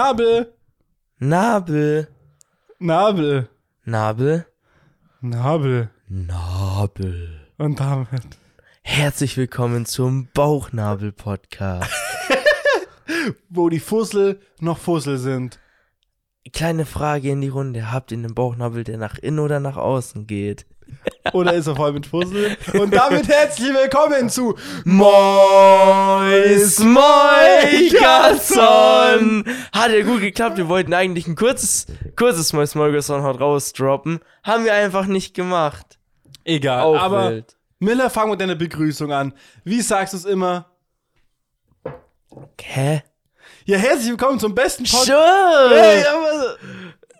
Nabel, Nabel. Nabel, Nabel. Nabel. Nabel. Und damit. Herzlich willkommen zum Bauchnabel-Podcast. Wo die Fussel noch Fussel sind. Kleine Frage in die Runde. Habt ihr einen Bauchnabel, der nach innen oder nach außen geht? Oder ist er voll mit Fussel? Und damit herzlich willkommen zu Mois, Moigasson! Hat ja gut geklappt. Wir wollten eigentlich ein kurzes, kurzes Mois, Moigasson haut raus droppen. Haben wir einfach nicht gemacht. Egal, Auch aber wild. Miller, fang mit deiner Begrüßung an. Wie sagst du es immer? Hä? Ja, herzlich willkommen zum besten Podcast. Sure! Hey, aber-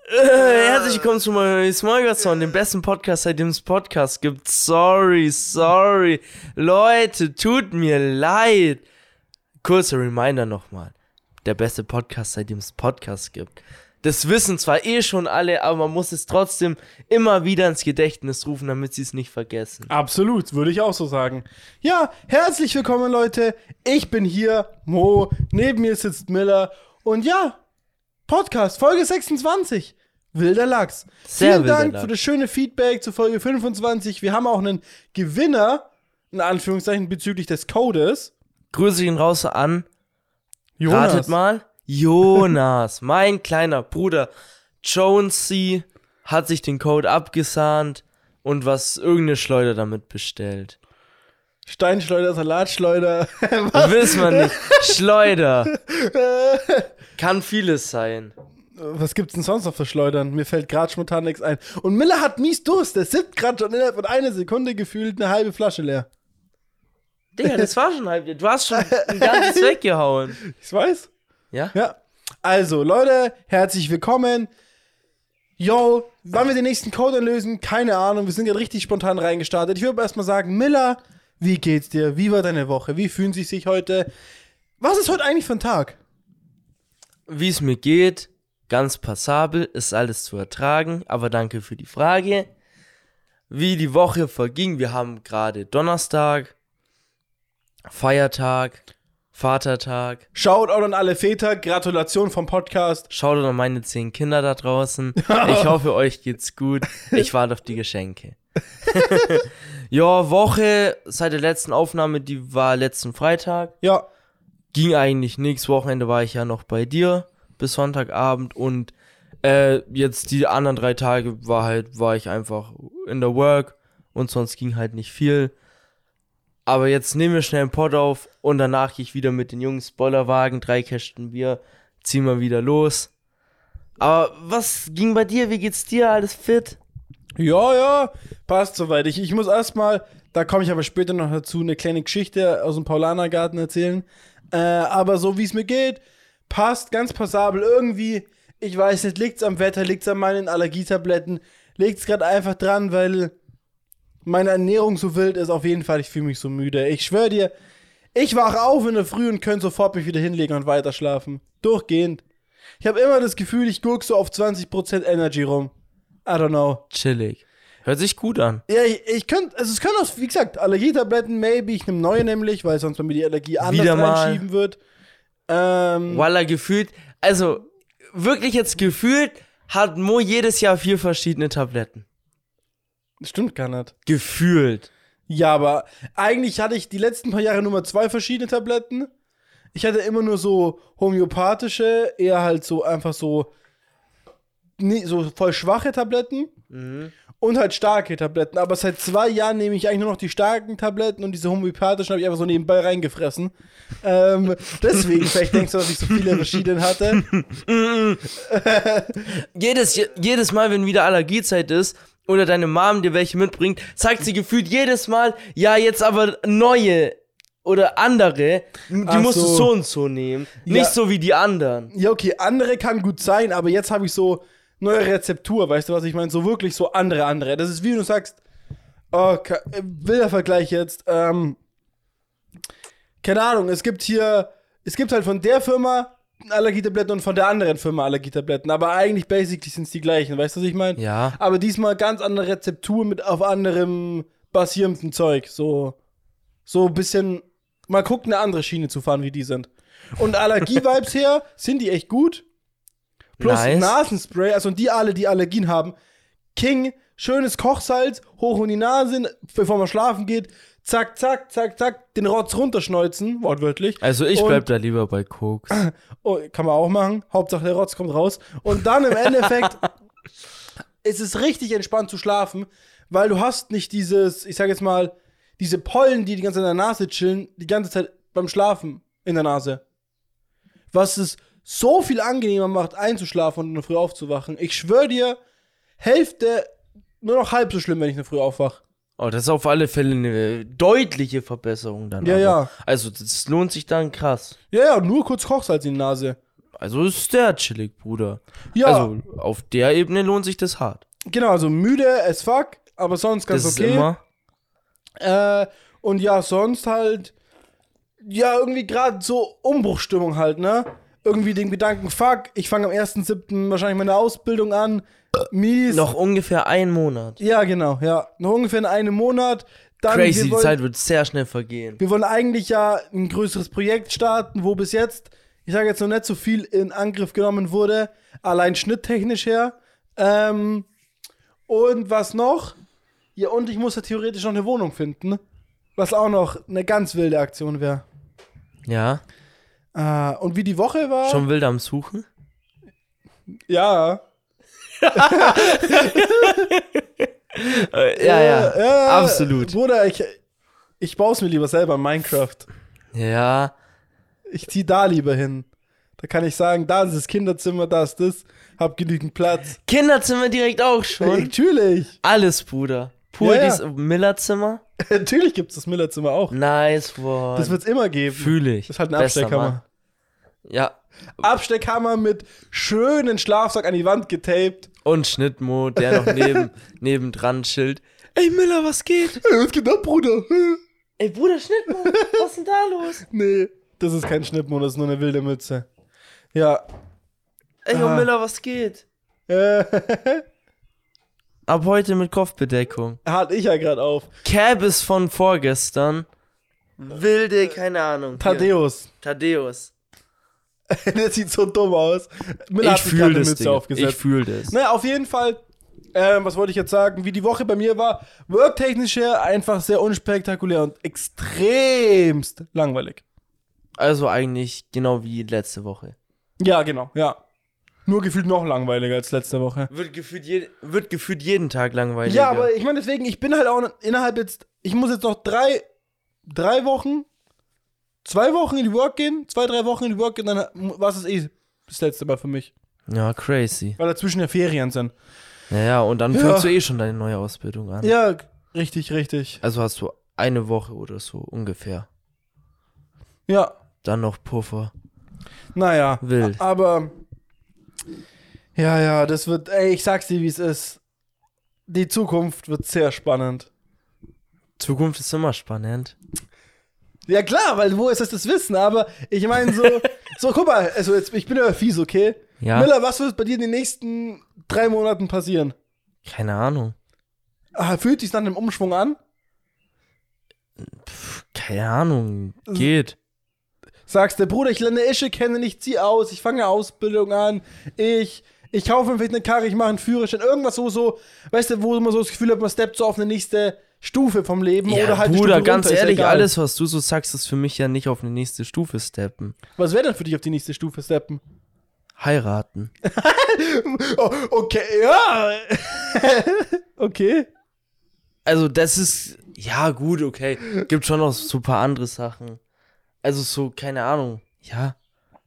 Äh, Herzlich willkommen zu meinem Smorgasson, dem besten Podcast, seitdem es Podcasts gibt. Sorry, sorry. Leute, tut mir leid. Kurzer Reminder nochmal. Der beste Podcast, seitdem es Podcasts gibt. Das wissen zwar eh schon alle, aber man muss es trotzdem immer wieder ins Gedächtnis rufen, damit sie es nicht vergessen. Absolut, würde ich auch so sagen. Ja, herzlich willkommen, Leute. Ich bin hier, Mo. Neben mir sitzt Miller. Und ja, Podcast, Folge 26. Wilder Lachs. Sehr Vielen wilder Dank Lachs. für das schöne Feedback zu Folge 25. Wir haben auch einen Gewinner, in Anführungszeichen, bezüglich des Codes. Grüße ihn raus an. Ratet mal. Jonas, mein kleiner Bruder Jonesy hat sich den Code abgesahnt und was irgendeine Schleuder damit bestellt. Steinschleuder, Salatschleuder. Wissen wir nicht. Schleuder. Kann vieles sein. Was gibt's denn sonst noch für Schleudern? Mir fällt gerade spontan nichts ein. Und Miller hat mies Durst. Der sippt gerade schon innerhalb von einer Sekunde gefühlt eine halbe Flasche leer. Digga, das war schon halb. Du hast schon ein ganzes weggehauen. Ich weiß. Ja? Ja. Also, Leute, herzlich willkommen. Yo, wann wir den nächsten Code lösen? Keine Ahnung. Wir sind gerade richtig spontan reingestartet. Ich würde aber erstmal sagen, Miller, wie geht's dir? Wie war deine Woche? Wie fühlen Sie sich heute? Was ist heute eigentlich für ein Tag? Wie es mir geht, ganz passabel, ist alles zu ertragen, aber danke für die Frage. Wie die Woche verging, wir haben gerade Donnerstag, Feiertag, Vatertag. Shoutout an alle Väter. Gratulation vom Podcast. Schaut an meine zehn Kinder da draußen. Ich hoffe, euch geht's gut. Ich warte auf die Geschenke. ja, Woche seit der letzten Aufnahme, die war letzten Freitag. Ja. ging eigentlich nichts. Wochenende war ich ja noch bei dir bis Sonntagabend und äh, jetzt die anderen drei Tage war halt, war ich einfach in der Work und sonst ging halt nicht viel. Aber jetzt nehmen wir schnell einen Pod auf und danach gehe ich wieder mit den Jungs Bollerwagen, drei Kästen Bier, ziehen wir wieder los. Aber was ging bei dir? Wie geht's dir? Alles fit? Ja, ja, passt soweit. Ich, ich muss erstmal, da komme ich aber später noch dazu, eine kleine Geschichte aus dem Paulanergarten erzählen. Äh, aber so wie es mir geht, passt ganz passabel. Irgendwie, ich weiß nicht, liegt's am Wetter, liegt's an meinen Allergietabletten, liegt's gerade einfach dran, weil meine Ernährung so wild ist. Auf jeden Fall, ich fühle mich so müde. Ich schwöre dir, ich wache auf in der Früh und könnte sofort mich wieder hinlegen und weiterschlafen. Durchgehend. Ich habe immer das Gefühl, ich gurk so auf 20% Energy rum. I don't know. Chillig. Hört sich gut an. Ja, ich, ich könnte, also es können auch, wie gesagt, Allergietabletten, maybe. Ich nehme neue nämlich, weil sonst bei mir die Allergie anders Wieder mal. reinschieben wird. Ähm, Walla, gefühlt, also wirklich jetzt gefühlt hat Mo jedes Jahr vier verschiedene Tabletten. stimmt gar nicht. Gefühlt. Ja, aber eigentlich hatte ich die letzten paar Jahre nur mal zwei verschiedene Tabletten. Ich hatte immer nur so homöopathische, eher halt so einfach so, nee, so voll schwache Tabletten und halt starke Tabletten. Aber seit zwei Jahren nehme ich eigentlich nur noch die starken Tabletten und diese homöopathischen habe ich einfach so nebenbei reingefressen. ähm, deswegen, vielleicht denkst du, dass ich so viele verschiedene hatte. Jedes, je- jedes Mal, wenn wieder Allergiezeit ist oder deine Mom dir welche mitbringt, sagt sie gefühlt jedes Mal, ja, jetzt aber neue oder andere, die Ach musst du so. so und so nehmen. Ja. Nicht so wie die anderen. Ja, okay, andere kann gut sein, aber jetzt habe ich so neue Rezeptur, weißt du, was ich meine? So wirklich so andere, andere. Das ist wie du sagst, oh, ke- äh, wilder Vergleich jetzt, ähm, keine Ahnung, es gibt hier, es gibt halt von der Firma Allergietabletten und von der anderen Firma Allergietabletten, aber eigentlich basically sind es die gleichen, weißt du, was ich meine? Ja. Aber diesmal ganz andere Rezeptur mit auf anderem basierendem Zeug. So, so ein bisschen. Mal guckt, eine andere Schiene zu fahren, wie die sind. Und Allergie-Vibes her sind die echt gut. Plus Nice. Nasenspray, also die alle, die Allergien haben. King, schönes Kochsalz, hoch in die Nase, bevor man schlafen geht. Zack, zack, zack, zack, den Rotz runterschneuzen, wortwörtlich. Also ich Und- bleib da lieber bei Koks. Oh, kann man auch machen. Hauptsache der Rotz kommt raus. Und dann im Endeffekt ist es richtig entspannt zu schlafen, weil du hast nicht dieses, ich sag jetzt mal, diese Pollen, die die ganze Zeit in der Nase chillen, die ganze Zeit beim Schlafen in der Nase. Was es so viel angenehmer macht, einzuschlafen und in der Früh aufzuwachen. Ich schwöre dir, Hälfte nur noch halb so schlimm, wenn ich in der Früh aufwache. Oh, das ist auf alle Fälle eine deutliche Verbesserung dann. Ja, aber. ja. Also das lohnt sich dann krass. Ja, ja, nur kurz Kochsalz in die Nase. Also ist der chillig, Bruder. Ja, Also auf der Ebene lohnt sich das hart. genau, also müde as fuck, aber sonst ganz das okay. ist immer. Äh, und ja, sonst halt, ja, irgendwie gerade so Umbruchstimmung halt, ne? Irgendwie den Gedanken, fuck, ich fange am 1.7. wahrscheinlich meine Ausbildung an. Mies. Noch ungefähr einen Monat. Ja, genau, ja. Noch ungefähr in einem Monat. Dann, Crazy, die wollen, Zeit wird sehr schnell vergehen. Wir wollen eigentlich ja ein größeres Projekt starten, wo bis jetzt, ich sage jetzt noch nicht so viel in Angriff genommen wurde, allein schnitttechnisch her. Ähm, und was noch? Ja, und ich muss ja theoretisch noch eine Wohnung finden, was auch noch eine ganz wilde Aktion wäre. Ja. Äh, und wie die Woche war? Schon wild am Suchen? ja. Äh, ja, ja, Äh, äh, Absolut. Bruder, ich, ich baue es mir lieber selber in Minecraft. Ja. Ich zieh da lieber hin. Da kann ich sagen, da ist das Kinderzimmer, da ist das, hab genügend Platz. Kinderzimmer direkt auch Hey, schon. natürlich. Alles, Bruder. Pool, Ja, ja. dies Millerzimmer. Äh, Natürlich gibt es das Millerzimmer auch. Nice, Mann. Das wird es immer geben. Fühle ich. Das ist halt eine Bester Abstellkammer. Mann. Ja. Abstellkammer mit schönen Schlafsack an die Wand getaped. Und Schnittmo, der noch neben, nebendran schild. Ey, Miller, was geht? Hey, was geht ab, Bruder? Ey, Bruder, Schnittmo, was ist denn da los? nee, das ist kein Schnippmon, das ist nur eine wilde Mütze. Ja. Ey, Ah. Miller, was geht? Äh, Ab heute mit Kopfbedeckung. Hat halt ich ja gerade auf. Cab ist von vorgestern. Hm. Wilde, keine Ahnung. Hier. Tadeus. Tadeus. Der sieht so dumm aus. Miller ich hat sich gerade fühle eine das, Mütze Digga. aufgesetzt. Ne? Ich fühle das. Naja, auf jeden Fall, ähm, was wollte ich jetzt sagen? Wie die Woche bei mir war, worktechnisch her einfach sehr unspektakulär und extremst langweilig. Also eigentlich genau wie letzte Woche. Ja, genau, ja. Nur gefühlt noch langweiliger als letzte Woche. Wird gefühlt, je wird gefühlt jeden Tag langweilig. Ja, aber ich meine, deswegen, ich bin halt auch innerhalb jetzt, ich muss jetzt noch drei, drei Wochen, zwei Wochen in die Work gehen, zwei, drei Wochen in die Work gehen, dann war es eh das letzte Mal für mich. Ja, crazy. Weil dazwischen ja Ferien sind. Ja, ja, und dann Ja. fängst du eh schon deine neue Ausbildung an. Ja, richtig, richtig. Also hast du eine Woche oder so ungefähr. Ja, Dann noch Puffer. Naja, Wild. a- aber ja, ja, das wird, ey, ich sag's dir, wie es ist. Die Zukunft wird sehr spannend. Zukunft ist immer spannend. Ja klar, weil wo ist das, das Wissen? Aber ich meine so, so guck mal, also jetzt, ich bin ja fies, okay? Ja. Miller, was wird bei dir in den nächsten drei Monaten passieren? Keine Ahnung. Ah, Fühlt sich dann im Umschwung an? Keine Ahnung. Geht. Sagst du, Bruder, ich lerne Ische kennen, ich zieh aus, ich fange eine Ausbildung an, ich, ich kaufe mir vielleicht eine Karre, ich mache einen Führerschein, irgendwas so, so, weißt du, wo man so das Gefühl hat, man steppt so auf eine nächste Stufe vom Leben oder Ja, halt die Bruder, Stufe ganz runter, ist ehrlich, egal. alles, was du so sagst, ist für mich ja nicht auf eine nächste Stufe steppen. Was wäre denn für dich auf die nächste Stufe steppen? Heiraten. Oh, okay, ja. okay. Also, das ist. Ja, gut, okay. Gibt schon noch so ein paar andere Sachen. Also, so, keine Ahnung. Ja.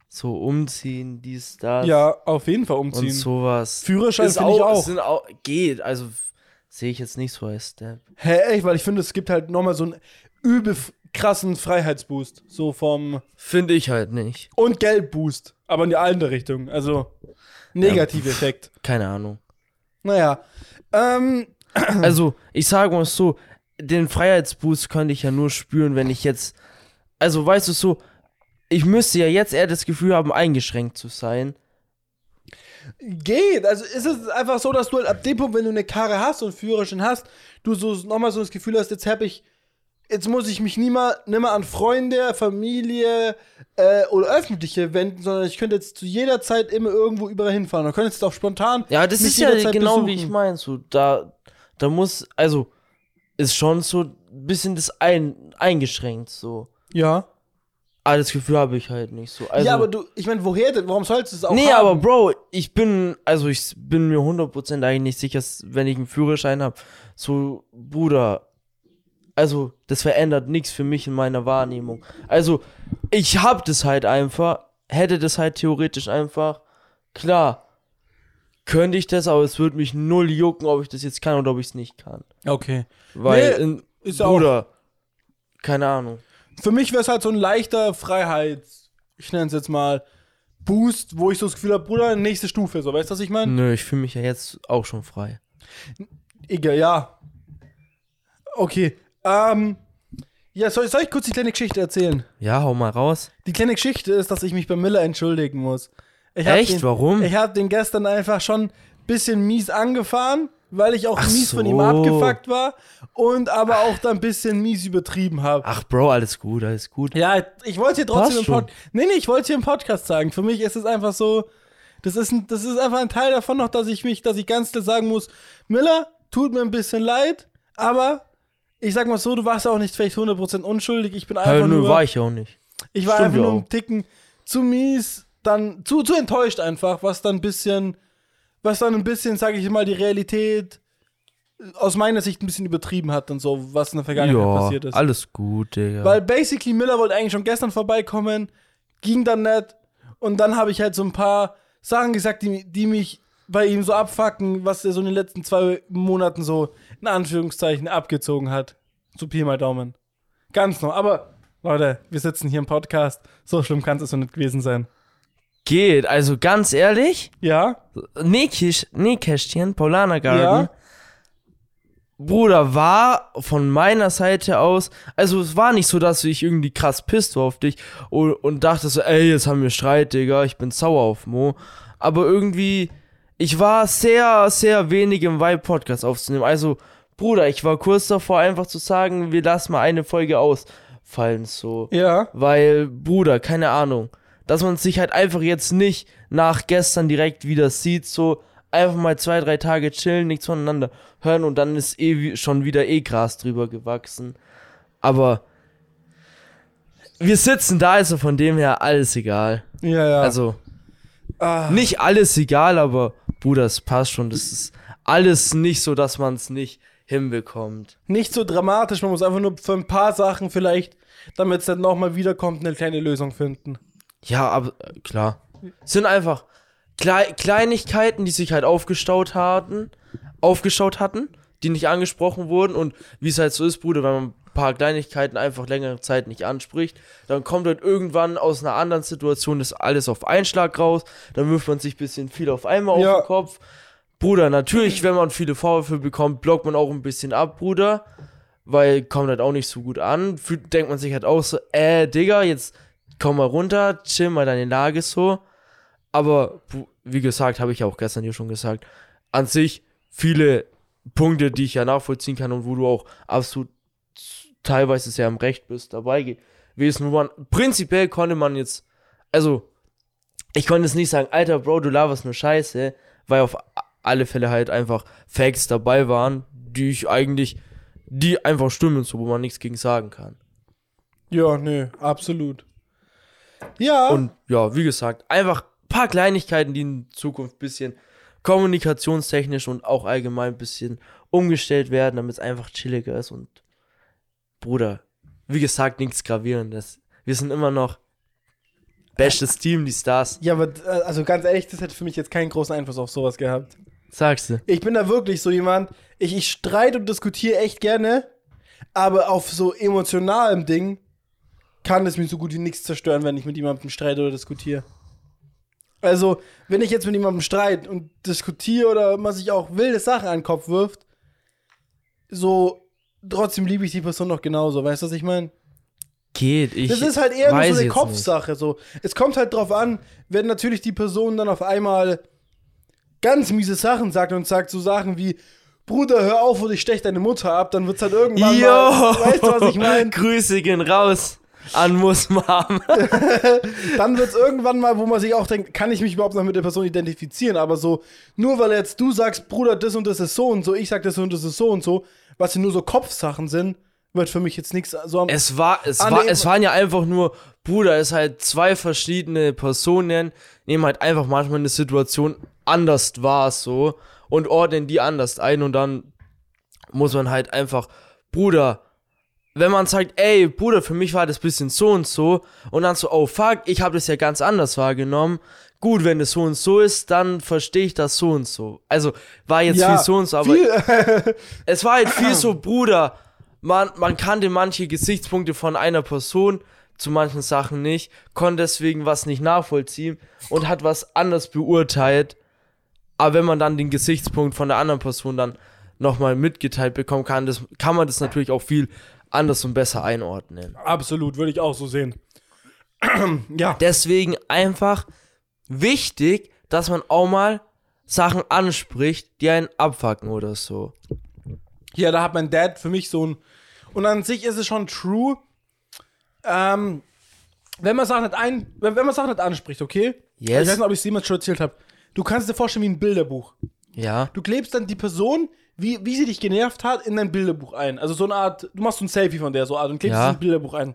So umziehen, dies, das. Ja, auf jeden Fall Und umziehen. sowas. Führerschein Ist finde ich auch. Sind auch. Geht. Also, f- sehe ich jetzt nicht so als Step. Hä, echt, weil ich finde, es gibt halt nochmal so einen übel f- krassen Freiheitsboost. So vom. Finde ich halt nicht. Und Geldboost. Aber in die andere Richtung. Also, Negativeffekt. Keine Ahnung. Naja. Ähm, Also, ich sage mal so, den Freiheitsboost könnte ich ja nur spüren, wenn ich jetzt. Also, weißt du so, ich müsste ja jetzt eher das Gefühl haben, eingeschränkt zu sein. geht. Also ist es einfach so, dass du halt ab dem Punkt, wenn du eine Karre hast und Führerschein hast, du so nochmal so das Gefühl hast, jetzt habe ich jetzt muss ich mich nimmer, nimmer an Freunde, Familie äh, oder Öffentliche wenden, sondern ich könnte jetzt zu jeder Zeit immer irgendwo überall hinfahren. Und könnte jetzt auch spontan. Ja, das mich ist ja jederzeit genau besuchen. wie ich meine. So, da, da muss, also, ist schon so ein bisschen das ein, eingeschränkt. So. Ja. Aber das Gefühl habe ich halt nicht so. Also, ja, aber du, ich meine, woher denn? Warum sollst du es auch nee, haben? aber Bro, ich bin, also ich bin mir 100% eigentlich nicht sicher, dass, wenn ich einen Führerschein habe. So, Bruder, also das verändert nichts für mich in meiner Wahrnehmung. Also, ich hab das halt einfach, hätte das halt theoretisch einfach, klar, könnte ich das, aber es würde mich null jucken, ob ich das jetzt kann oder ob ich es nicht kann. Okay. Weil, Nee, in, ist auch- Bruder, keine Ahnung. Für mich wäre es halt so ein leichter Freiheits, ich nenne es jetzt mal, Boost, wo ich so das Gefühl habe, Bruder, nächste Stufe, so, weißt du, was ich meine? Nö, ich fühle mich ja jetzt auch schon frei. Egal, ja. Okay. Ähm, ja, soll, soll ich kurz die kleine Geschichte erzählen? Ja, hau mal raus. Die kleine Geschichte ist, dass ich mich bei Miller entschuldigen muss. Ich hab Echt? Den, Warum? Ich habe den gestern einfach schon ein bisschen mies angefahren, weil ich auch Ach mies von ihm so. abgefuckt war und aber auch dann ein bisschen mies übertrieben habe. Ach, Bro, alles gut, alles gut. Ja, ich wollte hier trotzdem im Passt Podcast. Nee, nee, ich wollte hier im Podcast sagen. Für mich ist es einfach so, das ist, ein, das ist einfach ein Teil davon noch, dass ich mich, dass ich ganz klar sagen muss, Miller, tut mir ein bisschen leid, aber ich sag mal so, du warst auch nicht vielleicht 100% unschuldig. Ich bin einfach Hä, nö, nur, war ich ja auch nicht. ich war stimmt einfach ja nur auch. einen Ticken zu mies, dann zu, zu enttäuscht einfach, was dann ein bisschen, was dann ein bisschen, sag ich mal, die Realität aus meiner Sicht ein bisschen übertrieben hat und so, was in der Vergangenheit passiert ist. alles gut, Digga. Weil basically Miller wollte eigentlich schon gestern vorbeikommen, ging dann nicht. Und dann habe ich halt so ein paar Sachen gesagt, die, die mich bei ihm so abfacken, was er so in den letzten zwei Monaten so in Anführungszeichen abgezogen hat. Zu Pi mal Daumen. Ganz noch. Aber Leute, wir sitzen hier im Podcast. So schlimm kann es so nicht gewesen sein. Geht, also ganz ehrlich, Ja? Nähkisch, Nähkästchen, Paulaner Garden. Bruder, war von meiner Seite aus, also es war nicht so, dass ich irgendwie krass pisst war auf dich und, und dachte so, ey, jetzt haben wir Streit, Digga, ich bin sauer auf Mo. Aber irgendwie, ich war sehr, sehr wenig im Vibe-Podcast aufzunehmen. Also, Bruder, ich war kurz davor, einfach zu sagen, wir lassen mal eine Folge ausfallen, so. Ja. Weil, Bruder, keine Ahnung, dass man sich halt einfach jetzt nicht nach gestern direkt wieder sieht, so einfach mal zwei, drei Tage chillen, nichts voneinander hören und dann ist eh wie- schon wieder eh Gras drüber gewachsen. Aber wir sitzen da, also von dem her alles egal. Ja, ja. Also ah. nicht alles egal, aber Bruder, es passt schon. Das ist alles nicht so, dass man es nicht hinbekommt. Nicht so dramatisch, man muss einfach nur für ein paar Sachen vielleicht, damit es dann nochmal wiederkommt, eine kleine Lösung finden. Ja, aber äh, klar. Es sind einfach Klei Kleinigkeiten, die sich halt aufgestaut hatten, aufgestaut hatten, die nicht angesprochen wurden und wie es halt so ist, Bruder, wenn man ein paar Kleinigkeiten einfach längere Zeit nicht anspricht, dann kommt halt irgendwann aus einer anderen Situation das alles auf Einschlag raus, dann wirft man sich ein bisschen viel auf einmal Ja. auf den Kopf. Bruder, natürlich, wenn man viele Vorwürfe bekommt, blockt man auch ein bisschen ab, Bruder, weil kommt halt auch nicht so gut an. Fühlt, denkt man sich halt auch so, äh, Digga, jetzt komm mal runter, chill mal deine Lage so. Aber bu- wie gesagt, habe ich ja auch gestern hier schon gesagt, an sich viele Punkte, die ich ja nachvollziehen kann und wo du auch absolut teilweise sehr im Recht bist, dabei gewesen, wo man prinzipiell konnte man jetzt, also ich konnte es nicht sagen, alter Bro, du laberst nur Scheiße, weil auf a- alle Fälle halt einfach Facts dabei waren, die ich eigentlich, die einfach stimmen, so wo man nichts gegen sagen kann. Ja, nö, absolut. Ja. Und ja, wie gesagt, einfach ein paar Kleinigkeiten, die in Zukunft ein bisschen kommunikationstechnisch und auch allgemein ein bisschen umgestellt werden, damit es einfach chilliger ist. Und Bruder, wie gesagt, nichts Gravierendes. Wir sind immer noch bestes Team, die Stars. ja, aber äh, also ganz ehrlich, das hätte für mich jetzt keinen großen Einfluss auf sowas gehabt. Sagst du? Ich bin da wirklich so jemand, ich, ich streite und diskutiere echt gerne, aber auf so emotionalem Ding kann es mir so gut wie nichts zerstören, wenn ich mit jemandem streite oder diskutiere. Also, wenn ich jetzt mit jemandem streit und diskutiere oder was ich auch wilde Sachen an den Kopf wirft, so trotzdem liebe ich die Person noch genauso, weißt du, was ich meine? Geht. Ich Das ist halt eher nur weiß so eine jetzt Kopfsache. So. Es kommt halt drauf an, wenn natürlich die Person dann auf einmal ganz miese Sachen sagt und sagt so Sachen wie, Bruder, hör auf oder ich stech deine Mutter ab, dann wird's halt irgendwann Yo! mal, weißt du, was ich meine? Grüße gehen raus an Musmam. Dann wird's irgendwann mal, wo man sich auch denkt, kann ich mich überhaupt noch mit der Person identifizieren, aber so, nur weil jetzt du sagst, Bruder, das und das ist so und so, ich sag das und das ist so und so, was ja nur so Kopfsachen sind, wird für mich jetzt nichts so am... Es war, es Ah, war, nee, es waren ja einfach nur, Bruder, es halt zwei verschiedene Personen, nehmen halt einfach manchmal eine Situation anders wahr, so, und ordnen die anders ein und dann muss man halt einfach, Bruder, wenn man sagt, ey, Bruder, für mich war das bisschen so und so, und dann so, oh fuck, ich habe das ja ganz anders wahrgenommen. Gut, wenn es so und so ist, dann verstehe ich das so und so. Also war jetzt Ja, viel so und so, aber viel, es war halt viel so, Bruder, man, man kannte manche Gesichtspunkte von einer Person zu manchen Sachen nicht, konnte deswegen was nicht nachvollziehen und hat was anders beurteilt. Aber wenn man dann den Gesichtspunkt von der anderen Person dann nochmal mitgeteilt bekommen kann, das, kann man das natürlich auch viel anders und besser einordnen. Absolut, würde ich auch so sehen. ja. Deswegen einfach wichtig, dass man auch mal Sachen anspricht, die einen abfacken oder so. Ja, da hat mein Dad für mich so ein. Und an sich ist es schon true. Ähm, wenn man Sachen nicht ein, wenn, wenn man Sachen nicht anspricht, okay? Yes. Ich weiß nicht, ob ich es jemals schon erzählt habe. Du kannst dir vorstellen wie ein Bilderbuch. Ja. Du klebst dann die Person, wie, wie sie dich genervt hat, in dein Bilderbuch ein. Also so eine Art, du machst so ein Selfie von der so Art und klebst Ja. es in ein Bilderbuch ein.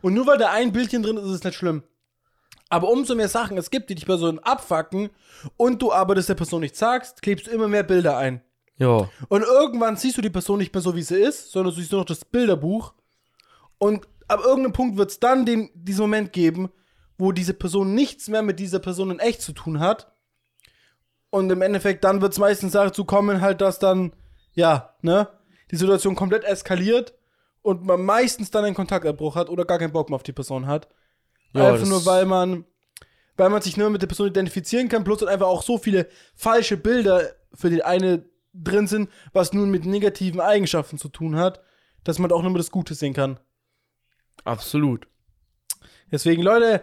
Und nur weil da ein Bildchen drin ist, ist es nicht schlimm. Aber umso mehr Sachen es gibt, die dich bei so einem abfacken und du aber das der Person nicht sagst, klebst du immer mehr Bilder ein. Ja. Und irgendwann siehst du die Person nicht mehr so, wie sie ist, sondern du siehst nur noch das Bilderbuch. Und ab irgendeinem Punkt wird es dann den, diesen Moment geben, wo diese Person nichts mehr mit dieser Person in echt zu tun hat. Und im Endeffekt dann wird es meistens dazu kommen, halt, dass dann, ja, ne, die Situation komplett eskaliert und man meistens dann einen Kontaktabbruch hat oder gar keinen Bock mehr auf die Person hat. Ja, einfach das- nur, weil man, weil man sich nur mit der Person identifizieren kann, bloß dann einfach auch so viele falsche Bilder für den eine drin sind, was nun mit negativen Eigenschaften zu tun hat, dass man auch nur mal das Gute sehen kann. Absolut. Deswegen, Leute,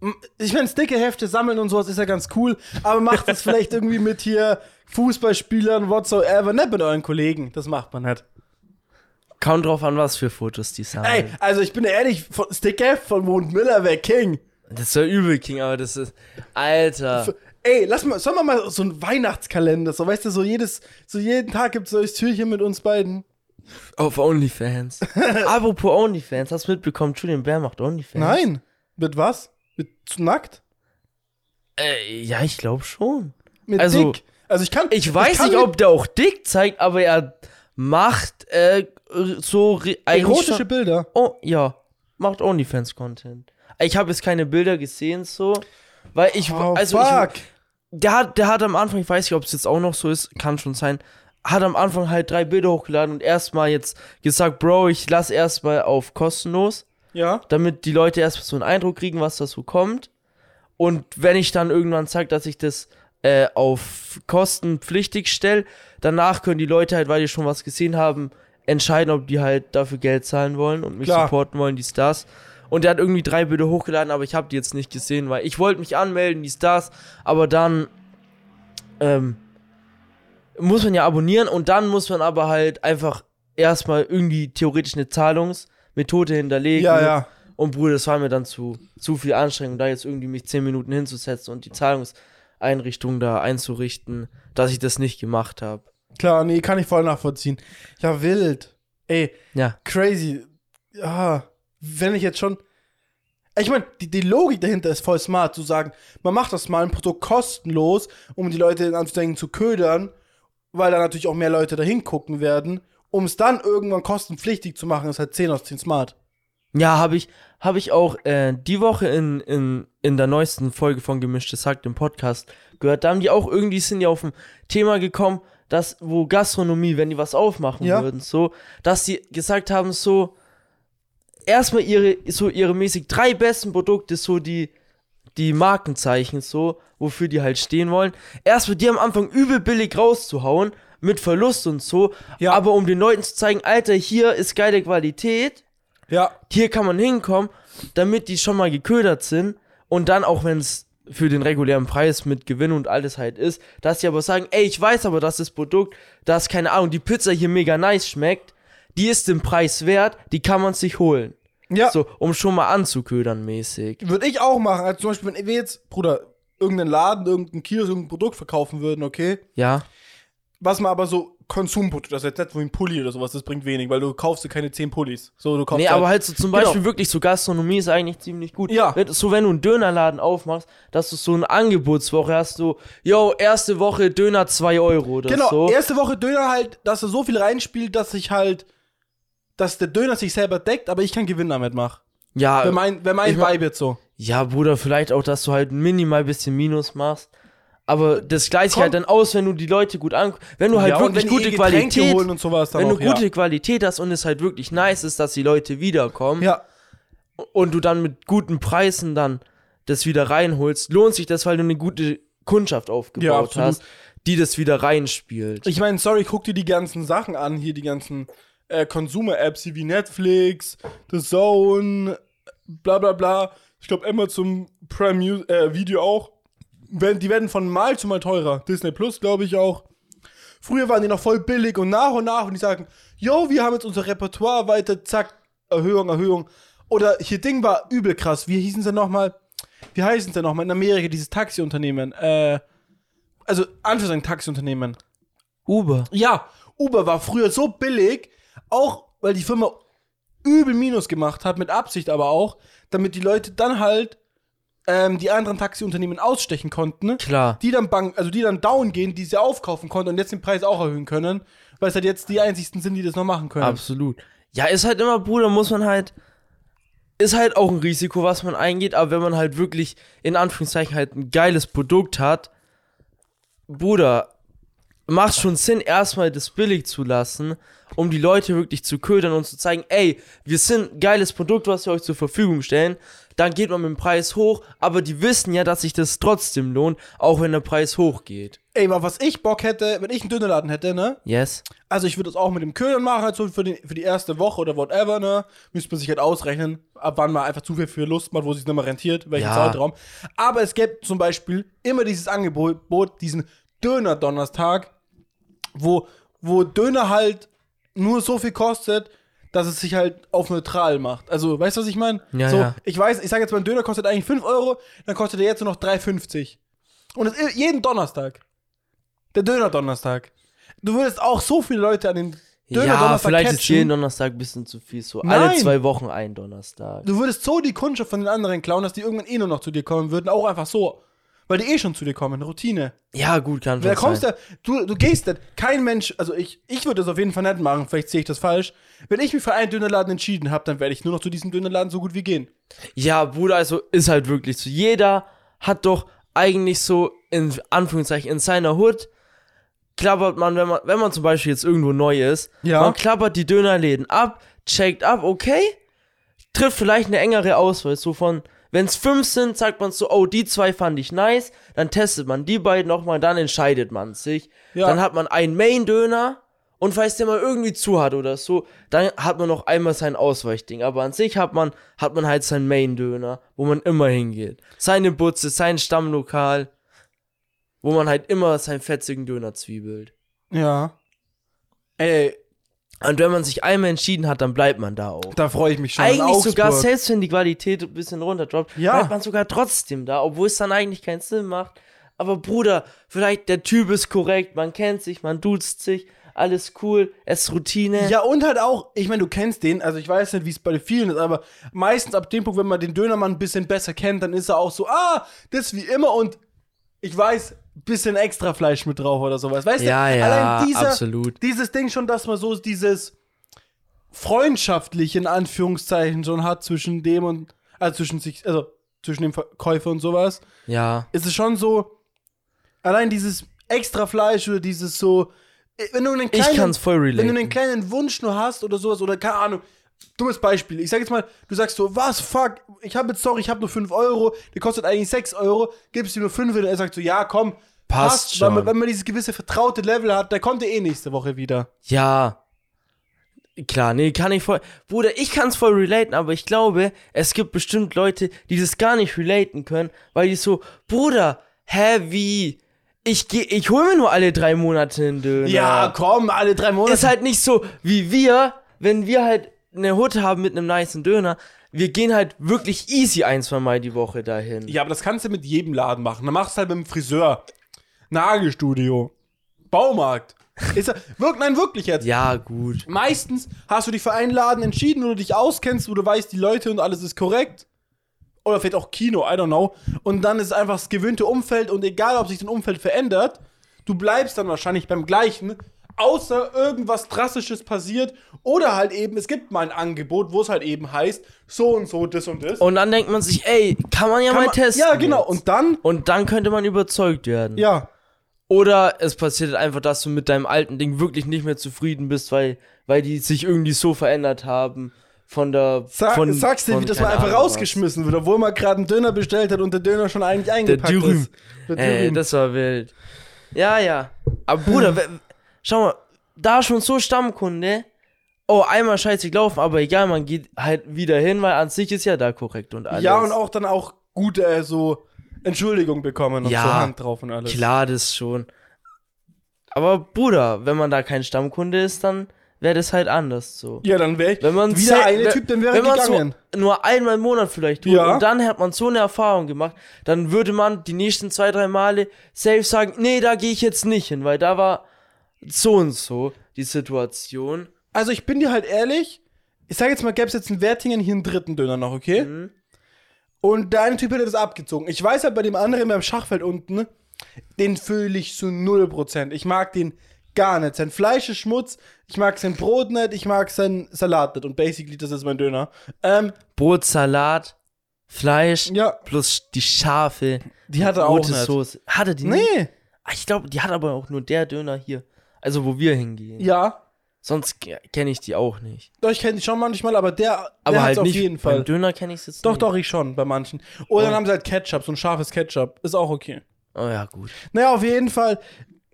m- ich meine, dicke Hefte sammeln und sowas ist ja ganz cool, aber macht es vielleicht irgendwie mit hier Fußballspielern, whatsoever, nicht mit euren Kollegen. Das macht man halt. nicht. Kommt drauf an, was für Fotos die sammeln. Ey, also ich bin ehrlich, von Sticker von Mond Miller wäre King. Das ist ja übel, King, aber das ist. Alter. Ey, lass mal, sollen wir mal so einen Weihnachtskalender, so weißt du, so jedes, so jeden Tag gibt es solches Türchen mit uns beiden. Auf OnlyFans. Apropos OnlyFans, hast du mitbekommen, Julian Bär macht OnlyFans? Nein. Mit was? Mit zu nackt? Äh, ja, ich glaube schon. Mit Also- dick? Also ich kann. Ich weiß kann nicht, mir ob der auch dick zeigt, aber er macht äh, so re- eigentlich erotische schon- Bilder. Oh, ja. Macht OnlyFans-Content. Ich habe jetzt keine Bilder gesehen, so. Weil ich. Oh, also ich, fuck. der hat, der hat am Anfang, ich weiß nicht, ob es jetzt auch noch so ist, kann schon sein, hat am Anfang halt drei Bilder hochgeladen und erstmal jetzt gesagt, Bro, ich lass erstmal auf kostenlos, ja. damit die Leute erstmal so einen Eindruck kriegen, was da so kommt. Und wenn ich dann irgendwann sage, dass ich das äh, auf kostenpflichtig stelle, danach können die Leute halt, weil die schon was gesehen haben, entscheiden, ob die halt dafür Geld zahlen wollen und mich Klar. supporten wollen, die Stars. Und der hat irgendwie drei Bilder hochgeladen, aber ich habe die jetzt nicht gesehen, weil ich wollte mich anmelden, die Stars, aber dann ähm, muss man ja abonnieren und dann muss man aber halt einfach erstmal irgendwie theoretisch eine Zahlungsmethode hinterlegen. Ja, ja. Und Bruder, das war mir dann zu, zu viel Anstrengung, da jetzt irgendwie mich 10 Minuten hinzusetzen und die Zahlungseinrichtung da einzurichten, dass ich das nicht gemacht habe. Klar, nee, kann ich voll nachvollziehen. Ja, wild. Ey, Ja. crazy. Ja, wenn ich jetzt schon. Ich meine, die, die Logik dahinter ist voll smart, zu sagen, man macht das mal ein Produkt kostenlos, um die Leute in Anführungszeichen zu ködern, weil da natürlich auch mehr Leute dahin gucken werden. Um es dann irgendwann kostenpflichtig zu machen, ist halt 10 aus 10 smart. Ja, habe ich, hab ich auch äh, die Woche in, in, in der neuesten Folge von Gemischtes Hack, dem Podcast, gehört. Da haben die auch irgendwie, sind die auf ein Thema gekommen, dass, wo Gastronomie, wenn die was aufmachen Ja. würden, so, dass die gesagt haben, so, erstmal ihre, so ihre mäßig drei besten Produkte, so die, die Markenzeichen, so, wofür die halt stehen wollen. Erstmal die am Anfang übel billig rauszuhauen, mit Verlust und so, Ja. aber um den Leuten zu zeigen, Alter, hier ist geile Qualität Ja. hier kann man hinkommen, damit die schon mal geködert sind und dann auch wenn es für den regulären Preis mit Gewinn und alles halt ist, dass sie aber sagen, ey, ich weiß aber, dass das Produkt, das, keine Ahnung, die Pizza hier mega nice schmeckt, die ist den Preis wert, die kann man sich holen. Ja, So, um schon mal anzuködern mäßig. würde ich auch machen. Also zum Beispiel, wenn wir jetzt, Bruder, irgendeinen Laden, irgendein Kiosk, irgendein Produkt verkaufen würden, okay? Ja, Was man aber so Konsumprodukt, also jetzt nicht wie ein Pulli oder sowas, das bringt wenig, weil du kaufst dir keine 10 Pullis. So, du kaufst nee, halt- aber halt so zum Genau. Beispiel wirklich so Gastronomie ist eigentlich ziemlich gut. Ja. Wenn, so wenn du einen Dönerladen aufmachst, dass du so eine Angebotswoche hast, so, yo, erste Woche Döner 2 Euro oder Genau, halt so. erste Woche Döner halt, dass er so viel reinspielt, dass ich halt, dass der Döner sich selber deckt, aber ich keinen Gewinn damit mache. ja, Wenn mein, wenn mein Also, ich mein- Vibe jetzt so. ja, Bruder, vielleicht auch, dass du halt minimal bisschen Minus machst. Aber das gleicht sich Äh, Komm. halt dann aus, wenn du die Leute gut anguckst. Wenn du halt Ja, und wirklich wenn die gute eh Getränke Qualität, holen und sowas dann wenn auch, du gute Qualität hast und es halt wirklich nice ist, dass die Leute wiederkommen. ja. ja, und du dann mit guten Preisen dann das wieder reinholst, lohnt sich das, weil du eine gute Kundschaft Ja, aufgebaut absolut. hast, die das wieder reinspielt. ich meine, sorry, guck dir die ganzen Sachen an, hier die ganzen äh, Consumer-Apps hier wie Netflix, The Zone, bla bla bla. Ich glaube, immer zum Prime Mu- äh, Video auch. Werden, die werden von Mal zu Mal teurer. Disney Plus, glaube ich, auch. Früher waren die noch voll billig und nach und nach und die sagen, yo, wir haben jetzt unser Repertoire weiter, zack, Erhöhung, Erhöhung. Oder hier Ding war übel krass. Wie hießen sie nochmal? Wie heißen sie nochmal in Amerika, dieses Taxiunternehmen? Äh, also, Anführungszeichen Taxiunternehmen. Uber. Ja, Uber war früher so billig, auch weil die Firma übel Minus gemacht hat, mit Absicht aber auch, damit die Leute dann halt ähm, die anderen Taxiunternehmen ausstechen konnten, ne? Klar. die dann bank, also die dann down gehen, die sie aufkaufen konnten und jetzt den Preis auch erhöhen können, weil es halt jetzt die einzigsten sind, die das noch machen können. Absolut. Ja, ist halt immer, Bruder, muss man halt. Ist halt auch ein Risiko, was man eingeht, aber wenn man halt wirklich in Anführungszeichen halt ein geiles Produkt hat, Bruder, macht schon Sinn, erstmal das billig zu lassen, um die Leute wirklich zu ködern und zu zeigen, ey, wir sind ein geiles Produkt, was wir euch zur Verfügung stellen. Dann geht man mit dem Preis hoch, aber die wissen ja, dass sich das trotzdem lohnt, auch wenn der Preis hochgeht. Ey, aber was ich Bock hätte, wenn ich einen Dönerladen hätte, ne? Yes? Also ich würde das auch mit dem Ködern machen, halt so für, den, für die erste Woche oder whatever, ne? Müsste man sich halt ausrechnen, ab wann man einfach zu viel für Lust macht, wo sich nicht mehr rentiert, welchen Ja. Zeitraum. Aber es gäbe zum Beispiel immer dieses Angebot, diesen Döner-Donnerstag, wo, wo Döner halt nur so viel kostet, dass es sich halt auf neutral macht. Also, weißt du, was ich meine? Ja, so, ja. Ich weiß, ich sage jetzt mal, ein Döner kostet eigentlich 5 Euro, dann kostet er jetzt nur noch 3,50. Und das i- jeden Donnerstag. Der Döner-Donnerstag. Du würdest auch so viele Leute an den ja, Döner-Donnerstag vielleicht ist jeden catchen. Donnerstag ein bisschen zu viel, so alle Nein. zwei Wochen ein Donnerstag. Du würdest so die Kundschaft von den anderen klauen, dass die irgendwann eh nur noch zu dir kommen würden. Auch einfach so. Weil die eh schon zu dir kommen. Routine. Ja, gut, kann schon Da kommst sein. du, du, du gehst dann. Kein Mensch, also ich, ich würde das auf jeden Fall nicht machen, vielleicht sehe ich das falsch. Wenn ich mich für einen Dönerladen entschieden habe, dann werde ich nur noch zu diesem Dönerladen so gut wie gehen. Ja, Bruder, also ist halt wirklich so. Jeder hat doch eigentlich so, in Anführungszeichen, in seiner Hood klappert man, wenn man, wenn man zum Beispiel jetzt irgendwo neu ist, Ja. man klappert die Dönerläden ab, checkt ab, okay, trifft vielleicht eine engere Auswahl, so von, wenn es fünf sind, sagt man so, oh, die zwei fand ich nice, dann testet man die beiden nochmal, dann entscheidet man sich. Ja. Dann hat man einen Main-Döner und falls der mal irgendwie zu hat oder so, dann hat man noch einmal sein Ausweichding. Aber an sich hat man, hat man halt seinen Main-Döner, wo man immer hingeht. Seine Butze, sein Stammlokal, wo man halt immer seinen fetzigen Döner zwiebelt. Ja. Ey, Und wenn man sich einmal entschieden hat, dann bleibt man da auch. da freue ich mich schon. Eigentlich Augsburg. sogar, selbst wenn die Qualität ein bisschen runterdroppt, Ja. bleibt man sogar trotzdem da, obwohl es dann eigentlich keinen Sinn macht. Aber Bruder, vielleicht der Typ ist korrekt, man kennt sich, man duzt sich, alles cool, es ist Routine. Ja, und halt auch, ich meine, du kennst den, also ich weiß nicht, wie es bei vielen ist, aber meistens ab dem Punkt, wenn man den Dönermann ein bisschen besser kennt, dann ist er auch so, ah, das wie immer und ich weiß, bisschen extra Fleisch mit drauf oder sowas. Weißt Ja, du, ja, allein dieser, absolut. dieses Ding schon, dass man so dieses freundschaftliche in Anführungszeichen schon hat zwischen dem und, also zwischen sich, also zwischen dem Verkäufer und sowas Ja. ist es schon so, allein dieses extra Fleisch oder dieses so, äh, wenn du einen Ich kleinen, kann's voll wenn du relaten. einen kleinen Wunsch nur hast oder sowas oder keine Ahnung, dummes Beispiel. Ich sag jetzt mal, du sagst so, was, fuck, ich habe jetzt, sorry, ich habe nur 5 Euro, der kostet eigentlich 6 Euro, gibst ihm nur 5 und er sagt so, ja, komm, Passt Weil schon. man, wenn man dieses gewisse vertraute Level hat, der kommt ja eh nächste Woche wieder. Ja. Klar, nee, kann ich voll. Bruder, ich kann es voll relaten, aber ich glaube, es gibt bestimmt Leute, die das gar nicht relaten können, weil die so, Bruder, hä, wie? Ich geh, ich hol mir nur alle drei Monate einen Döner. Ja, komm, alle drei Monate. Ist halt nicht so wie wir, wenn wir halt eine Hut haben mit einem niceen Döner. Wir gehen halt wirklich easy ein, zwei Mal die Woche dahin. Ja, aber das kannst du mit jedem Laden machen. Dann machst du halt mit dem Friseur, Nagelstudio, Baumarkt. Ist ja, wirk, nein, wirklich jetzt. Ja, gut. Meistens hast du dich für einen Laden entschieden, wo du dich auskennst, wo du weißt, die Leute und alles ist korrekt. Oder vielleicht auch Kino, I don't know. Und dann ist einfach das gewöhnte Umfeld und egal, ob sich dein Umfeld verändert, du bleibst dann wahrscheinlich beim gleichen, außer irgendwas Drastisches passiert. Oder halt eben, es gibt mal ein Angebot, wo es halt eben heißt, so und so, das und das. Und dann denkt man sich, ey, kann man ja Kann mal man- testen. Ja, genau. jetzt. Und dann, Und dann könnte man überzeugt werden. ja, Oder es passiert halt einfach, dass du mit deinem alten Ding wirklich nicht mehr zufrieden bist, weil, weil die sich irgendwie so verändert haben von der. Sag, von, sagst du, von- wie das keine mal einfach Ahnung was. rausgeschmissen wird, obwohl man gerade einen Döner bestellt hat und der Döner schon eigentlich eingepackt Dürüm. Äh, ist. Der Ey, Dürüm. das war wild. Ja, ja. Aber Bruder, we- schau mal, da schon so Stammkunde. Oh, einmal scheiße gelaufen, aber egal, man geht halt wieder hin, weil an sich ist ja da korrekt und alles. ja, und auch dann auch gut äh, so Entschuldigung bekommen und Ja, so Hand drauf und alles. Klar, das schon. Aber Bruder, wenn man da kein Stammkunde ist, dann wäre das halt anders so. Ja, dann wäre ich Wenn man wieder zäh- eine wenn- Typ, dann wäre wenn man gegangen. So nur einmal im Monat vielleicht tut Ja. und dann hat man so eine Erfahrung gemacht, dann würde man die nächsten zwei, drei Male safe sagen, nee, da gehe ich jetzt nicht hin, weil da war so und so die Situation. Also ich bin dir halt ehrlich, ich sage jetzt mal, gäbe es jetzt in Wertingen hier einen dritten Döner noch, okay? Mhm. Und der eine Typ hätte das abgezogen. Ich weiß halt bei dem anderen beim Schachfeld unten, den fühle ich zu 0%. Ich mag den gar nicht. Sein Fleisch ist Schmutz, ich mag sein Brot nicht, ich mag seinen Salat nicht. Und basically, das ist mein Döner. Ähm, Brot, Salat, Fleisch ja, plus die Schafe, die hat er auch rote nicht. Soße. Hatte die nicht? Nee, Ah, Ich glaube, die hat aber auch nur der Döner hier. Also wo wir hingehen. ja. Sonst kenne ich die auch nicht. Doch, ich kenne die schon manchmal, aber der, der Aber hat's halt auf nicht. jeden Beim Fall. Döner kenne ich es jetzt Doch, nicht. doch, ich schon, bei manchen. Oder dann Oh. haben sie halt Ketchup, so ein scharfes Ketchup. Ist auch okay. Oh ja, gut. Naja, auf jeden Fall.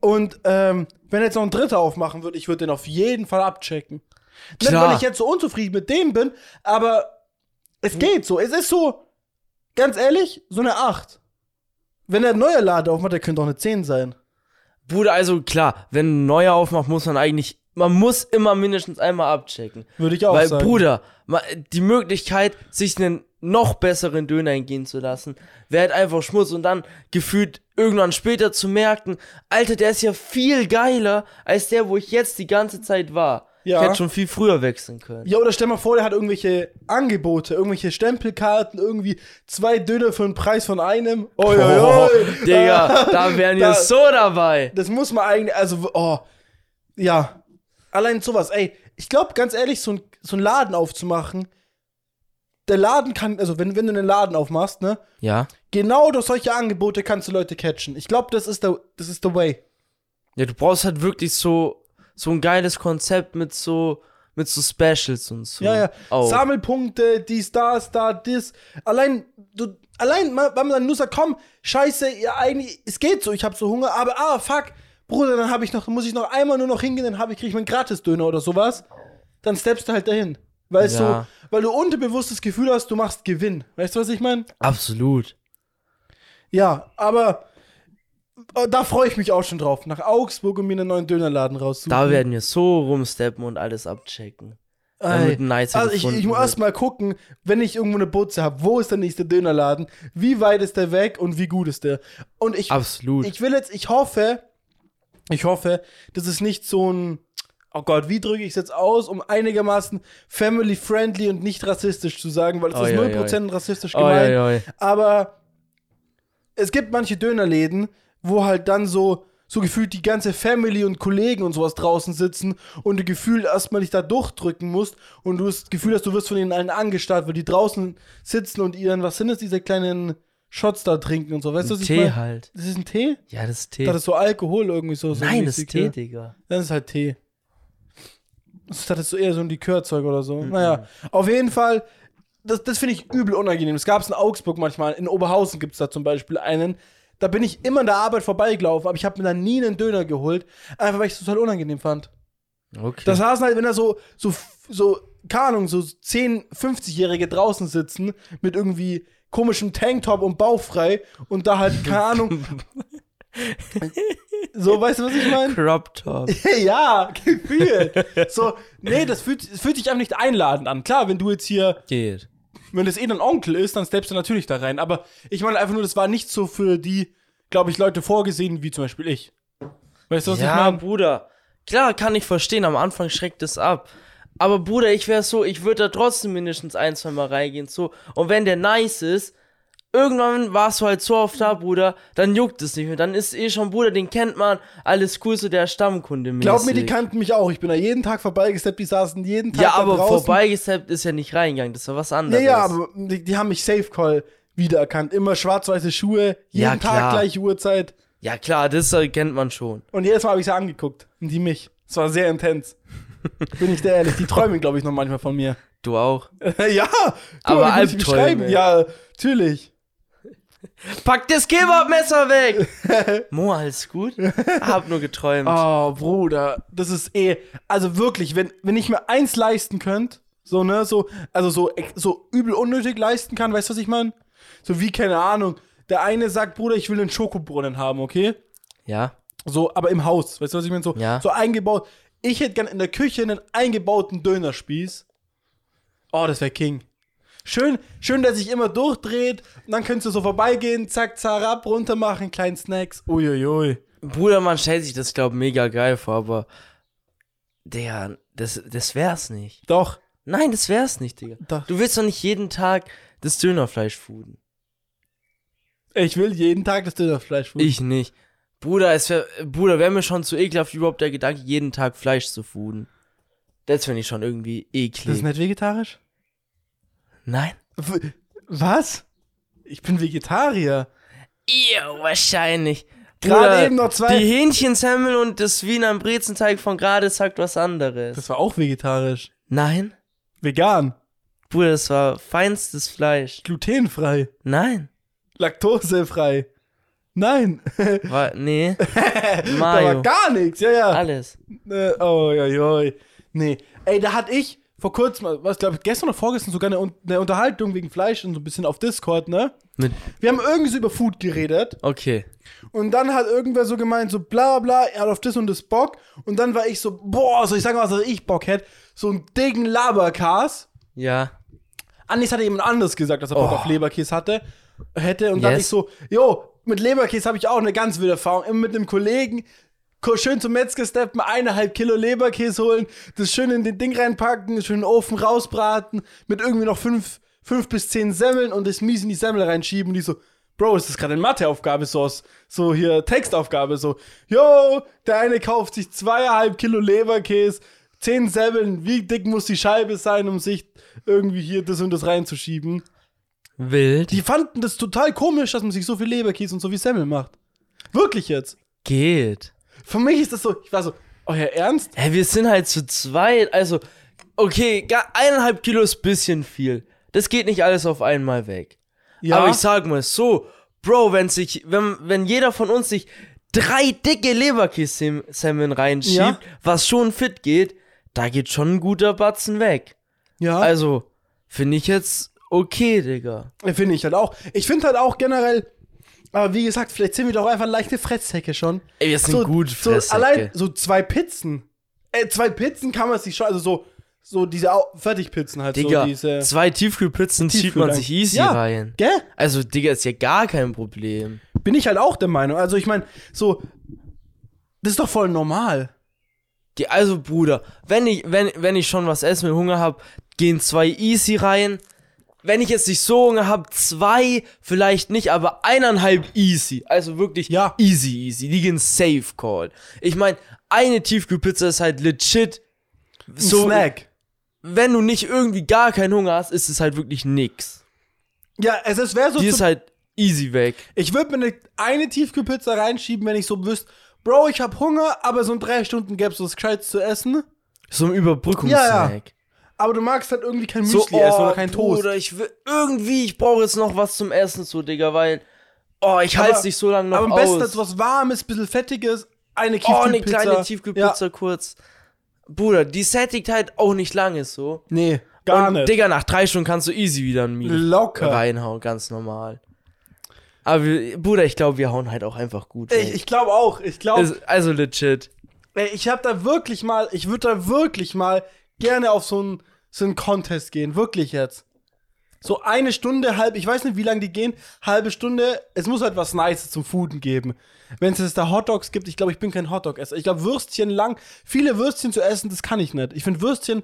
Und ähm, wenn jetzt noch ein Dritter aufmachen würde, ich würde den auf jeden Fall abchecken. Nicht, Klar. weil ich jetzt so unzufrieden mit dem bin, aber es geht so. Es ist so, ganz ehrlich, so eine 8. Wenn er neue Lade aufmacht, der könnte auch eine 10 sein. Bruder, also klar, wenn ein neuer aufmacht, muss man eigentlich, man muss immer mindestens einmal abchecken. Würde ich auch Weil, sagen. Bruder, ma- die Möglichkeit, sich einen noch besseren Döner entgehen zu lassen, wäre halt einfach Schmutz und dann gefühlt irgendwann später zu merken, Alter, der ist ja viel geiler als der, wo ich jetzt die ganze Zeit war. Ja. Ich hätte schon viel früher wechseln können. Ja, oder stell mal vor, der hat irgendwelche Angebote, irgendwelche Stempelkarten, irgendwie zwei Döner für einen Preis von einem. Oi, oi, Oh, oi. Digga, da wären wir Da- so dabei. Das muss man eigentlich, also, oh, ja. Allein sowas, ey. Ich glaube, ganz ehrlich, so, ein, so einen Laden aufzumachen, der Laden kann, also wenn, wenn du einen Laden aufmachst, ne, Ja. genau durch solche Angebote kannst du Leute catchen. Ich glaube, das ist der, das ist the way. Ja, du brauchst halt wirklich so, so ein geiles Konzept mit so, mit so Specials und so. Ja, ja. Auch. Sammelpunkte, dies, das, da, dis. Allein, du, allein, ma- wenn man dann nur sagt, komm, scheiße, ja, eigentlich, es geht so, ich habe so Hunger, aber, ah, fuck, Bruder, dann habe ich noch, muss ich noch einmal nur noch hingehen, dann habe ich, krieg ich meinen Gratis-Döner oder sowas. Dann steppst du halt dahin. Weißt Ja. du, weil du unterbewusst das Gefühl hast, du machst Gewinn. Weißt du, was ich meine? Absolut. Ja, aber äh, da freue ich mich auch schon drauf, nach Augsburg und mir einen neuen Dönerladen rauszusuchen. Da werden wir so rumsteppen und alles abchecken. Ey, damit ein nicer also ich, ich gefunden muss wird. erstmal gucken, wenn ich irgendwo eine Butze habe, wo ist der nächste Dönerladen, wie weit ist der weg und wie gut ist der. Und ich, Absolut. ich will jetzt, ich hoffe, ich hoffe, das ist nicht so ein, oh Gott, wie drücke ich es jetzt aus, um einigermaßen family-friendly und nicht rassistisch zu sagen, weil es ist Oi, oi, 0% rassistisch Oi, gemeint. oi, oi. Aber es gibt manche Dönerläden, wo halt dann so, so gefühlt die ganze Family und Kollegen und sowas draußen sitzen und du gefühlt erstmal dich da durchdrücken musst und du das Gefühl hast, du wirst von ihnen allen angestarrt, weil die draußen sitzen und ihren, was sind das, diese kleinen Shots da trinken und so. Weißt du, was ich Tee meine? halt. Das ist ein Tee? Ja, das ist Ich Tee. dachte, Das ist so Alkohol irgendwie so. so Nein, das mäßig, ist Tee, ja. Digga. Dann ist halt Tee. Das ist, das ist so eher so ein Likörzeug oder so. Naja, auf jeden Fall, das, das finde ich übel unangenehm. Das gab es in Augsburg manchmal. In Oberhausen gibt es da zum Beispiel einen. Da bin ich immer in der Arbeit vorbeigelaufen, aber ich habe mir da nie einen Döner geholt. Einfach weil ich es total unangenehm fand. Okay. Da saßen halt, wenn da so, so, so, keine Ahnung, so 10, 50-Jährige draußen sitzen mit irgendwie komischem Tanktop und bauchfrei und da halt, keine Ahnung. so, weißt du, was ich meine? Crop Top. ja, gefühlt. So, nee, das fühlt, das fühlt sich einfach nicht einladend an. Klar, wenn du jetzt hier, Geht. wenn das eh dein Onkel ist, dann steppst du natürlich da rein. Aber ich meine einfach nur, das war nicht so für die, glaube ich, Leute vorgesehen, wie zum Beispiel ich. Weißt du, was ich Ja, meine? Bruder. Klar, kann ich verstehen. Am Anfang schreckt es ab. Aber Bruder, ich wäre so, ich würde da trotzdem mindestens ein, zwei Mal reingehen. So. Und wenn der nice ist, irgendwann warst du halt so oft da, Bruder, dann juckt es nicht mehr. Dann ist eh schon, Bruder, den kennt man. Alles cool, so der Stammkunde. Glaub mir, die mäßig. kannten mich auch. Ich bin da jeden Tag vorbeigesteppt, die saßen jeden Tag Ja, da aber draußen. vorbeigesteppt ist ja nicht reingegangen. Das war was Ja, anderes. ja, aber die, die haben mich Safe Call wiedererkannt. Immer schwarz-weiße Schuhe, jeden Ja, Tag klar. gleiche Uhrzeit. ja klar, das äh, kennt man schon. Und jedes Mal habe ich sie angeguckt. Und die mich. Es war sehr intens. Bin ich dir ehrlich. Die träumen, glaube ich, noch manchmal von mir. Du auch. Äh, ja, guck Aber mal, die muss ich Albträume. beschreiben. Ja, natürlich. Pack das Kebabmesser weg! Mo, alles gut? Hab nur geträumt. Oh, Bruder, das ist eh. Also wirklich, wenn, wenn ich mir eins leisten könnt, so, ne, so, also so, ex- so übel unnötig leisten kann, weißt du, was ich meine? So wie, keine Ahnung. Der eine sagt, Bruder, ich will einen Schokobrunnen haben, okay? Ja. So, aber im Haus, weißt du, was ich meine? So, Ja. so eingebaut. Ich hätte gern in der Küche einen eingebauten Dönerspieß. Oh, das wäre King. Schön, schön, dass sich immer durchdreht. Und dann könntest du so vorbeigehen, zack, zarab, runter machen, kleinen Snacks. Uiuiui. Bruder, man stellt sich das, glaub mega geil vor, aber. Digga, das, das wär's nicht. Doch. Nein, das wär's nicht, Digga. Doch. Du willst doch nicht jeden Tag das Dönerfleisch fuden. Ich will jeden Tag das Dönerfleisch. Ich nicht. Bruder, es wär, Bruder, wäre mir schon zu ekelhaft überhaupt der Gedanke, jeden Tag Fleisch zu fuden. Das finde ich schon irgendwie Das eklig. ist nicht vegetarisch? Nein? W was? Ich bin Vegetarier. Ja, wahrscheinlich. Gerade Bruder, eben noch zwei- Die Hähnchensemmel und das Wiener Brezenteig von gerade sagt was anderes. Das war auch vegetarisch. Nein? Vegan. Bruder, das war feinstes Fleisch. Glutenfrei. Nein. Laktosefrei. Nein. War, nee. Da war Mayo. Ah, gar nichts. Ja, ja. Alles. Äh, oh, ja, ja. Nee. Ey, da hatte ich vor kurzem, was glaube ich, gestern oder vorgestern sogar eine, Un- eine Unterhaltung wegen Fleisch und so ein bisschen auf Discord, ne? Mit, Wir haben irgendwie so über Food geredet okay. und dann hat irgendwer so gemeint, so bla bla, er hat auf das und das Bock und dann war ich so, boah, soll ich sagen, was ich Bock hätte? So einen dicken Laberkas. Ja. Andis hatte jemand anderes gesagt, dass er Bock Oh. auf Leberkäse hatte, hätte. Und dann Yes. ich so, jo, mit Leberkäse habe ich auch eine ganz wilde Erfahrung. Immer mit einem Kollegen ko- schön zum Metzger steppen, eineinhalb Kilo Leberkäse holen, das schön in den Ding reinpacken, schön in den Ofen rausbraten, mit irgendwie noch fünf, fünf bis zehn Semmeln und das mies in die Semmel reinschieben. Und die so, Bro, ist das gerade eine Matheaufgabe, so aus, so hier Textaufgabe, so, yo, der eine kauft sich zweieinhalb Kilo Leberkäse, zehn Semmeln, wie dick muss die Scheibe sein, um sich irgendwie hier das und das reinzuschieben. Wild. Die fanden das total komisch, dass man sich so viel Leberkäse und so viel Semmel macht. Wirklich jetzt. Geht. Für mich ist das so, ich war so, euer Ernst? Hä, wir sind halt zu zweit. Also, okay, gar eineinhalb Kilo ist bisschen viel. Das geht nicht alles auf einmal weg. Ja. Aber ich sag mal so, Bro, wenn sich, wenn, wenn jeder von uns sich drei dicke Leberkäse-Semmeln reinschiebt, Ja. was schon fit geht, da geht schon ein guter Batzen weg. ja. Also, finde ich jetzt okay, Digga. Finde ich halt auch. Ich finde halt auch generell, aber wie gesagt, vielleicht sind wir doch einfach leichte Fresszecke schon. Ey, wir sind gut so allein so zwei Pizzen. Äh, zwei Pizzen kann man sich schon, also so, so diese Au- Fertigpizzen halt Digga, so diese. zwei Tiefkühlpizzen zieht man Tiefkühlein. sich easy Ja. rein. Gell? Also, Digga, ist ja gar kein Problem. Bin ich halt auch der Meinung. Also ich meine, so das ist doch voll normal. Die, also, Bruder, wenn ich, wenn, wenn ich schon was essen will, Hunger hab, gehen zwei easy rein. Wenn ich jetzt nicht so Hunger hab, zwei vielleicht nicht, aber eineinhalb easy. Also wirklich Ja. easy, easy. Die gehen safe call. Ich meine, eine Tiefkühlpizza ist halt legit. Ein Snack. äh, Wenn du nicht irgendwie gar keinen Hunger hast, ist es halt wirklich nix. Ja, es, es wäre so Die zum ist halt easy weg. Ich würde mir eine, eine Tiefkühlpizza reinschieben, wenn ich so wüsste, Bro, ich hab Hunger, aber so in drei Stunden gäbe es was Gescheites zu essen. So ein Überbrückungssnack. Aber du magst halt irgendwie kein So, Müsli essen oder kein Toast. Oh, Bruder, ich will irgendwie, ich brauche jetzt noch was zum Essen, so, Digga, weil, oh, ich halte Aber- es nicht so lange noch aber am halt aus. besten ist was Warmes, bisschen Fettiges, eine oh, Tiefkühlpizza. eine kleine Tiefkühlpizza kurz. Bruder, die sättigt halt auch nicht lange so. Nee, gar Und, nicht. Digga, nach drei Stunden kannst du easy wieder ein Meal Locker. reinhauen, ganz normal. Aber wir, Bruder, ich glaube, wir hauen halt auch einfach gut. Ich, ich glaube auch. Ich glaube, also, also legit. Ey, ich hab da wirklich mal, ich würde da wirklich mal gerne auf so einen so einen Contest gehen, wirklich jetzt. So eine Stunde, halb, ich weiß nicht, wie lange die gehen, halbe Stunde, es muss halt was Nices zum Fooden geben. Wenn es jetzt da Hotdogs gibt, ich glaube, ich bin kein Hotdog-Esser. Ich glaube, Würstchen lang, viele Würstchen zu essen, das kann ich nicht. Ich finde Würstchen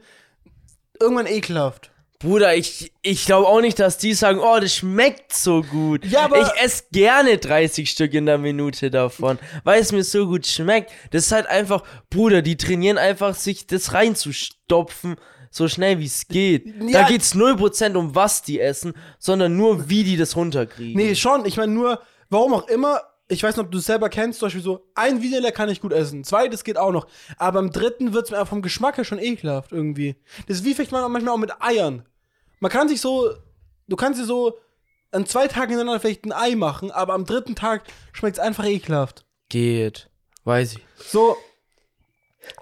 irgendwann ekelhaft. Bruder, ich, ich glaube auch nicht, dass die sagen, oh, das schmeckt so gut. Ja, aber- ich esse gerne 30 Stück in der Minute davon, weil es mir so gut schmeckt. Das ist halt einfach, Bruder, die trainieren einfach, sich das reinzustopfen, so schnell wie es geht. Ja. Da geht es 0% um was die essen, sondern nur wie die das runterkriegen. Nee, schon. Ich meine nur, warum auch immer, ich weiß nicht, ob du es selber kennst, zum Beispiel so, ein Wienerler kann ich gut essen, zwei, das geht auch noch. Aber im dritten wird es mir einfach vom Geschmack her schon ekelhaft irgendwie. Das ist wie vielleicht man manchmal auch mit Eiern. Man kann sich so, du kannst dir so an zwei Tagen hintereinander vielleicht ein Ei machen, aber am dritten Tag schmeckt es einfach ekelhaft. Geht. Weiß ich. So.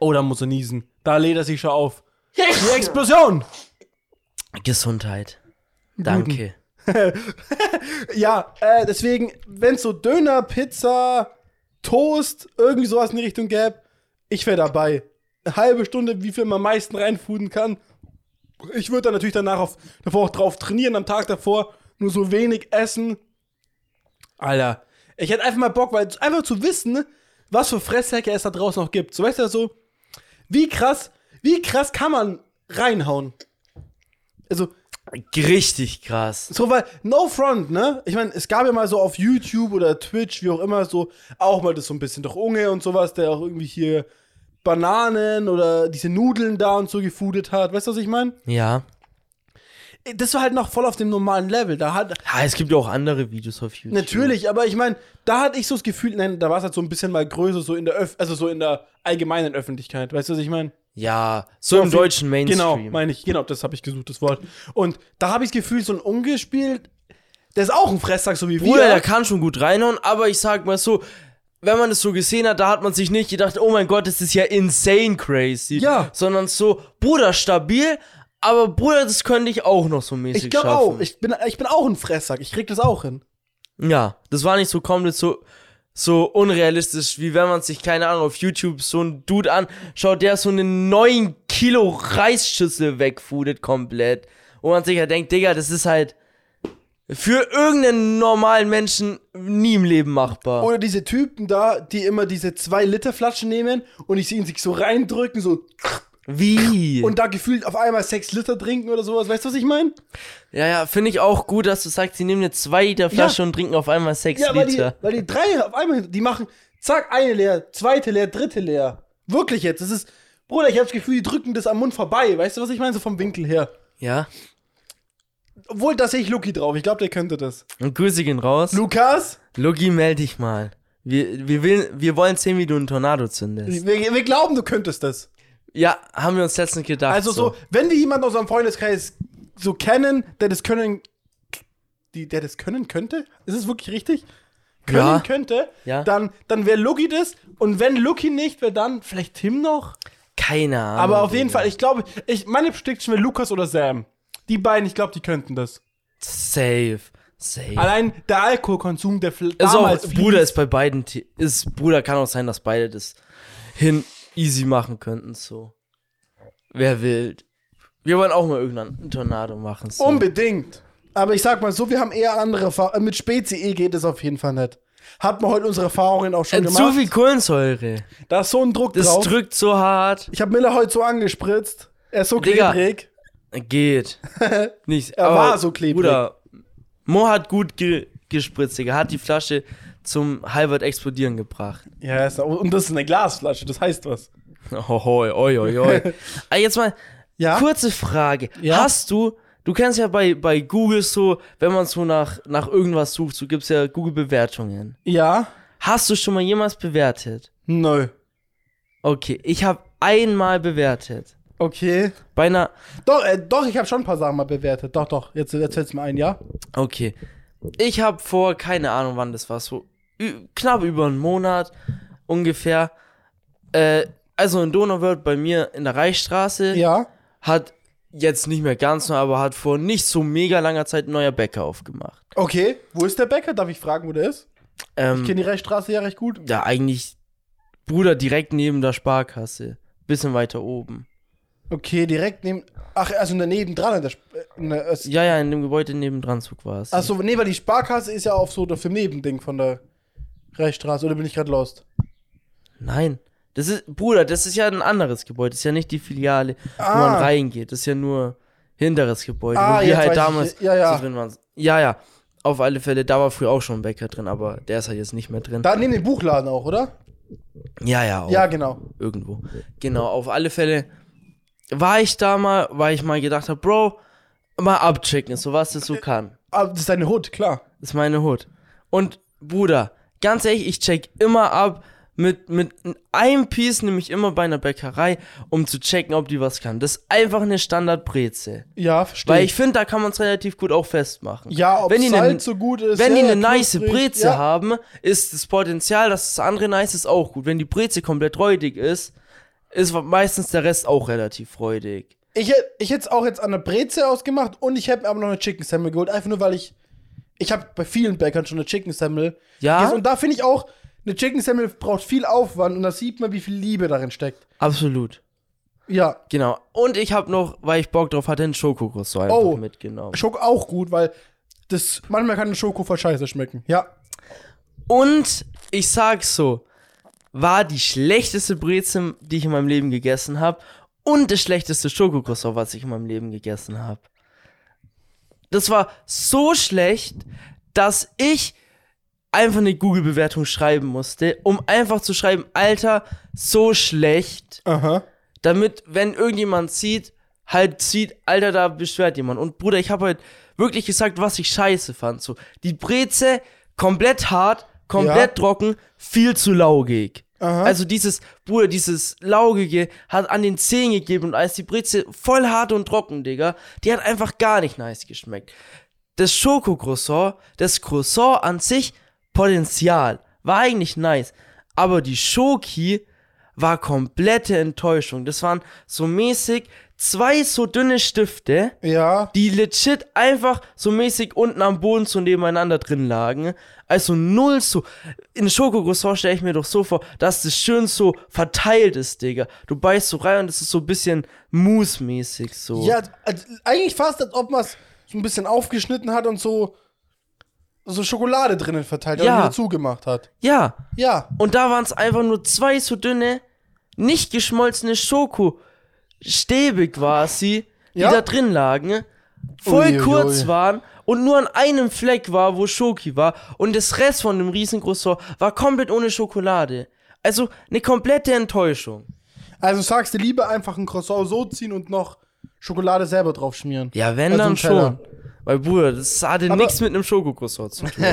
Oh, da muss er niesen. Da lädt er sich schon auf. Die Explosion! Gesundheit. Danke. Ja, äh, deswegen, wenn so Döner, Pizza, Toast, irgendwie sowas in die Richtung gäbe, ich wäre dabei. Eine halbe Stunde, wie viel man am meisten reinfuden kann. Ich würde dann natürlich danach auf, davor auch drauf trainieren, am Tag davor nur so wenig essen. Alter, ich hätte einfach mal Bock, weil einfach zu wissen, was für Fresssäcke es da draußen noch gibt. So weißt du so, wie krass, wie krass kann man reinhauen? Also, Richtig krass. so, weil, no front, ne? Ich meine, es gab ja mal so auf YouTube oder Twitch, wie auch immer, so auch mal das so ein bisschen doch Unge und sowas, der auch irgendwie hier Bananen oder diese Nudeln da und so gefoodet hat. Weißt du, was ich meine? Ja. Das war halt noch voll auf dem normalen Level. Da hat, ja. Es gibt auch andere Videos auf YouTube. natürlich, aber ich meine, da hatte ich so das Gefühl, nein, da war es halt so ein bisschen mal größer, so in der, Öff also so in der allgemeinen Öffentlichkeit. Weißt du, was ich meine? Ja, so im Auf jeden- deutschen Mainstream. Genau, meine ich. Genau, das habe ich gesucht, das Wort. Und da habe ich das Gefühl, so ein Ungespielt, der ist auch ein Fresstag, so wie Bruder, wir. der kann schon gut reinhauen, aber ich sag mal so, wenn man es so gesehen hat, da hat man sich nicht gedacht, oh mein Gott, das ist ja insane crazy. Ja. Sondern so, Bruder, stabil, aber Bruder, das könnte ich auch noch so mäßig Ich glaube schaffen. auch. Ich bin, ich bin auch ein Fresssack. Ich krieg das auch hin. ja, das war nicht so komplett so, so unrealistisch, wie wenn man sich, keine Ahnung, auf YouTube so einen Dude anschaut, der so eine 9 Kilo Reisschüssel wegfudet komplett. Wo man sich ja denkt, Digga, das ist halt für irgendeinen normalen Menschen nie im Leben machbar. Oder diese Typen da, die immer diese 2 Liter Flaschen nehmen und ich sehe ihn sich so reindrücken, so Wie? und da gefühlt auf einmal 6 Liter trinken oder sowas. Weißt du, was ich meine? ja, ja, finde ich auch gut, dass du sagst, sie nehmen eine 2 Liter Flasche und trinken auf einmal 6 Ja, weil die, Liter. weil die drei auf einmal, die machen, zack, eine leer, zweite leer, dritte leer. Wirklich jetzt. Das ist, Bruder, ich habe das Gefühl, die drücken das am Mund vorbei. Weißt du, was ich meine? So vom Winkel her. Ja. Obwohl, da sehe ich Luki drauf. Ich glaube, der könnte das. Und Grüße gehen raus. Lukas, Lucky, melde dich mal. Wir, wir, will, wir wollen sehen, wie du einen Tornado zündest. wir, wir glauben, du könntest das. Ja, haben wir uns letztens gedacht. Also so, wenn wir jemanden aus unserem Freundeskreis so kennen, der das können, die, der das können könnte, ist es wirklich richtig? Können Ja. könnte, Ja. dann, dann wäre Lucky das. Und wenn Lucky nicht, wäre dann vielleicht Tim noch. Keine Ahnung. Aber auf jeden Digga. Fall, ich glaube, ich, meine Prediction wäre Lukas oder Sam. Die beiden, ich glaube, die könnten das. Safe. Safe. Allein der Alkoholkonsum, der fl- ist auch, damals Bruder ist bei beiden. T- Ist, Bruder kann auch sein, dass beide das hin easy machen könnten. So. Wer will. Wir wollen auch mal irgendeinen Tornado machen. So. Unbedingt. Aber ich sag mal so, wir haben eher andere Erfahrungen. Mit Spezi E geht es auf jeden Fall nicht. Hat man heute unsere Erfahrungen auch schon Äh, zu gemacht. viel Kohlensäure. da ist so ein Druck Das drauf. drückt so hart. Ich habe Miller heute so angespritzt. Er ist so Digga. klebrig. Geht. Nicht. Oh, Er war so klebrig. Bruder, Mo hat gut ge gespritzt, Digga. Hat die Flasche zum halbert explodieren gebracht. Ja, ist, und das ist eine Glasflasche, das heißt was. Hohoi, oi, oi, oi. Aber jetzt mal, Ja? kurze Frage. Ja? Hast du, du kennst ja bei, bei Google so, wenn man so nach, nach irgendwas sucht, so gibt's ja Google-Bewertungen. Ja? Hast du schon mal jemals bewertet? Nö. Okay, ich habe einmal bewertet. Okay. Bei einer Doch, äh, doch ich habe schon ein paar Sachen mal bewertet. Doch, doch. Jetzt erzähl's mir ein, ja? Okay. Ich habe vor, keine Ahnung wann das war, so ü- knapp über einen Monat ungefähr, äh, also in Donauwörth bei mir in der Reichsstraße Ja. hat jetzt nicht mehr ganz neu, aber hat vor nicht so mega langer Zeit ein neuer Bäcker aufgemacht. Okay. Wo ist der Bäcker? Darf ich fragen, wo der ist? Ich Ähm, kenne die Reichsstraße ja recht gut. da eigentlich, Bruder, direkt neben der Sparkasse. Bisschen weiter oben. Okay, direkt neben. Ach, also daneben dran an der. Sp äh, ne, es- Ja, ja, in dem Gebäude nebendran so quasi. Ach so, nee, weil die Sparkasse ist ja auf so dem Nebending von der Reichsstraße. Oder bin ich gerade lost? Nein. Das ist, Bruder, das ist ja ein anderes Gebäude. Das ist ja nicht die Filiale, wo Ah. man reingeht. Das ist ja nur hinteres Gebäude, Ah, wo jetzt wir halt weiß ich. damals Ja, ja. so drin waren. Ja, ja. Auf alle Fälle, da war früher auch schon ein Bäcker drin, aber der ist halt jetzt nicht mehr drin. Da neben dem Buchladen auch, oder? ja, ja, auch Ja, genau. irgendwo. Genau, auf alle Fälle war ich da mal, weil ich mal gedacht habe, Bro, mal abchecken, so was das so kann. Aber Ah, das ist deine Hut, klar. Das ist meine Hut. Und Bruder, ganz ehrlich, ich check immer ab. Mit, mit einem Piece nehme ich immer bei einer Bäckerei, um zu checken, ob die was kann. Das ist einfach eine Standardbreze. Ja, verstehe. Weil ich finde, da kann man es relativ gut auch festmachen. ja, ob wenn die Salz ne- so gut ist. Wenn ja, die eine nice knusprig, Breze ja. haben, ist das Potenzial, dass das andere nice ist, auch gut. Wenn die Breze komplett räudig ist, ist meistens der Rest auch relativ räudig. Ich, hätt- ich hätte es auch jetzt an der Breze ausgemacht und ich hätte mir aber noch eine Chicken Semmel geholt. Einfach nur, weil ich. Ich habe bei vielen Bäckern schon eine Chicken Semmel. Ja? Und da finde ich auch, eine Chicken Semmel braucht viel Aufwand und da sieht man, wie viel Liebe darin steckt. Absolut. Ja. Genau. Und ich habe noch, weil ich Bock drauf hatte, einen Schokokuss so einfach Oh. mitgenommen. Schoko auch gut, weil das. Manchmal kann eine Schoko voll scheiße schmecken. Ja. Und ich sag's so, war die schlechteste Breze, die ich in meinem Leben gegessen habe und das schlechteste Schokokroissant, was ich in meinem Leben gegessen habe. Das war so schlecht, dass ich einfach eine Google-Bewertung schreiben musste, um einfach zu schreiben, Alter, so schlecht, Aha. damit, wenn irgendjemand sieht, halt sieht, Alter, da beschwert jemand. Und Bruder, ich habe halt wirklich gesagt, was ich scheiße fand. So, die Breze komplett hart, komplett Ja. trocken, viel zu laugig. Aha. Also dieses, Bruder, dieses Laugige hat an den Zehen gegeben und als die Breze voll hart und trocken, Digga, die hat einfach gar nicht nice geschmeckt. Das Schokocroissant, das Croissant an sich, Potenzial, war eigentlich nice. Aber die Schoki war komplette Enttäuschung. Das waren so mäßig zwei so dünne Stifte, Ja. die legit einfach so mäßig unten am Boden so nebeneinander drin lagen. Also null so. In Schokokroissant stelle ich mir doch so vor, dass das schön so verteilt ist, Digga. Du beißt so rein und es ist so ein bisschen mousse-mäßig so. Ja, also eigentlich fast, als ob man es so ein bisschen aufgeschnitten hat und so, so Schokolade drinnen verteilt Ja. oder wieder zugemacht hat. Ja. Ja. Und da waren es einfach nur zwei so dünne, nicht geschmolzene Schoko-Stäbe quasi, die Ja. da drin lagen, ne? voll Uiuiui. kurz waren und nur an einem Fleck war, wo Schoki war. Und das Rest von dem Riesengroßor war komplett ohne Schokolade. Also eine komplette Enttäuschung. Also sagst du lieber einfach ein Croissant so ziehen und noch Schokolade selber drauf schmieren. Ja, wenn Also ein dann Teller. schon. Weil Bruder, das hatte Aber- nichts mit einem Schokogrossor zu tun.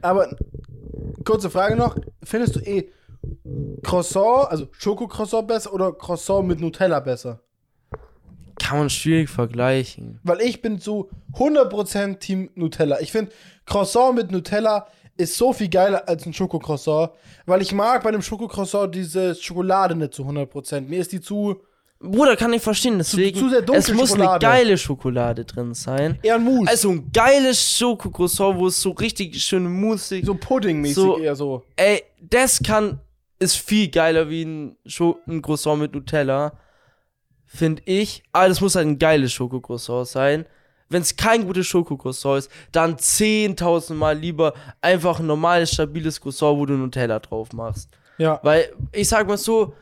Aber kurze Frage noch, findest du eh Croissant, also Schoko-Croissant besser oder Croissant mit Nutella besser? Kann man schwierig vergleichen. Weil ich bin zu 100% Team Nutella. Ich finde, Croissant mit Nutella ist so viel geiler als ein Schokocroissant, weil ich mag bei einem Schokocroissant diese Schokolade nicht zu 100%. Mir ist die zu Bruder, kann ich verstehen, deswegen, zu sehr dunkle es muss eine Schokolade. geile Schokolade drin sein. eher ein Mousse, Also ein geiles Schokokroissant, wo es so richtig schöne Mousse so puddingmäßig so- eher so. Ey, das kann ist viel geiler wie ein, Scho ein Croissant mit Nutella, finde ich. Aber das muss halt ein geiles Schokocroissant sein. Wenn es kein gutes Schokocroissant ist, dann 10.000 Mal lieber einfach ein normales, stabiles Croissant, wo du Nutella drauf machst. Ja. Weil ich sag mal so,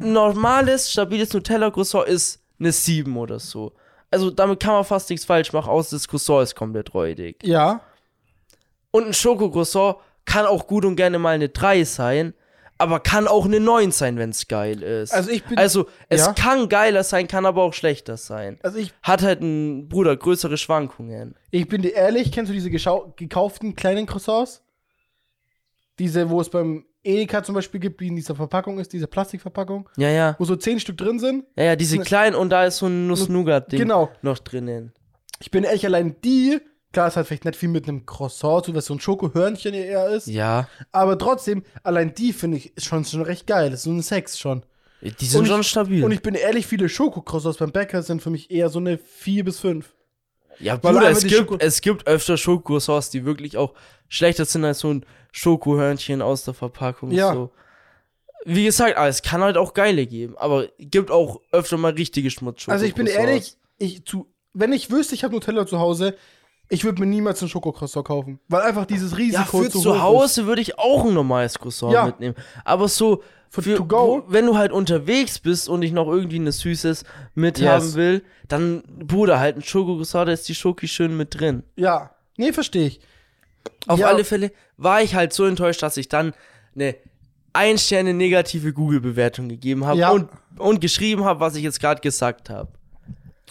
ein normales, stabiles Nutella-Croissant ist eine 7 oder so. Also damit kann man fast nichts falsch machen, außer das Croissant ist komplett räudig. Ja. Und ein Schokocroissant kann auch gut und gerne mal eine 3 sein, aber kann auch eine 9 sein, wenn es geil ist. Also ich bin- also es Ja. kann geiler sein, kann aber auch schlechter sein. Also ich, Hat halt ein Bruder größere Schwankungen. ich bin dir ehrlich, kennst du diese geschau- gekauften kleinen Croissants? Diese, wo es beim Edeka zum Beispiel gibt, die in dieser Verpackung ist, diese Plastikverpackung, Ja, ja. wo so 10 Stück drin sind. Ja, ja, diese Ne- kleinen und da ist so ein Nuss-Nougat-Ding Genau. noch drinnen. Ich bin ehrlich, allein die, klar, es hat vielleicht nicht viel mit einem Croissant zu, was so ein Schokohörnchen eher ist. Ja. Aber trotzdem, allein die finde ich ist schon, schon recht geil. Das ist so ein Sex schon. Die sind Und ich- schon stabil. Und ich bin ehrlich, viele Schokokrossers beim Bäcker sind für mich eher so eine 4 bis 5. ja, weil Bruder, einmal es die gibt, Schoko- es gibt öfter Schokosauce, die wirklich auch schlechter sind als so ein Schokohörnchen aus der Verpackung. Ja. So. Wie gesagt, ah, es kann halt auch geile geben, aber gibt auch öfter mal richtige Schmutzschokolade. Also ich bin ehrlich, ich zu, wenn ich wüsste, ich habe Nutella zu Hause, ich würde mir niemals einen Schokocrosser kaufen. Weil einfach dieses Ja, Risiko für zu zu hoch Hause würde ich auch ein normales Croissant Ja. mitnehmen. Aber so, Für für, to go? wo- wenn du halt unterwegs bist und ich noch irgendwie eine Süßes Yes. mithaben will, dann, Bruder, halt ein Schokocroissant, da ist die Schoki schön mit drin. ist. Ja, nee, verstehe ich. Auf Ja. alle Fälle war ich halt so enttäuscht, dass ich dann eine ein Sterne negative Google-Bewertung gegeben habe Ja. und, und geschrieben habe, was ich jetzt gerade gesagt habe.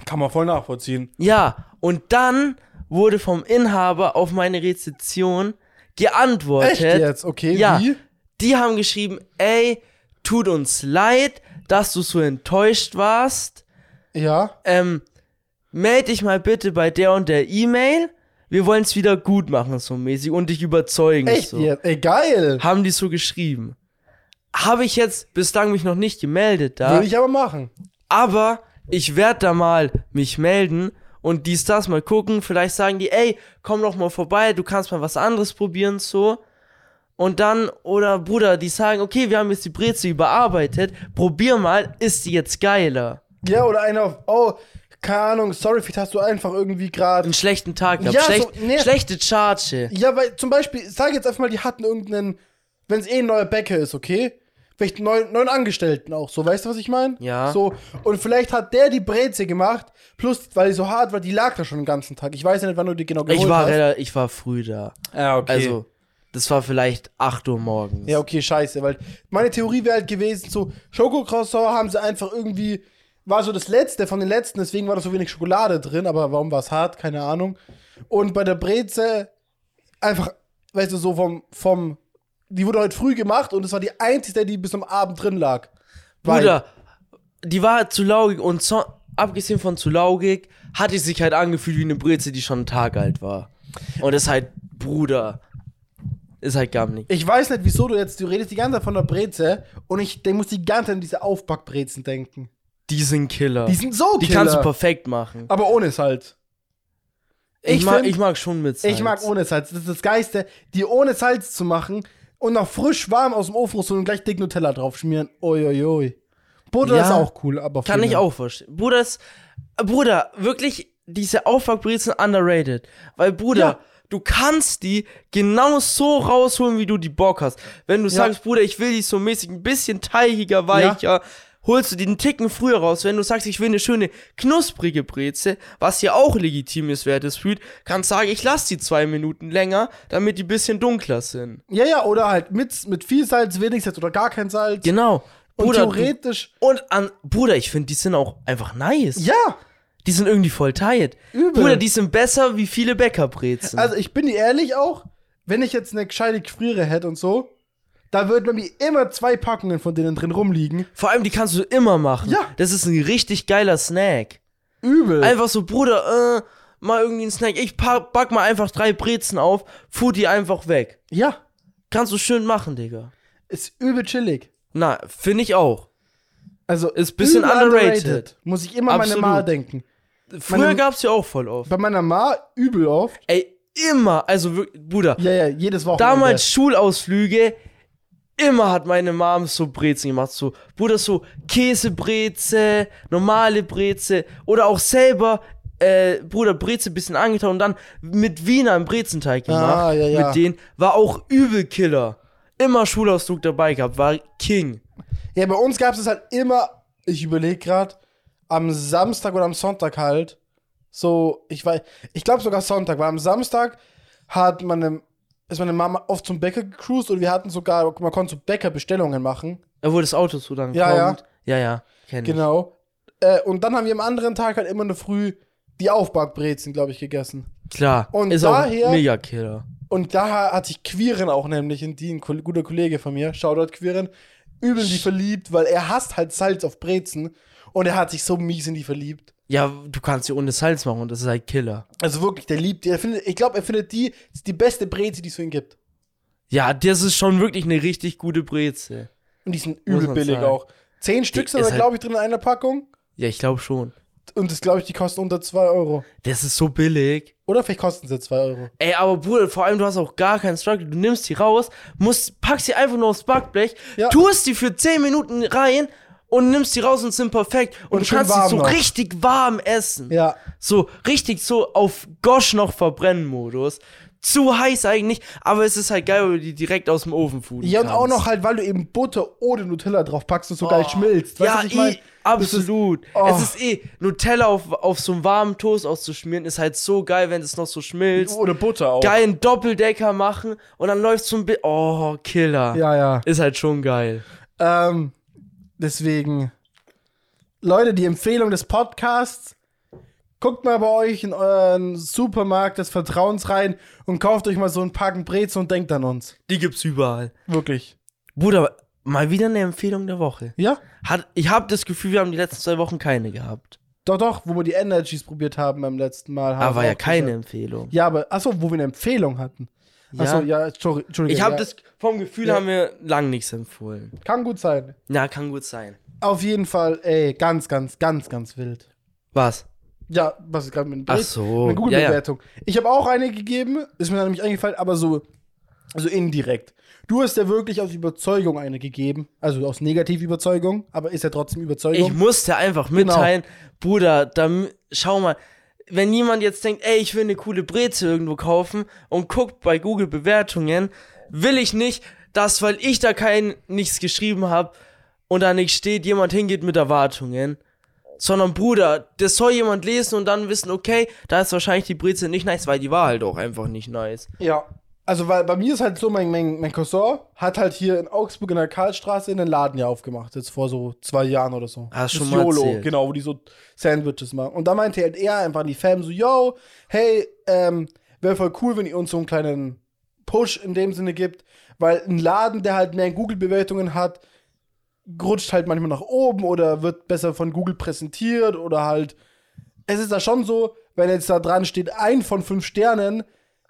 Kann man voll nachvollziehen. Ja, und dann wurde vom Inhaber auf meine Rezession geantwortet. Echt jetzt? Okay, Ja. wie? Die haben geschrieben, ey, tut uns leid, dass du so enttäuscht warst. Ja. Ähm, meld dich mal bitte bei der und der E-Mail. Wir wollen es wieder gut machen, so mäßig, und dich überzeugen. Echt so. jetzt? Ey, geil. Haben die so geschrieben. Habe ich jetzt bislang mich noch nicht gemeldet da. Würde ich aber machen. Aber ich werde da mal mich melden und dies, das mal gucken. Vielleicht sagen die, ey, komm doch mal vorbei, du kannst mal was anderes probieren, so. Und dann, oder Bruder, die sagen, okay, wir haben jetzt die Breze überarbeitet, probier mal, ist die jetzt geiler? Ja, oder einer auf, oh, keine Ahnung, sorry, vielleicht hast du einfach irgendwie gerade. Einen schlechten Tag gehabt, Ja, so, schlecht, nee. schlechte Charge. Ja, weil zum Beispiel, ich sage jetzt einfach mal, die hatten irgendeinen, wenn es eh ein neuer Bäcker ist, okay? Vielleicht einen neuen, neuen Angestellten auch, so, weißt du, was ich meine? Ja. So, und vielleicht hat der die Breze gemacht, plus, weil die so hart war, die lag da schon den ganzen Tag. Ich weiß ja nicht, wann du die genau geholt Ich war, hast. rela- ich war früh da. Ja, Ah, okay. Also, das war vielleicht 8 Uhr morgens. Ja, okay, scheiße, weil meine Theorie wäre halt gewesen, so Schokocroissant haben sie einfach irgendwie, war so das letzte von den letzten, deswegen war da so wenig Schokolade drin, aber warum war es hart, keine Ahnung. Und bei der Breze einfach, weißt du, so vom, vom, die wurde heute früh gemacht und es war die einzige, die bis am Abend drin lag. Weil- Bruder, die war zu laugig und so, abgesehen von zu laugig, hat die sich halt angefühlt wie eine Breze, die schon einen Tag alt war. Und ist halt, Bruder, ist halt gar nicht. Ich weiß nicht, wieso du jetzt, du redest die ganze Zeit von der Breze und ich denk, muss die ganze Zeit an diese Aufbackbrezen denken. Die sind Killer. Die sind so Die Killer. kannst du perfekt machen. Aber ohne Salz. Ich, mag, find- ich mag schon mit Salz. Ich mag ohne Salz. Das ist das Geiste, die ohne Salz zu machen und noch frisch warm aus dem Ofen rausholen und gleich dick Nutella drauf schmieren. Uiuiui. Butter Ja. ist auch cool, aber Kann viel ich mehr. auch verstehen. Bruder, ist, Bruder, wirklich, diese Aufbackbrezen underrated. Weil, Bruder, Ja. du kannst die genau so rausholen, wie du die Bock hast. Wenn du sagst, Bruder, ich will die so mäßig ein bisschen teigiger, weicher, holst du die einen Ticken früher raus. Wenn du sagst, ich will eine schöne, knusprige Breze, was ja auch legitim ist, wer das fühlt, kannst sagen, ich lass die zwei Minuten länger, damit die bisschen dunkler sind. Ja, ja, oder halt mit, mit viel Salz, wenig Salz oder gar kein Salz. Genau. und Bruder, du, theoretisch. und an, Bruder, ich finde, die sind auch einfach nice. Ja, Die sind irgendwie voll tight. Übel. Bruder, die sind besser wie viele Bäckerbrezen. also ich bin dir ehrlich auch, wenn ich jetzt eine gescheite Gefriere hätte und so, da würden bei mir immer zwei Packungen von denen drin rumliegen. Vor allem, die kannst du immer machen. Ja. Das ist ein richtig geiler Snack. Übel. Einfach so, Bruder, äh, mal irgendwie einen Snack. Ich pa- back mal einfach drei Brezen auf, fuhr die einfach weg. ja, Kannst du schön machen, Digga. ist übel chillig. Na, finde ich auch. Also Ist bisschen übel underrated. Muss ich immer Absolut. meine Ma denken. Früher Meine- gab's ja auch voll oft. Bei meiner Ma übel oft. Ey, immer, also wirklich, Bruder, Ja, ja, jedes Wochenende. damals Schulausflüge, immer hat meine Mom so Brezen gemacht. So, Bruder, so Käsebreze, normale Breze oder auch selber, äh, Bruder, Breze bisschen angetan und dann mit Wiener im Brezenteig gemacht. Ah, ja, ja. Mit denen war auch Übelkiller. Immer Schulausflug dabei gehabt, war King. Ja, bei uns gab es halt immer, ich überlege gerade, am Samstag oder am Sonntag halt. So, ich weiß, ich glaube sogar Sonntag, weil am Samstag hat meine, ist meine Mama oft zum Bäcker gecruised und wir hatten sogar, man konnte so Bäckerbestellungen machen. Da wurde das Auto so dann Ja, ja. kommt. Ja, ja. Ja, kenn ich. Genau. Äh, und dann haben wir am anderen Tag halt immer eine Früh die Aufbackbrezen, glaube ich, gegessen. Klar. Und ist daher- auch mega Killer. Und da hat sich Quirin auch nämlich in die, ein Kol- guter Kollege von mir, Shoutout Quirin, übel in die verliebt, weil er hasst halt Salz auf Brezen und er hat sich so mies in die verliebt. Ja, du kannst sie ohne Salz machen und das ist halt Killer. Also wirklich, der liebt die. Er findet, ich glaube, er findet die, das ist die beste Breze, die es für ihn gibt. Ja, das ist schon wirklich eine richtig gute Breze. Und die sind Muss übel man billig sagen. auch. Zehn Stück sind ist da, halt- glaube ich, drin in einer Packung. Ja, ich glaube schon. Und das, glaube ich, die kosten unter 2 Euro. Das ist so billig. Oder vielleicht kosten sie 2 Euro. Ey, aber Bruder, vor allem du hast auch gar keinen Struggle. Du nimmst die raus, musst, packst sie einfach nur aufs Backblech, Ja. tust die für 10 Minuten rein und nimmst die raus und sind perfekt. Und, Und du schön kannst sie warm so noch. richtig warm essen. Ja. So richtig so auf Gosch noch verbrennen Modus. Zu heiß eigentlich, aber es ist halt geil, weil du die direkt aus dem Ofen fuden Ja, und kannst. auch noch halt, weil du eben Butter oder Nutella drauf packst und so geil schmilzt. Weißt du, Oh. ja, was ich mein? eh, absolut. oh. Es ist eh, Nutella auf, auf so einem warmen Toast auszuschmieren, ist halt so geil, wenn es noch so schmilzt. Oder Butter auch. geilen Doppeldecker machen und dann läufst du ein bisschen. Oh, Killer. Ja, ja. Ist halt schon geil. Ähm, deswegen, Leute, die Empfehlung des Podcasts. Guckt mal bei euch in euren Supermarkt des Vertrauens rein und kauft euch mal so einen Packen Brezel und denkt an uns. Die gibt's überall. Wirklich. Bruder, mal wieder eine Empfehlung der Woche. Ja? Hat, ich habe das Gefühl, wir haben die letzten zwei Wochen keine gehabt. Doch, doch, wo wir die Energies probiert haben beim letzten Mal. haben Aber wir Ah, ja auch keine gesagt. Empfehlung. Ja, aber, achso, wo wir eine Empfehlung hatten. Achso, ja, sorry, Entschuldigung. Ich habe ja. das vom Gefühl, Ja. haben wir lang nichts empfohlen. Kann gut sein. Ja, kann gut sein. Auf jeden Fall, ey, ganz, ganz, ganz, ganz wild. Was? Ja, was ist gerade mit dem Ach Bild? so. Eine Ja, ja. Google-Bewertung. Ich habe auch eine gegeben, ist mir dann nämlich eingefallen, aber so, so indirekt. Du hast ja wirklich aus Überzeugung eine gegeben, also aus Negativüberzeugung, aber ist ja trotzdem Überzeugung. Ich musste einfach mitteilen, Bruder, dann schau mal, wenn jemand jetzt denkt, ey, ich will eine coole Breze irgendwo kaufen und guckt bei Google Bewertungen, will ich nicht, dass weil ich da kein nichts geschrieben habe und da nichts steht, jemand hingeht mit Erwartungen. Sondern Bruder, das soll jemand lesen und dann wissen, okay, da ist wahrscheinlich die Breze nicht nice, weil die war halt auch einfach nicht nice. ja. Also, weil bei mir ist halt so, mein, mein, mein Cousin hat halt hier in Augsburg in der Karlstraße einen Laden ja aufgemacht, jetzt vor so zwei Jahren oder so. Hast Das schon mal erzählt. genau, wo die so Sandwiches machen. Und da meinte halt er einfach an die Fam so, yo, hey, ähm, wäre voll cool, wenn ihr uns so einen kleinen Push in dem Sinne gibt, weil ein Laden, der halt mehr Google-Bewertungen hat, rutscht halt manchmal nach oben oder wird besser von Google präsentiert oder halt. Es ist da schon so, wenn jetzt da dran steht, ein von fünf Sternen,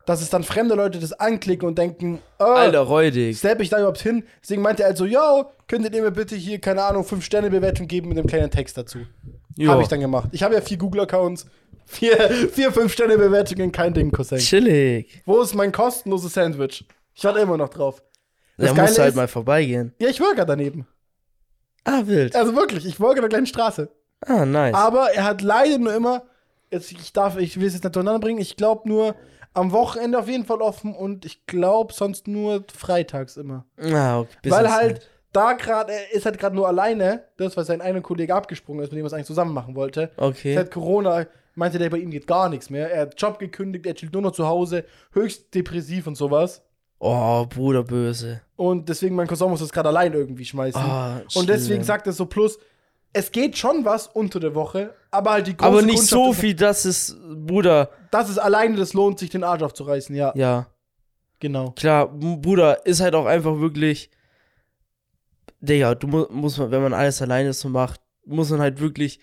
dass es dann fremde Leute das anklicken und denken, äh, Alter, räudig. Steppe ich da überhaupt hin? Deswegen meinte er halt so, yo, könntet ihr mir bitte hier, keine Ahnung, 5-Sterne-Bewertung geben mit einem kleinen Text dazu. Jo. Habe ich dann gemacht. Ich habe ja vier Google-Accounts, vier, vier 5-Sterne-Bewertungen, kein Ding, Cousin. Chillig. Wo ist mein kostenloses Sandwich? Ich warte immer noch drauf. Da Geile musst du halt ist- mal vorbeigehen. Ja, ich wollte daneben. Ah, wild. Also wirklich, ich wollte in der kleinen Straße. Ah, nice. Aber er hat leider nur immer, jetzt, ich darf, ich will es jetzt nicht durcheinander bringen, ich glaube nur am Wochenende auf jeden Fall offen und ich glaube sonst nur freitags immer. Ah, okay. Weil Business halt da gerade, er ist halt gerade nur alleine, das, weil sein einer Kollege abgesprungen ist, mit dem er es eigentlich zusammen machen wollte. Okay. Seit Corona meinte der, bei ihm geht gar nichts mehr. Er hat Job gekündigt, er chillt nur noch zu Hause, höchst depressiv und sowas. Oh, Bruder böse. Und deswegen, mein Cousin muss das gerade allein irgendwie schmeißen. Ah, und deswegen schlimm. sagt er so, plus, es geht schon was unter der Woche, aber halt die große Aber nicht so Kundschaft ist- viel, dass es, Bruder, Das ist alleine, das lohnt sich, den Arsch aufzureißen, ja. ja, Genau. klar, M- Bruder ist halt auch einfach wirklich, Digga, du mu musst, man, wenn man alles alleine so macht, muss man halt wirklich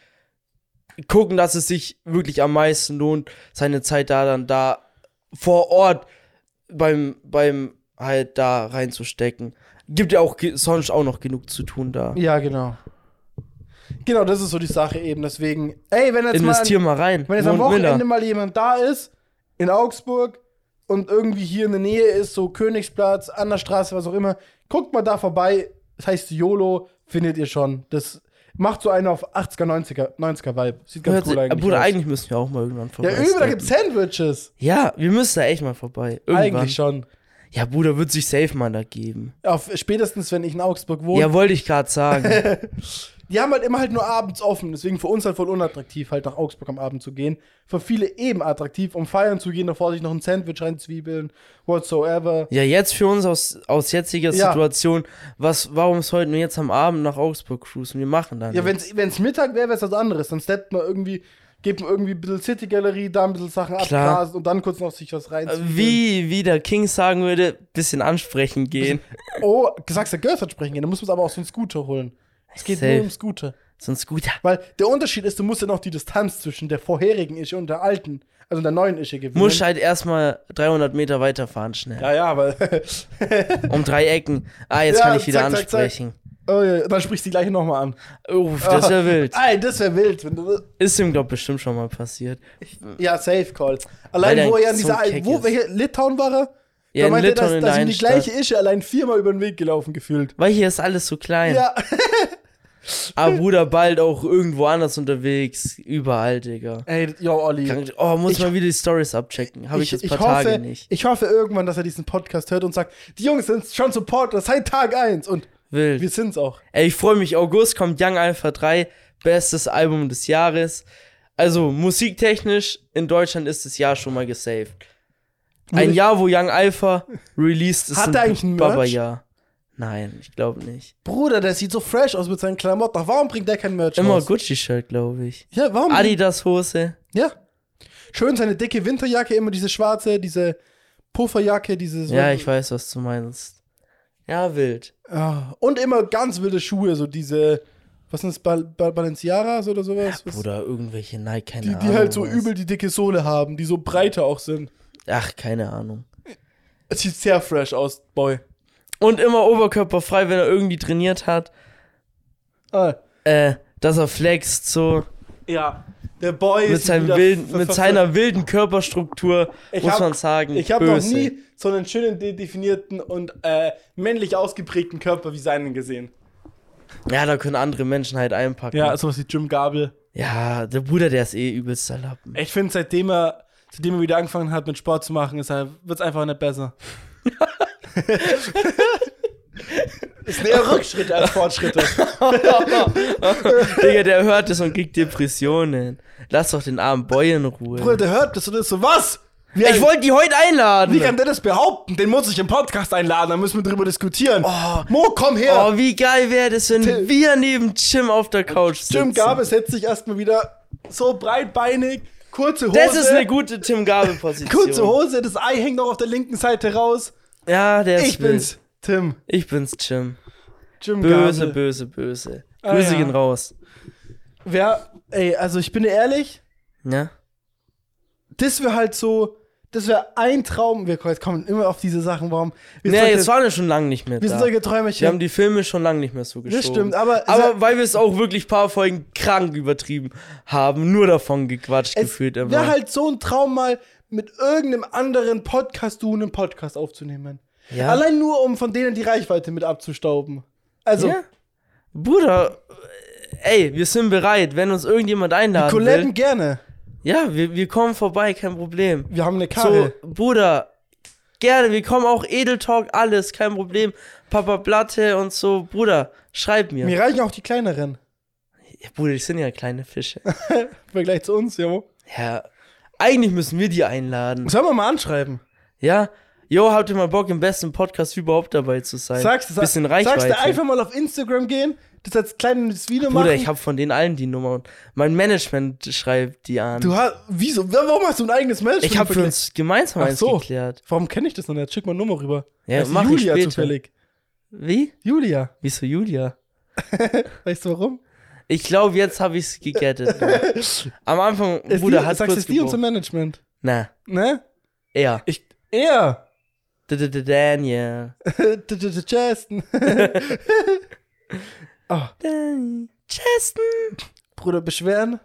gucken, dass es sich wirklich am meisten lohnt, seine Zeit da dann da vor Ort beim, beim halt da reinzustecken. Gibt ja auch ge- sonst auch noch genug zu tun da. Ja, genau. Genau, das ist so die Sache eben. Deswegen, ey, wenn jetzt mal. Investier mal rein. Wenn jetzt am Mond Miller. Wochenende mal jemand da ist, in Augsburg und irgendwie hier in der Nähe ist, so Königsplatz, an der Straße, was auch immer, guckt mal da vorbei. Das heißt YOLO, findet ihr schon. Das macht so einen auf 80er, 90er, 90er Vibe. Sieht ganz Hört cool sich- eigentlich Bruder, aus. eigentlich müssen wir auch mal irgendwann vorbei. ja, übel, da steppen. gibt's Sandwiches. Ja, wir müssen da echt mal vorbei. Irgendwann. Eigentlich schon. Ja, Bruder, wird sich safe mal da geben. Auf, spätestens, wenn ich in Augsburg wohne. Ja, wollte ich gerade sagen. Die haben halt immer halt nur abends offen. Deswegen für uns halt voll unattraktiv, halt nach Augsburg am Abend zu gehen. Für viele eben attraktiv, um feiern zu gehen, davor sich noch ein Sandwich reinzwiebeln, whatsoever. ja, jetzt für uns aus, aus jetziger Ja. Situation, was, warum sollten wir jetzt am Abend nach Augsburg cruisen? Wir machen dann. Ja, wenn's, wenn's Mittag wäre, wär's was anderes. Dann steppt man irgendwie, gebt man irgendwie ein bisschen City-Galerie, da ein bisschen Sachen Klar. Äh, abgrasen und dann kurz noch sich was rein. wie, wie der King sagen würde, bisschen ansprechen gehen. Oh, sagst du, Girls sprechen gehen, dann muss man aber auch so einen Scooter holen. Es geht Safe. nur um Scooter. Sonst gut. Weil der Unterschied ist, du musst ja noch die Distanz zwischen der vorherigen Ische und der alten, also der neuen Ische gewinnen. Muss halt erstmal 300 Meter weiterfahren schnell. ja, ja, weil. Um drei Ecken. Ah, jetzt Ja, kann ich wieder zack, zack, zack. ansprechen. Äh, Oh, ja, dann sprichst du die gleiche nochmal an. Uff, das ist ja wild. Ey, das wäre wild. Wenn du, Ist ihm, glaube bestimmt schon mal passiert. ja, safe call. Allein der wo er so in dieser, keck wo, ist. welche, Litauen war er? Ja, da in meinte Litauen er, in dass, dass ihm der die Innenstadt. gleiche Ische allein viermal über den Weg gelaufen gefühlt. Weil hier ist alles so klein. Ja, Aber Bruder, bald auch irgendwo anders unterwegs. Überall, Digga. ey, yo, Olli. Krank- Oh, muss Ich- mal wieder die Stories abchecken. Habe ich, jetzt paar hoffe, Tage nicht. Ich hoffe irgendwann, dass er diesen Podcast hört und sagt, die Jungs sind schon Supporter seit Tag 1 und Wild. wir sind's auch. Ey, ich freue mich. August kommt Young Alpha 3, bestes Album des Jahres. Also musiktechnisch in Deutschland ist das Jahr schon mal gesaved. Ein Würde- Jahr, wo Young Alpha released ist. Hat ein er eigentlich ein Merch? Baba-Jahr. Nein, ich glaube nicht. Bruder, der sieht so fresh aus mit seinen Klamotten. Ach, Warum bringt der kein Merch Immer raus? Gucci-Shirt, glaube ich. Ja, warum? Adidas-Hose. Ja. Schön seine dicke Winterjacke, immer diese schwarze, diese Pufferjacke, diese so. Ja, ich weiß, was du meinst. Ja, wild. Ah, Und immer ganz wilde Schuhe, so diese, was sind das, Bal Bal Balenciagas oder sowas? was, Oder irgendwelche Nike, keine die, Ahnung. die halt so was. übel die dicke Sohle haben, die so breiter auch sind. Ach, keine Ahnung. Es sieht sehr fresh aus, Boy. Und immer oberkörperfrei, wenn er irgendwie trainiert hat. Ah, Äh, dass er flext, so. ja. Der Boy mit, ist seinem wieder wilden, ver- mit ver- seiner wilden Körperstruktur, Ich muss hab- man sagen. Ich habe noch böse. nie so einen schönen, de- definierten und äh, männlich ausgeprägten Körper wie seinen gesehen. Ja, da können andere Menschen halt einpacken. Ja, sowas wie Jim Gabel. der Bruder, der ist eh übelster Lappen. Ich finde, seitdem er, seitdem er wieder angefangen hat, mit Sport zu machen, wird es einfach nicht besser. ist eher Rückschritt als Fortschritte. Digga, der hört es und kriegt Depressionen. Lass doch den armen Boy in Ruhe. Bruder, der hört das und ist so, was? Wie, ich wollte die heute einladen. wie kann der das behaupten? Den muss ich im Podcast einladen, da müssen wir drüber diskutieren. Oh. Mo, komm her. Oh, wie geil wäre das, wenn Tim- wir neben Jim auf der Couch sitzen. Jim Gabel setzt sich erstmal wieder so breitbeinig, kurze Hose. Das ist eine gute Tim Gabel-Position. Kurze Hose, das Ei hängt noch auf der linken Seite raus. Ja, der ist ich wild. bin's, Tim. Ich bin's, Jim. Jim Böse, Gabel. böse, böse. Ah, Grüße ja. gehen raus. Wer, ey, also ich bin dir ehrlich, Ja? das wäre halt so, das wäre ein Traum. Wir kommen immer auf diese Sachen, warum? Wir Nee, solche- jetzt waren wir schon lange nicht mehr wir da. sind solche Wir haben Träumechen. die Filme schon lange nicht mehr so geschoben. stimmt, aber- Aber weil wir es auch wirklich ein paar Folgen krank übertrieben haben, nur davon gequatscht Es gefühlt immer. wäre halt so ein Traum mal mit irgendeinem anderen Podcast du einen Podcast aufzunehmen. Ja. Allein nur, um von denen die Reichweite mit abzustauben. Also, ja. Bruder, äh, ey, wir sind bereit, wenn uns irgendjemand einladen Kollegen will. gerne. Ja, wir, wir kommen vorbei, kein Problem. Wir haben eine Karre. So, Bruder, gerne, wir kommen auch Edeltalk, alles, kein Problem. Papa Platte und so, Bruder, schreib mir. Mir reichen auch die kleineren. Ja, Bruder, ich sind ja kleine Fische. Im Vergleich zu uns, ja. ja, eigentlich müssen wir die einladen. Sollen wir mal anschreiben? Ja. Jo, habt ihr mal Bock, im besten Podcast überhaupt dabei zu sein? Sagst du, Bisschen Reichweite. sagst du einfach mal auf Instagram gehen, das als kleines Video machen. Bruder, ich hab von denen allen die Nummer und mein Management schreibt die an. du hast, wieso, warum hast du ein eigenes Match? ich hab für uns gemeinsam Ach eins so. geklärt. Warum kenne ich das noch nicht? Schick mal Nummer rüber. Ja, Das ist mach ich Julia später. zufällig. Wie? Julia. Wieso Julia? Weißt du warum? Ich glaube, jetzt hab ich's gegettet. Am Anfang, Es Bruder, die, hat sagst kurz es die und zum gebraucht. Management. Na, Ne? er. Ich, er. D -d -d Daniel. D- d- d- Justin. Ah, Dan- Justin. Bruder, beschweren?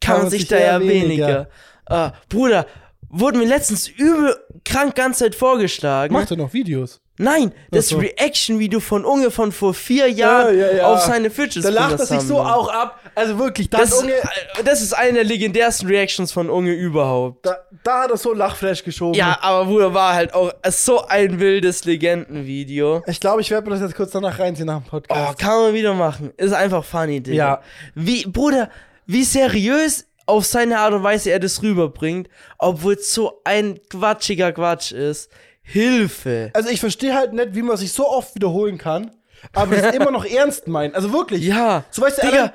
Kann man sich da ja weniger. Ah, Bruder, wurde mir letztens übel krank ganze Zeit vorgeschlagen. Macht er noch Videos? Nein, das so. Reaction-Video von Unge von vor vier Jahren ja, ja. auf seine Fidget Da lacht er Spinners sich so Sammlung. auch ab. Also wirklich, das, Das, ist- Unge, äh, das ist eine der legendärsten Reactions von Unge überhaupt. da, da hat er so ein Lachflash geschoben. Ja, aber Bruder war halt auch so ein wildes Legendenvideo. Ich glaube, ich werde mir das jetzt kurz danach reinziehen nach dem Oh, Podcast. kann man wieder machen. Ist einfach funny, Digga. Ja. Wie, Bruder, wie seriös auf seine Art und Weise er das rüberbringt, obwohl es so ein quatschiger Quatsch ist. Hilfe. Also ich verstehe halt nicht, wie man sich so oft wiederholen kann, aber es immer noch ernst meint. Also wirklich. Ja. So weißt du, Digga, Alan-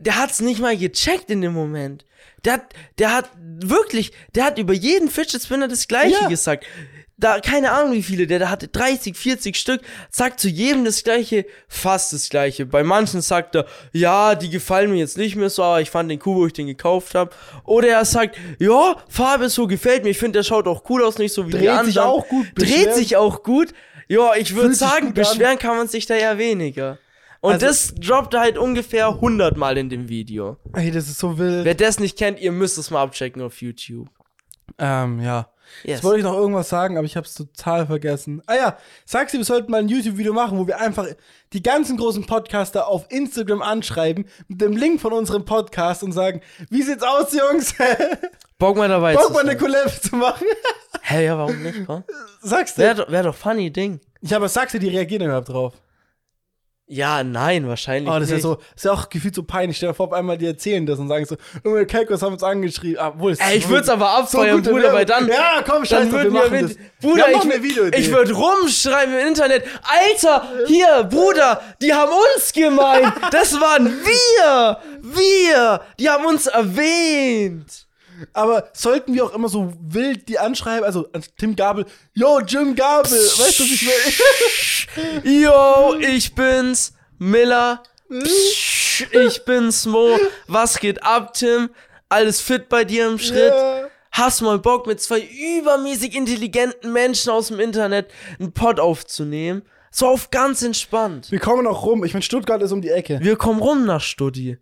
der hat's nicht mal gecheckt in dem Moment. Der hat, der hat wirklich, der hat über jeden Fidget Spinner das Gleiche Ja. gesagt. Da, keine Ahnung wie viele, der da hatte 30, 40 Stück, sagt zu jedem das Gleiche, fast das Gleiche. Bei manchen sagt er, ja, die gefallen mir jetzt nicht mehr so, aber ich fand den cool, wo ich den gekauft habe. Oder er sagt, ja, Farbe ist so, gefällt mir, ich finde, der schaut auch cool aus, nicht so wie die Dreht anderen. sich auch gut, Dreht beschwert. sich auch gut. Ja, ich würde Fühlt sich gut sagen, an. beschweren kann man sich da ja weniger. Und Also- das droppt er halt ungefähr 100 Mal in dem Video. Ey, das ist so wild. Wer das nicht kennt, ihr müsst es mal abchecken auf YouTube. Ähm, ja. Yes. Jetzt wollte ich noch irgendwas sagen, aber ich hab's total vergessen. Ah ja, sagst du, wir sollten mal ein YouTube-Video machen, wo wir einfach die ganzen großen Podcaster auf Instagram anschreiben mit dem Link von unserem Podcast und sagen, wie sieht's aus, Jungs? Bock mal dabei Bock zu mal eine sein. Collab zu machen? Hä, ja, warum nicht, komm? Sagst du? Wäre doch, wär doch funny Ding. Ja, aber sagst du, die reagieren überhaupt drauf? Ja, nein, wahrscheinlich Oh, das ist ja nicht. so, ist ja auch gefühlt so peinlich. Stell dir vor, auf einmal die erzählen das und sagen so, irgendwelche Kalkos haben uns angeschrieben. Ah, Obwohl, es Ey, ich würde es aber abfeuern, gute Bruder, Werbung. weil dann... Ja, komm, scheiß Dann drauf, wir würden machen wir wir mit, das. Bruder, wir ich, machen eine Videoidee. ich würde rumschreiben im Internet, Alter, hier, Bruder, die haben uns gemeint, das waren wir, wir, die haben uns erwähnt. Aber sollten wir auch immer so wild die anschreiben? Also, an Tim Gabel, yo, Jim Gabel, weißt du, was ich will? Yo, ich bin's, Miller, Hm? Psch, ich bin's, Mo, was geht ab, Tim, alles fit bei dir im Schritt? Ja. Hast mal Bock, mit zwei übermäßig intelligenten Menschen aus dem Internet einen Pod aufzunehmen? So auf ganz entspannt. Wir kommen auch rum. Ich meine, Stuttgart ist um die Ecke. Wir kommen rum nach Studi.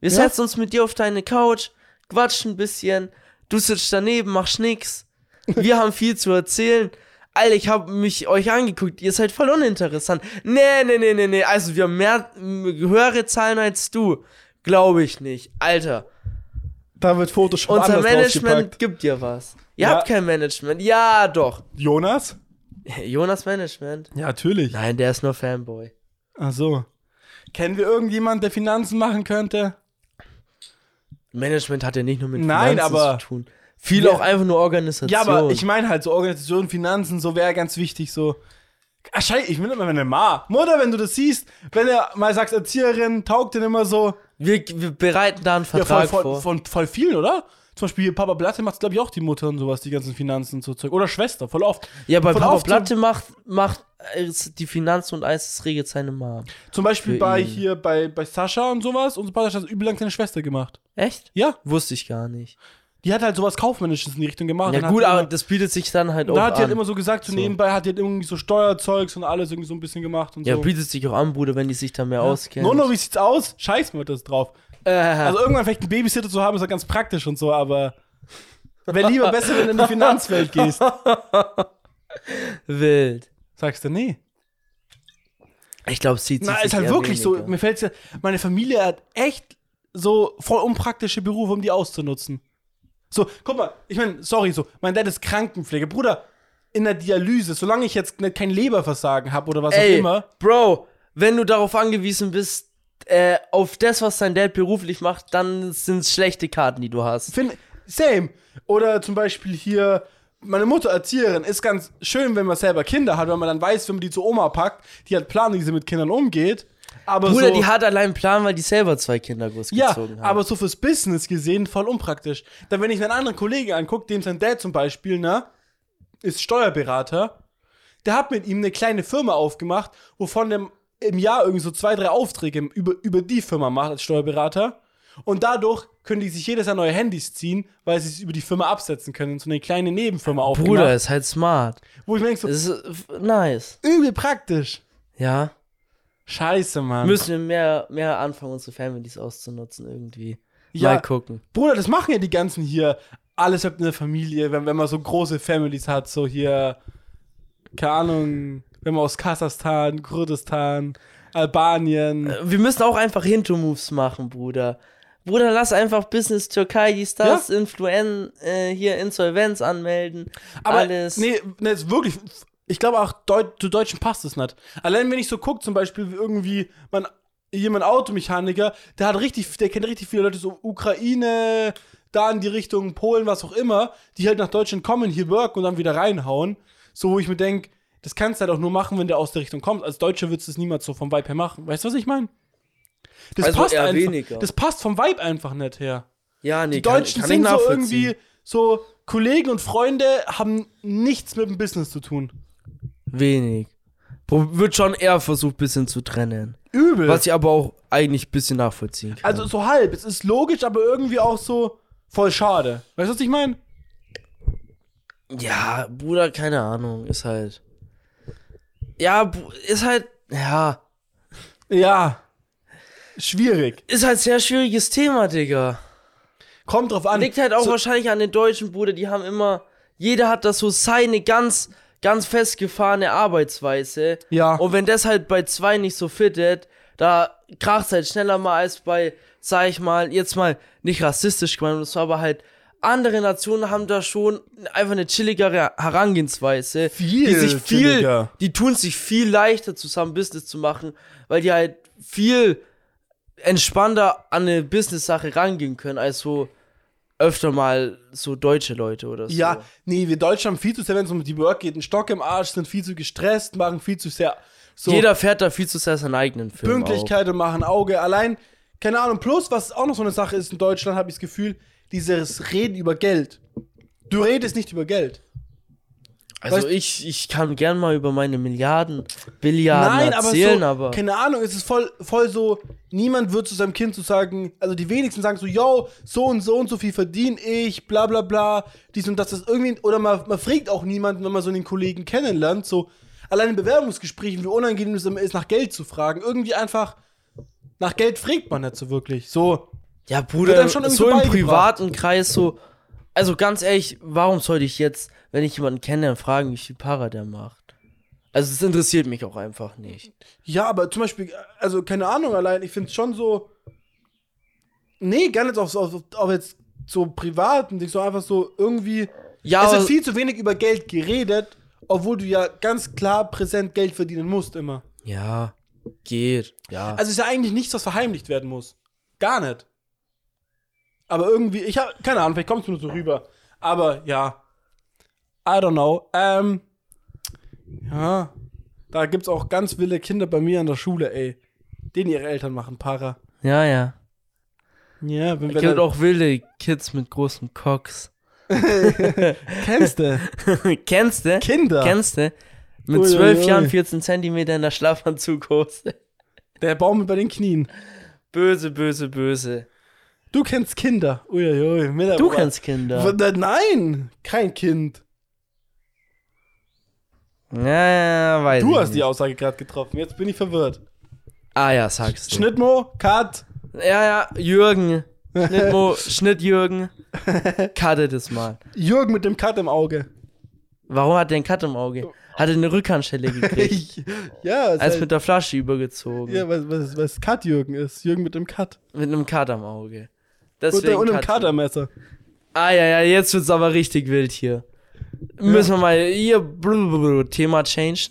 Wir setzen uns mit dir auf deine Couch, quatschen ein bisschen. Du sitzt daneben, machst nix. Wir haben viel zu erzählen. Alter, ich habe mich euch angeguckt. Ihr seid voll uninteressant. Nee, nee, nee, nee, nee. Also wir haben mehr m- höhere Zahlen als du. Glaube ich nicht. Alter, Da wird Photoshop unser anders Management draufgepackt. gibt dir was. Ja. Ihr habt kein Management. Ja, doch. Jonas? Jonas Management. Ja, natürlich. Nein, der ist nur Fanboy. Ach so. Kennen wir irgendjemanden, der Finanzen machen könnte? Management hat ja nicht nur mit Nein, Finanzen aber- zu tun. Viel Ja. auch einfach nur Organisation. Ja, aber ich meine halt so Organisation, Finanzen, so wäre ganz wichtig, so. Ach, scheiße, ich will immer meine Ma. Mutter, wenn du das siehst, wenn er mal sagst, Erzieherin, taugt denn immer so. wir, wir bereiten da einen Ja, voll, Vertrag voll, vor. von voll vielen, oder? Zum Beispiel Papa Blatte macht, glaube ich, auch die Mutter und sowas, die ganzen Finanzen und so Zeug. Oder Schwester, voll oft. ja, bei von Papa oft- Platte macht, macht äh, ist die Finanzen und alles das regelt seine Mom. Zum Beispiel Für bei ihn. hier, bei, bei Sascha und sowas. Und Sascha hat übel lang seine Schwester gemacht. Echt? Ja, Wusste ich gar nicht. die hat halt sowas Kaufmännisches in die Richtung gemacht. ja Dann hat gut, die aber immer, das bietet sich dann halt auch da hat die an. halt immer so gesagt, so, So. nebenbei hat die halt irgendwie so Steuerzeugs und alles irgendwie so ein bisschen gemacht und ja, so. bietet sich auch an, Bruder, wenn die sich da mehr auskennen. Nono, wie sieht's aus? Scheiß mir das drauf. äh, Also irgendwann vielleicht einen Babysitter zu haben, ist ja ganz praktisch und so, aber wäre lieber besser, wenn du in die Finanzwelt gehst. wild. Sagst du, nee. Ich glaube, es sieht Na, sich ist halt eher wirklich so. weniger. Mir fällt's ja, meine Familie hat echt so voll unpraktische Berufe, um die auszunutzen. So, guck mal, ich meine, sorry, so, mein Dad ist Krankenpflege. Bruder, in der Dialyse, solange ich jetzt ne- kein Leberversagen habe oder was Ey, auch immer. Bro, wenn du darauf angewiesen bist, äh, auf das, was dein Dad beruflich macht, dann sind es schlechte Karten, die du hast. Find, same. Oder zum Beispiel hier, meine Mutter Erzieherin ist ganz schön, wenn man selber Kinder hat, weil man dann weiß, wenn man die zu Oma packt, die hat Plan, wie sie mit Kindern umgeht. Aber Bruder, so, die hat allein einen Plan, weil die selber zwei Kinder Also ja, großgezogen haben. aber so fürs Business gesehen voll unpraktisch. Dann, wenn ich einen anderen Kollegen angucke, dem sein Dad zum Beispiel, ne, ist Steuerberater, der hat mit ihm eine kleine Firma aufgemacht, wovon der im Jahr irgendwie so zwei, drei Aufträge im- über, über die Firma macht als Steuerberater. Und dadurch können die sich jedes Jahr neue Handys ziehen, weil sie es über die Firma absetzen können. So eine kleine Nebenfirma aufgemacht. Bruder, ist halt smart. Wo ich mir denke, so, Es ist f- nice. übel praktisch. Ja. Scheiße, Mann. Müssen wir mehr, mehr anfangen, unsere Families auszunutzen irgendwie. Ja. Mal gucken. Bruder, das machen ja die ganzen hier. Alles habt eine Familie, wenn, wenn man so große Families hat, so hier, keine Ahnung, wenn man aus Kasachstan, Kurdistan, Albanien. Äh, Wir müssen auch einfach Hinto-Moves machen, Bruder. Bruder, lass einfach Business Türkei, die Stars, Influen, äh, hier Insolvenz anmelden. aber alles. nee, nee, ist wirklich. Ich glaube auch, Deut zu Deutschen passt es nicht. Allein wenn ich so gucke, zum Beispiel wie irgendwie, man, jemand Automechaniker, der hat richtig, der kennt richtig viele Leute, so Ukraine, da in die Richtung Polen, was auch immer, die halt nach Deutschland kommen, hier worken und dann wieder reinhauen. So, wo ich mir denke, das kannst du halt auch nur machen, wenn der aus der Richtung kommt. Als Deutscher würdest du es niemals so vom Vibe her machen. Weißt du, was ich meine? Das, Also passt eher einfach- weniger. das passt vom Vibe einfach nicht her. ja, nee, Die Deutschen kann, kann sind ich so nachvollziehen. irgendwie so Kollegen und Freunde haben nichts mit dem Business zu tun. Wenig. Wo- Wird schon eher versucht, bisschen zu trennen. Übel. Was ich aber auch eigentlich ein bisschen nachvollziehen kann. Äh. also so halb. Es ist logisch, aber irgendwie auch so voll schade. Weißt du, was ich meine? Ja, Bruder, keine Ahnung, ist halt. Ja, Bu- ist halt. Ja. Ja. Schwierig. Ist halt sehr schwieriges Thema, Digga. Kommt drauf an. Liegt halt auch so, wahrscheinlich an den Deutschen, Bruder. Die haben immer, jeder hat das so seine ganz, ganz festgefahrene Arbeitsweise. Ja. Und wenn das halt bei zwei nicht so fittet, da kracht halt schneller mal als bei, sag ich mal, jetzt mal nicht rassistisch gemeint, das war aber halt, andere Nationen haben da schon einfach eine chilligere Herangehensweise. Viel die sich viel, chilliger. die tun sich viel leichter zusammen Business zu machen, weil die halt viel entspannter an eine Business-Sache rangehen können, als so öfter mal so deutsche Leute oder so. Ja, nee, wir Deutschen haben viel zu sehr, wenn es um die Work geht, einen Stock im Arsch, sind viel zu gestresst, machen viel zu sehr so Jeder fährt da viel zu sehr seinen eigenen Film. Pünktlichkeit und machen Auge. Allein, keine Ahnung, plus, was auch noch so eine Sache ist in Deutschland, habe ich das Gefühl, dieses Reden über Geld. Du redest nicht über Geld. Auf. Also Weißt- ich, ich kann gern mal über meine Milliarden, Billiarden erzählen, so, aber, keine Ahnung, es ist voll, voll so, niemand wird zu seinem Kind so sagen, also die wenigsten sagen so, yo, so und so und so viel verdiene ich, bla bla bla, dies und das, das irgendwie, oder man, man fragt auch niemanden, wenn man so einen Kollegen kennenlernt, so, allein in Bewerbungsgesprächen, wie unangenehm es immer ist, nach Geld zu fragen, irgendwie einfach, nach Geld fragt man nicht so wirklich, so, ja wird Bruder, einem schon irgendwie so so im beigebracht. privaten Kreis so, also ganz ehrlich, warum sollte ich jetzt, wenn ich jemanden kenne, fragen, wie viel Para der macht? Also es interessiert mich auch einfach nicht. ja, aber zum Beispiel, also keine Ahnung, allein, ich finde es schon so, nee, gar nicht auf, auf, auf jetzt so privaten, Ding, so einfach so irgendwie, Ja, es aber- wird viel zu wenig über Geld geredet, obwohl du ja ganz klar präsent Geld verdienen musst immer. Ja, geht. Ja. Also ist ja eigentlich nichts, was verheimlicht werden muss. Gar nicht. Aber irgendwie, ich habe keine Ahnung, vielleicht kommst du nur so rüber. Aber ja, I don't know. Ähm, ja, da gibt's auch ganz wilde Kinder bei mir an der Schule, ey. Den ihre Eltern machen, Para. ja, ja. Ja, Also wenn Es gibt auch wilde Kids mit großen Cocks. kennst du. Kennst du? Kinder. Kennst du? Mit Ui, zwölf ui, ui. Jahren, 14 Zentimeter in der Schlafanzughose. der Baum über den Knien. Böse, böse, böse. Du kennst Kinder. Uiuiui. mit Du der- kennst Kinder. W- Nein, kein Kind. Ja, ja, ja, weiß Du ich hast die nicht. Aussage gerade getroffen. Jetzt bin ich verwirrt. Ah ja, sagst du. Schnittmo, Cut. Ja, ja, Jürgen. Schnittmo, Schnittjürgen. Cutte das mal. Jürgen mit dem Cut im Auge. Warum hat der einen Cut im Auge? Hat er eine Rückhandschelle gekriegt? Ich, ja, es als ist Also mit der Flasche übergezogen. ja was, was, was Cut Jürgen ist. Jürgen mit dem Cut. Mit einem Cut am Auge. Und, und einem Cut. Katermesser. Ah ja, ja, jetzt wird's aber richtig wild hier. Müssen wir mal hier blablabla, Thema change.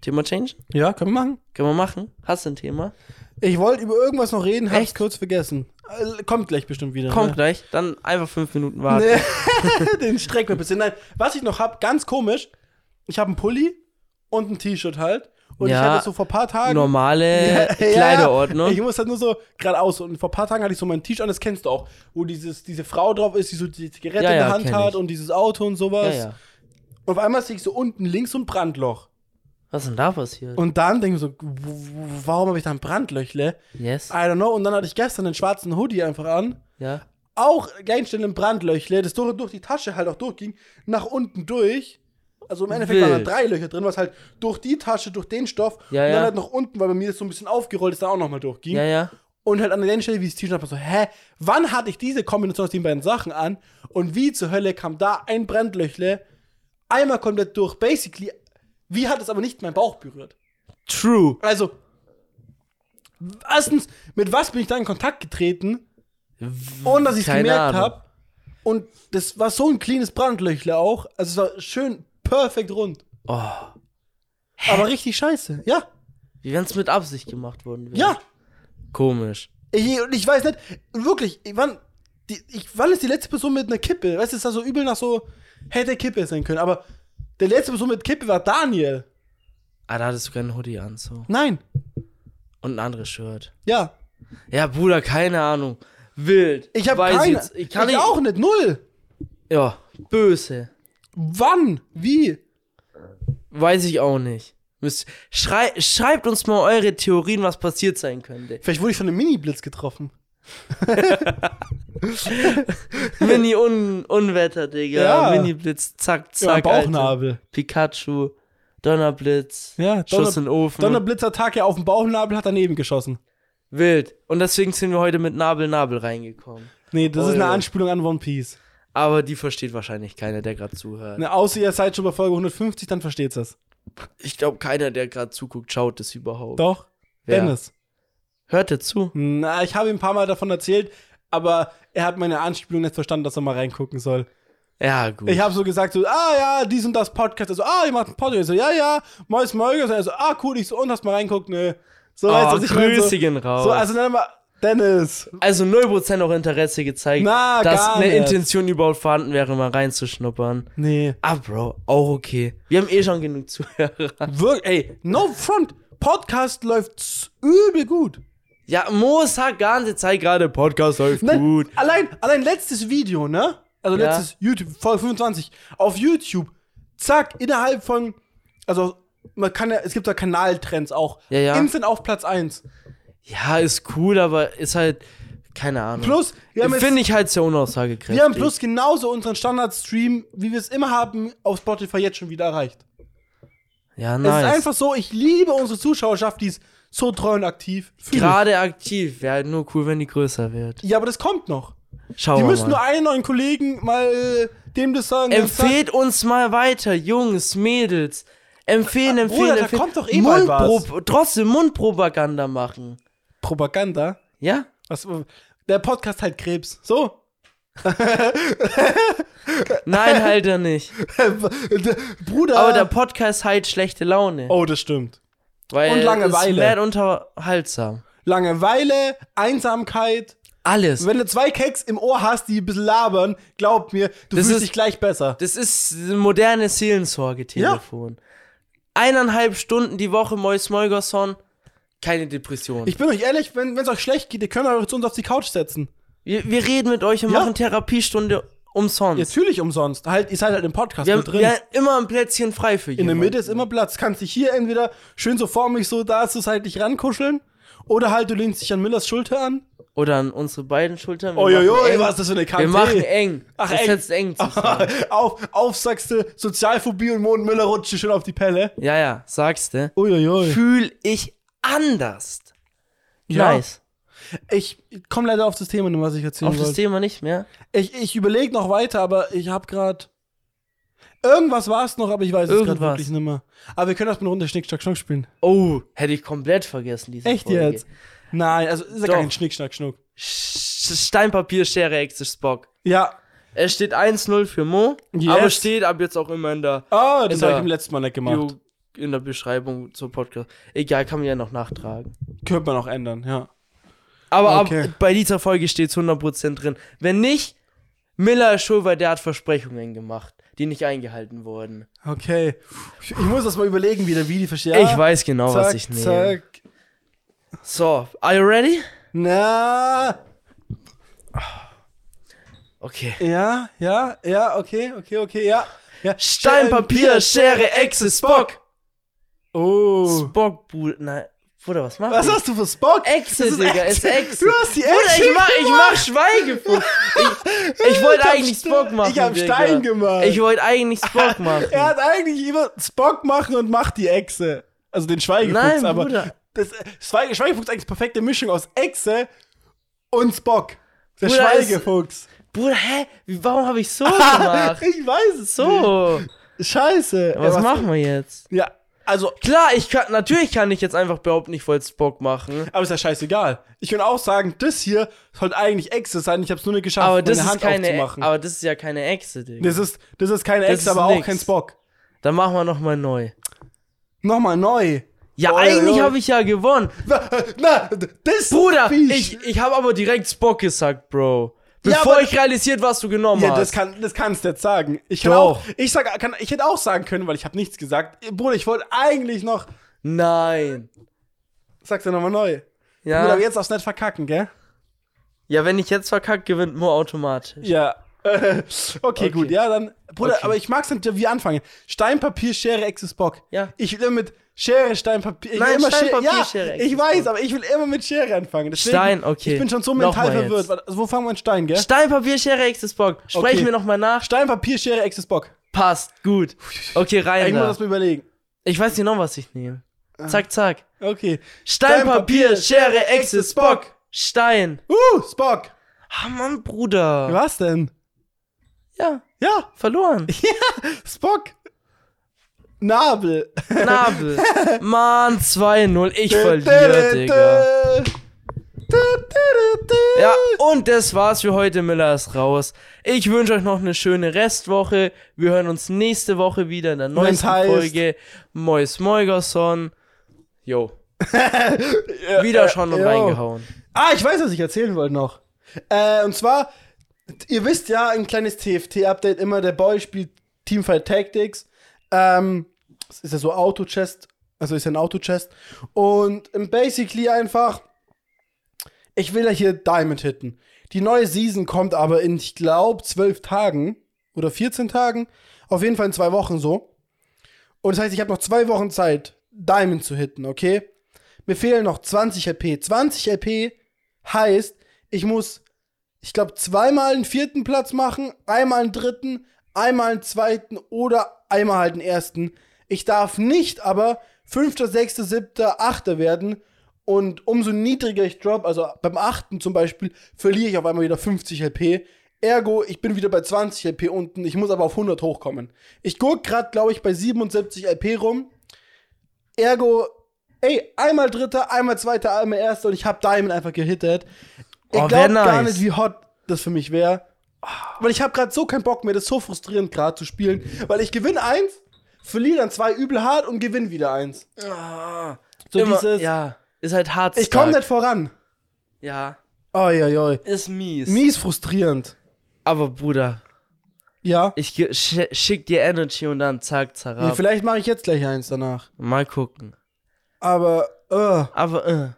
Thema change? Ja, können wir machen. Können wir machen? Hast du ein Thema? Ich wollte über irgendwas noch reden, hab's Echt? kurz vergessen. Äh, Kommt gleich bestimmt wieder. Kommt ne? gleich, dann einfach fünf Minuten warten. Nee. Den strecken wir ein bisschen. Nein, was ich noch hab, ganz komisch, ich habe einen Pulli und ein T-Shirt halt. Und ich Ja, hatte so vor ein paar Tagen. Normale Ja, Kleiderordnung. Ich muss halt nur so geradeaus. Und vor ein paar Tagen hatte ich so mein T-Shirt an, das kennst du auch, wo dieses, diese Frau drauf ist, die so die Zigarette Ja, in ja, der Hand kenn hat ich. und dieses Auto und ja, sowas. ja. Und auf einmal sehe ich so unten links so ein Brandloch. Was ist denn da passiert? Und dann denke ich so, w- w- warum habe ich da ein Brandlöchle? yes. I don't know. Und dann hatte ich gestern einen schwarzen Hoodie einfach an. Ja. Auch gleich schnell ein Brandlöchle, das durch, durch die Tasche halt auch durchging, nach unten durch. Also im Endeffekt Wild. waren da drei Löcher drin, was halt durch die Tasche, durch den Stoff Ja, und ja. dann halt nach unten, weil bei mir das so ein bisschen aufgerollt ist, da auch nochmal durchging. Ja, ja. Und halt an der Stelle, wie ich das T-Shirt habe, so, hä, wann hatte ich diese Kombination aus den beiden Sachen an? Und wie zur Hölle kam da ein Brandlöchle einmal komplett durch? Basically, wie hat es aber nicht meinen Bauch berührt? True. Also, erstens, mit was bin ich da in Kontakt getreten, ohne dass ich es Hm, keine gemerkt Ahnung. habe? Und das war so ein cleanes Brandlöchle auch. Also, es war schön, perfekt rund. Oh. Aber richtig scheiße. Ja, Wie wenn's mit Absicht gemacht worden wäre. ja. Komisch. Ich, und ich weiß nicht, wirklich, wann, die, ich, wann ist die letzte Person mit einer Kippe? Weißt du, es sah so übel nach so, hätte Kippe sein können. Aber der letzte Person mit Kippe war Daniel. Ah, da hattest du keinen Hoodie an, so. Nein, Und ein anderes Shirt. ja. Ja, Bruder, keine Ahnung. Wild. Ich habe Weiß keine. jetzt- Ich kann nicht. auch nicht, null. Ja, böse. Wann? Wie? Weiß ich auch nicht. Müsst, schrei, schreibt uns mal eure Theorien, was passiert sein könnte. Vielleicht wurde ich von einem Mini-Blitz getroffen. Mini Un Unwetter, Digga. Ja. Mini Blitz, zack, Ja, zack. Alter. Hm. Bauchnabel. Pikachu. Donnerblitz, Ja, Schuss Donner- in den Ofen. Donnerblitzattacke auf den Bauchnabel hat daneben geschossen. Wild. Und deswegen sind wir heute mit Nabel-Nabel reingekommen. Nee, das ist eine Eure. Anspielung an One Piece. Aber die versteht wahrscheinlich keiner, der gerade zuhört. Ne, außer ihr seid schon bei Folge 150, dann versteht's das. Ich glaube, keiner, der gerade zuguckt, schaut das überhaupt. Doch? Wer? Dennis. Hört er zu? Na, ich habe ihm ein paar Mal davon erzählt, aber er hat meine Anspielung nicht verstanden, dass er mal reingucken soll. Ja, gut. Ich habe so gesagt, so, ah ja, dies und das Podcast. Also, ah, ihr macht einen Podcast. Ich so, ja, ja, Mois Molges. Also, ah, cool. Ich so, und hast mal reinguckt, nö. So, oh, weißt du, was ich meine? grüß so, ihn raus. so, also, dann mal, Dennis. Also 0% auch Interesse gezeigt, Na, dass gar eine nicht. Intention überhaupt vorhanden wäre, mal reinzuschnuppern. Nee. Ah, Bro, auch okay. Wir haben eh schon genug Zuhörer. Wirklich, ey, no front. Podcast läuft übel gut. Ja, Mo sagt ganze Zeit gerade, Podcast läuft Nein, gut. Ne? Allein, allein letztes Video, ne? Also Ja. letztes YouTube, Folge 25. Auf YouTube, zack, innerhalb von, also man kann ja, es gibt da Kanaltrends auch. Ja, ja. Instant auf Platz 1. Ja, ist cool, aber ist halt, keine Ahnung. Plus, wir haben, jetzt, Finde ich halt sehr unaussagekräftig. wir haben plus genauso unseren Standardstream, wie wir es immer haben, auf Spotify jetzt schon wieder erreicht. ja, Es ist nice. einfach so, ich liebe unsere Zuschauerschaft, die ist so treu und aktiv. Fühl ich. gerade aktiv. Wäre halt nur cool, wenn die größer wird. Ja, aber das kommt noch. Schauen Die wir müssen mal. nur einen neuen Kollegen mal äh, dem das sagen. dem das sagen. Empfehlt uns mal weiter, Jungs, Mädels. Empfehlen, Ah, empfehlen, Bruder, da empfehlen. kommt doch eh mal Mundpro- Trotzdem Mundpropaganda machen. Propaganda. Ja? Was, äh, der Podcast halt Krebs. So. Nein, halt er nicht. Bruder. Aber der Podcast halt schlechte Laune. oh, das stimmt. weil und Langeweile. Es wird unterhaltsam. Langeweile, Einsamkeit. Alles. Wenn du zwei Keks im Ohr hast, die ein bisschen labern, glaub mir, du Das fühlst ist- dich gleich besser. Das ist ein modernes Seelensorge-Telefon. Eineinhalb Stunden die Woche Mois Moigerson, keine Depression. Ich bin euch ehrlich, wenn es euch schlecht geht, ihr könnt euch zu uns auf die Couch setzen. wir, wir reden mit euch und Ja. machen Therapiestunde umsonst. Natürlich umsonst. Halt, ihr seid halt im Podcast wir, haben, mit drin. wir haben immer ein Plätzchen frei für In jemanden. der Mitte ist immer Platz. Kannst dich hier entweder schön so formig so da ist, halt dich rankuscheln. Oder halt, du lehnst dich an Millers Schulter an. Oder an unsere beiden Schultern. Wir machen Uiuiui, eng. was ist das für eine Kante? Wir machen eng. Ach, das eng. setzt eng zusammen. auf, aufsagste Sozialphobie und Mond Müller rutscht dir schön auf die Pelle. ja, ja, sagst du. Uiuiui. Fühl ich anders. Ja. Nice. Ich komme leider auf das Thema, nicht, was ich erzählen Auf das wollte. Thema nicht mehr. Ich, ich überlege noch weiter, aber ich habe gerade. Irgendwas war es noch, aber ich weiß es gerade Irgendwas. wirklich nicht mehr. Aber wir können erstmal eine Runde Schnick, Schnack, Schnuck spielen. Oh, hätte ich komplett vergessen, diese Echt Folge. jetzt? Nein, also ist ja Doch. kein Schnick, Schnack, Schnuck. Sch- Stein, Papier, Schere, Exe, Spock. Ja. Es steht 1-0 für Mo, Yes. aber steht ab jetzt auch immer in der, Ah, das In habe ich der im letzten Mal nicht gemacht. Bio, in der Beschreibung zur Podcast. Egal, kann man ja noch nachtragen. Könnte man auch ändern, ja. Aber Okay. ab, bei dieser Folge steht es 100% drin. Wenn nicht, Miller ist schuld, weil der hat Versprechungen gemacht, die nicht eingehalten wurden. Okay. Ich, ich muss das mal überlegen wieder, wie die verstehen. ich weiß genau, zack, was ich nehme. Zack, So, are you ready? Na, Okay. ja, ja, ja, okay, okay, okay, ja. ja. Stein, Papier, Schere, Exe, Spock. Oh. Spock, Bruder. Nein, Bruder, was machst Was du? hast du für Spock? Echse, Das Digga, ist Echse. Du hast die Bruder, Echse. ich mach, ich mach Schweigefuchs. Ich, ich wollte hab eigentlich Ste- Spock machen. ich hab Digga. Stein gemacht. Ich wollte eigentlich Spock machen. Er hat eigentlich immer Spock machen und macht die Echse. Also den Schweigefuchs, Nein, aber. Bruder. Das, äh, Schweige- Schweigefuchs ist eigentlich perfekte Mischung aus Echse und Spock. Der Bruder, Schweigefuchs. Bruder, hä? Wie, warum habe ich so gemacht? Ich weiß es nicht. So. Scheiße. Was Ja, machen wir jetzt? Ja, also, Klar, ich kann, natürlich kann ich jetzt einfach behaupten, ich wollte Spock machen. aber ist ja scheißegal. Ich kann auch sagen, das hier sollte eigentlich Echse sein. Ich hab's nur nicht geschafft, Aber das, meine ist Hand keine, aufzumachen. aber das ist ja keine Echse, Digga. Das ist, das ist keine Das Echse, ist aber nix. auch kein Spock. Dann machen wir nochmal neu. Nochmal neu. Ja, Oh, eigentlich ja. habe ich ja gewonnen. Na, na, das Bruder, Fisch. ich, ich habe aber direkt Spock gesagt, Bro. Ja, Bevor aber- ich realisiert, was du genommen ja, hast. das, kann, das kannst du jetzt sagen. Ich, kann Doch. auch, ich, sag, kann, ich hätte auch sagen können, weil ich habe nichts gesagt. Bruder, ich wollte eigentlich noch. Nein. Sag's ja nochmal neu. Bruder, Ja. aber jetzt aufs Netz verkacken, gell? ja, wenn ich jetzt verkackt, gewinnt Mo automatisch. Ja. okay, gut, ja, dann. Bruder, Okay. aber ich mag's nicht, wie anfangen. Stein, Papier, Schere, Exe, Spock. Ja. Ich will mit Schere, Stein, Papier. Ich Nein, will immer Stein, Papier, ja, Schere, Exe, Ich weiß, Spock. aber ich will immer mit Schere anfangen. Deswegen, Stein, okay. Ich bin schon so Nochmal mental jetzt. verwirrt. Warte, Also, wo fangen wir an? Stein, gell? Stein, Papier, Schere, Exe, Spock. Sprechen Okay. wir nochmal nach. Stein, Papier, Schere, Exe, Bock. Passt, gut. Okay, Ich rein muss da. das mal überlegen. Ich weiß genau, was ich nehme. Ah. Zack, zack. Okay. Stein, Stein, Papier, Papier, Schere, Echse, Spock. Stein. Uh, Spock. Ah, Mann, Bruder. Was denn? Ja, Ja, verloren. Spock. Nabel. Nabel. Mann, 2-0. Ich verliere, Digga. Ja, und das war's für heute. Miller ist raus. Ich wünsche euch noch eine schöne Restwoche. Wir hören uns nächste Woche wieder in der neuesten heißt- Folge. Mois Moigerson. Jo. wieder schon jo. reingehauen. Ah, ich weiß, was ich erzählen wollte noch. Äh, und zwar, ihr wisst ja, ein kleines TFT-Update immer, der Boy spielt Teamfight Tactics. Ähm, es ist ja so Auto-Chest, also ist ja ein Auto-Chest. Und ähm, basically einfach, ich will ja hier Diamond hitten. Die neue Season kommt aber in, ich glaube, zwölf Tagen oder 14 Tagen. Auf jeden Fall in zwei Wochen so. Und das heißt, ich habe noch zwei Wochen Zeit, Diamond zu hitten, okay? Mir fehlen noch 20 LP. 20 LP heißt, ich muss, ich glaube, zweimal einen vierten Platz machen, einmal einen dritten, einmal einen zweiten oder einmal halt einen ersten. Ich darf nicht aber fünfter, sechster, siebter, achter werden. Und umso niedriger ich drop, also beim achten zum Beispiel, verliere ich auf einmal wieder 50 LP. Ergo, ich bin wieder bei 20 LP unten. Ich muss aber auf 100 hochkommen. Ich guck gerade, glaube ich, bei 77 LP rum. Ergo, ey, einmal Dritter, einmal Zweiter, einmal Erster und ich hab Diamond einfach gehittet. Ich Oh, glaub wär gar nice. nicht, wie hot das für mich wäre. Weil ich hab gerade so keinen Bock mehr, das ist so frustrierend gerade zu spielen. Weil ich gewinne eins, verliere dann zwei übel hart und gewinne wieder eins. So Immer, dieses, ja, ist halt hart. Ah, ich komme nicht voran. Ja, Oi, oi, oi. ist mies. Mies frustrierend. Aber Bruder, Ja. ich ge- sch schick dir Energy und dann zack, zerab. Nee, vielleicht mache ich jetzt gleich eins danach. Mal gucken. Aber, äh. Aber, äh.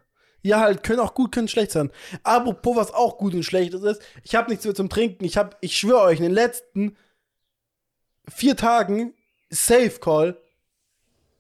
Ja, halt, können auch gut, können schlecht sein. Apropos, was auch gut und schlecht ist, ich habe nichts mehr zum Trinken. Ich habe, ich schwöre euch, in den letzten vier Tagen Safe Call.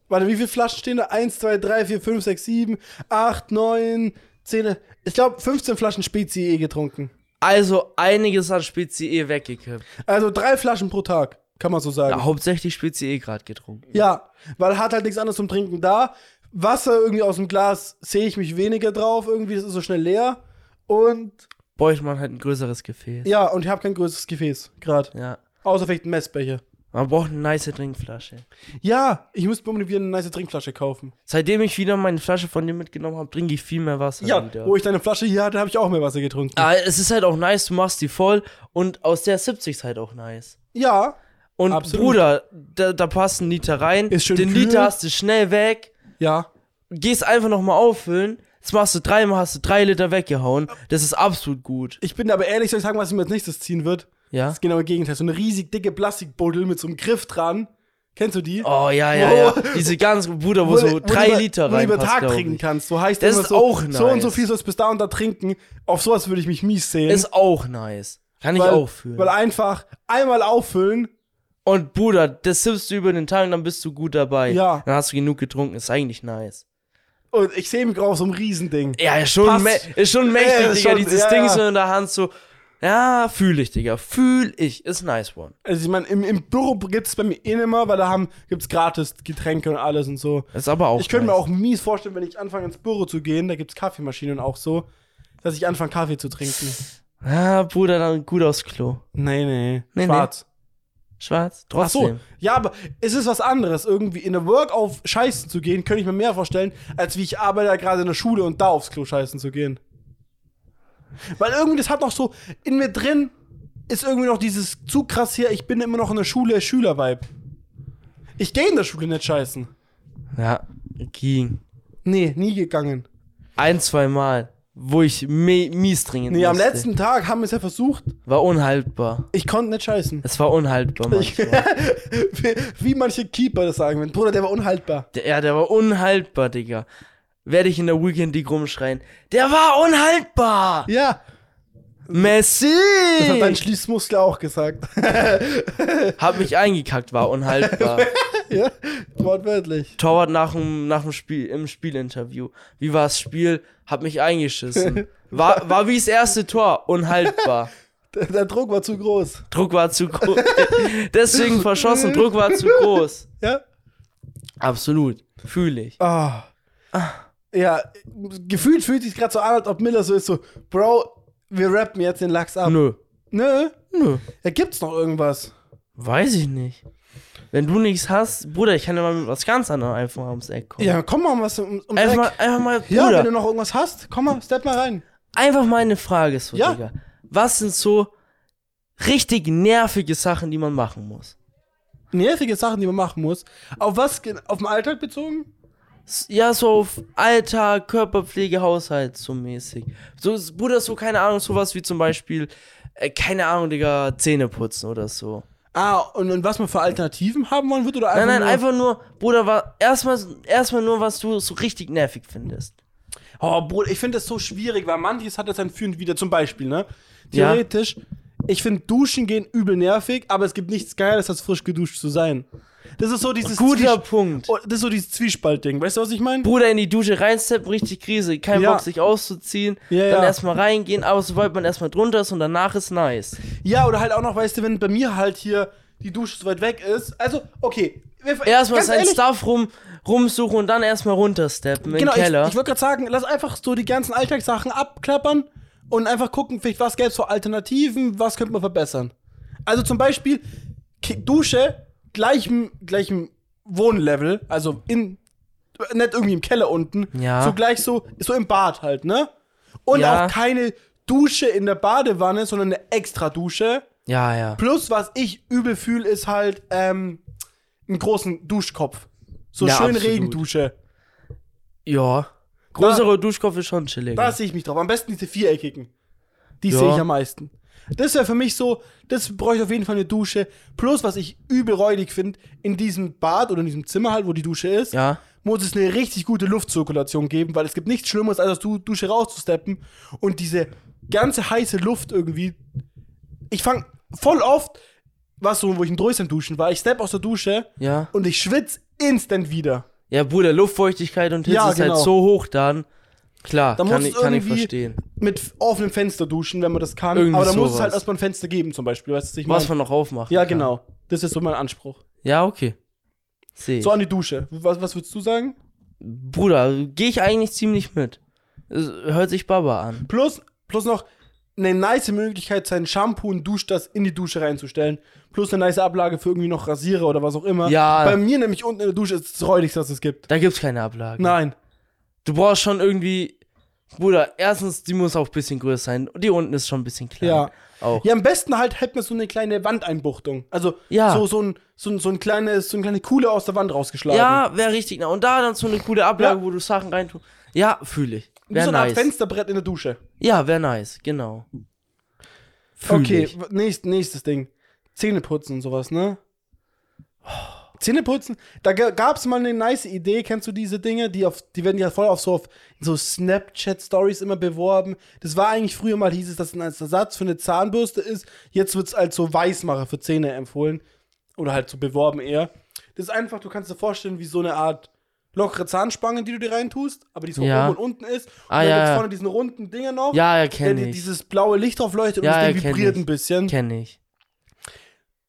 Warte, wie viele Flaschen stehen da? 1, 2, 3, 4, 5, 6, 7, 8, 9, 10. Ich glaube, 15 Flaschen Spezi eh getrunken. Also einiges an Spezi E weggekippt. Also drei Flaschen pro Tag, kann man so sagen. Ja, hauptsächlich Spezi E gerade getrunken. Ja, weil hat halt nichts anderes zum Trinken da. Wasser irgendwie aus dem Glas sehe ich mich weniger drauf, irgendwie, das ist so schnell leer. Und Bräuchte man halt ein größeres Gefäß. ja, und ich habe kein größeres Gefäß, gerade. ja. Außer vielleicht ein Messbecher. Man braucht eine nice Trinkflasche. Ja, ich müsste mir wieder eine nice Trinkflasche kaufen. Seitdem ich wieder meine Flasche von dir mitgenommen habe, trinke ich viel mehr Wasser. Ja, wieder. wo ich deine Flasche hier hatte, habe ich auch mehr Wasser getrunken. Ah, es ist halt auch nice, du machst die voll und aus der 70 ist halt auch nice. Ja, Und Absolut. Bruder, da, da passt ein Liter rein, Ist schön den kühl. Liter hast du schnell weg, ja. gehst einfach nochmal auffüllen, jetzt machst du dreimal, hast du drei Liter weggehauen, das ist absolut gut. Ich bin aber ehrlich, soll ich sagen, was ich mir als nächstes ziehen wird? Ja? Das genaue Gegenteil. So eine riesig dicke Plastikbuddel mit so einem Griff dran. Kennst du die? Oh, ja, ja, Wo- ja. Diese ganz, Bruder, wo, so du- drei du über- Liter Wo du über reinpasst, Tag glaub ich. trinken kannst. So heißt Das immer ist so, auch so und nice. so viel sollst du bis da und da trinken. Auf sowas würde ich mich mies sehen. Ist auch nice. Kann ich weil, auch fühlen. Weil einfach einmal auffüllen. Und Bruder, das sippst du über den Tag, dann bist du gut dabei. Ja. Dann hast du genug getrunken, ist eigentlich nice. Und ich sehe mich gerade auf so einem Riesending. Ja, ist schon, Passt. mä ist schon mächtig, Ja, ist Digga. schon- Dieses ja, Ding ja. so in der Hand so. Ja, fühl ich, Digga. Fühl ich. Ist nice one. Also ich meine, im, im Büro gibt's bei mir eh immer, weil da haben, gibt's gratis Getränke und alles und so. Ist aber auch Ich könnte mir nice. auch mies vorstellen, wenn ich anfange ins Büro zu gehen, da gibt's Kaffeemaschinen auch so, dass ich anfange Kaffee zu trinken. Ah, Bruder, dann gut aufs Klo. Nee, nee. Nee, Schwarz. Schwarz, Ach so. trotzdem. Ja, aber es ist was anderes, irgendwie in der Work auf Scheißen zu gehen, könnte ich mir mehr vorstellen, als wie ich arbeite ja gerade in der Schule und da aufs Klo scheißen zu gehen. Weil irgendwie, das hat noch so, in mir drin ist irgendwie noch dieses zu krass hier, ich bin immer noch in der Schule, Schüler-Vibe. Ich gehe in der Schule nicht scheißen. Ja, ging. Nee, nie gegangen. Ein, zwei Mal, wo ich mi- mies dringend Nee, am musste. letzten Tag haben wir es ja versucht. War unhaltbar. Ich konnte nicht scheißen. Es war unhaltbar, Ich, manchmal. wie, wie manche Keeper das sagen würden. Bruder, der war unhaltbar. Der, ja, der war unhaltbar, Digga. Werde ich in der Weekend League rumschreien. Der war unhaltbar! Ja, Messi! das hat dein Schließmuskel auch gesagt. Hab mich eingekackt, war unhaltbar. ja, wortwörtlich. Torwart nach dem, nach dem Spiel, im Spielinterview. Wie war das Spiel? Hab mich eingeschissen. War, war wie das erste Tor, unhaltbar. Der, der Druck war zu groß. Druck war zu groß. Deswegen verschossen, Druck war zu groß. Ja? Absolut. Fühle ich. Ah. Ja, gefühlt fühlt sich gerade so an, als ob Miller so ist, so, Bro, wir rappen jetzt den Lachs ab. Nö. Nö. Nö. Da gibt's noch irgendwas. Weiß ich nicht. Wenn du nichts hast, Bruder, ich kann ja mal mit was ganz anderem einfach mal ums Eck kommen. Ja, komm mal was um, um Einfach mal, einfach mal, Ja, Bruder, wenn du noch irgendwas hast, komm mal, step mal rein. einfach mal eine Frage so, Ja. Digga. Was sind so richtig nervige Sachen, die man machen muss? Nervige Sachen, die man machen muss. Auf was? gen- Auf den Alltag bezogen? S- Ja, so auf Alltag, Körperpflege, Haushalt, so mäßig. So, s- Bruder, so, keine Ahnung, sowas wie zum Beispiel, äh, keine Ahnung, Digga, Zähne putzen oder so. Ah, und, und was man für Alternativen haben wollen wird? Oder einfach Nein, nein, nur, einfach nur, Bruder, wa- erstmal erstmal nur, was du so richtig nervig findest. Oh, Bruder, ich finde das so schwierig, weil manches hat das dann führend wieder. Zum Beispiel, ne? Ja. Theoretisch, ich finde Duschen gehen übel nervig, aber es gibt nichts Geiles, als frisch geduscht zu sein. Das ist so dieses Guter Zwies- Punkt. Oh, Das ist so dieses Zwiespalt-Ding. Weißt du, was ich meine? Bruder in die Dusche reinsteppen, richtig Krise, kein Ja. Bock sich auszuziehen, Ja, dann ja. erstmal reingehen, aber sobald man erstmal drunter ist und danach ist nice. Ja, oder halt auch noch, weißt du, wenn bei mir halt hier die Dusche so weit weg ist. Also, okay. wir- Erstmal ganz sein ehrlich, Stuff rum, rumsuchen und dann erstmal runtersteppen Genau, im Keller. ich, ich wollte gerade sagen, lass einfach so die ganzen Alltagssachen abklappern und einfach gucken, vielleicht was gäbe es für Alternativen, was könnte man verbessern. Also zum Beispiel Ki- Dusche gleichem, gleichem Wohnlevel, also in, nicht irgendwie im Keller unten, Ja. so gleich so, so im Bad halt, ne? Und Ja. auch keine Dusche in der Badewanne, sondern eine extra Dusche. ja, ja. Plus, was ich übel fühle, ist halt ähm, einen großen Duschkopf. So Ja, schön absolut. Regendusche. Ja. Größerer Duschkopf ist schon chillig. Da sehe ich mich drauf. Am besten diese viereckigen. Die Ja. sehe ich am meisten. Das wäre für mich so, das bräuchte auf jeden Fall eine Dusche. Plus, was ich übel räudig finde, in diesem Bad oder in diesem Zimmer halt, wo die Dusche ist, Ja. muss es eine richtig gute Luftzirkulation geben, weil es gibt nichts Schlimmeres, als aus der Dusche rauszusteppen und diese ganze heiße Luft irgendwie. Ich fange voll oft, was so, wo ich in Drösern duschen war, ich steppe aus der Dusche Ja. und ich schwitze instant wieder. Ja, Bruder, Luftfeuchtigkeit und Hitze Ja, ist genau. halt so hoch dann. Klar, Da kann, muss ich, es kann ich irgendwie- verstehen. mit offenem Fenster duschen, wenn man das kann. Irgendwie Aber da muss sowas. es halt erstmal ein Fenster geben, zum Beispiel. Weißt du, ich Was meine? man noch aufmachen Ja, kann. genau. Das ist so mein Anspruch. Ja, okay. Seh. ich. So an die Dusche. Was, was würdest du sagen? Bruder, gehe ich eigentlich ziemlich mit. Es Hört sich Baba an. Plus, plus noch eine nice Möglichkeit, sein Shampoo und Duschdas in die Dusche reinzustellen. Plus eine nice Ablage für irgendwie noch Rasierer oder was auch immer. Ja. Bei mir nämlich unten in der Dusche ist das räudigste, was es gibt. Da gibt's keine Ablage. Nein. Du brauchst schon irgendwie. Bruder, erstens, die muss auch ein bisschen größer sein. Und die unten ist schon ein bisschen klein. Ja. Auch. Ja, am besten halt hätte man so eine kleine Wandeinbuchtung. Also Ja. so, so, ein, so, ein, so, ein kleines, so eine kleine Kuhle aus der Wand rausgeschlagen. Ja, wäre richtig. nah. Und da dann so eine coole Ablage, Ja. wo du Sachen reintust. Ja, fühle ich. Wie so Wäre eine Art nice. Fensterbrett in der Dusche. Ja, wäre nice, genau. Fühl Okay, Ich. w- nächst, nächstes Ding. Zähneputzen und sowas, ne? Zähneputzen, da gab es mal eine nice Idee, kennst du diese Dinge, die auf, die werden ja voll auf so auf so Snapchat-Stories immer beworben. Das war eigentlich früher mal, hieß es, dass es als Ersatz für eine Zahnbürste ist. Jetzt wird es als so Weißmacher für Zähne empfohlen. Oder halt so beworben eher. Das ist einfach, du kannst dir vorstellen, wie so eine Art lockere Zahnspange, die du dir reintust, aber die so Ja. oben und unten ist. Und Ah, dann ja, gibt's ja. vorne diesen runden Dinger noch Ja, ja, der kenn dir ich. dieses blaue Licht drauf leuchtet Ja, und das ja, Ding kenn vibriert ich. ein bisschen. Kenn ich.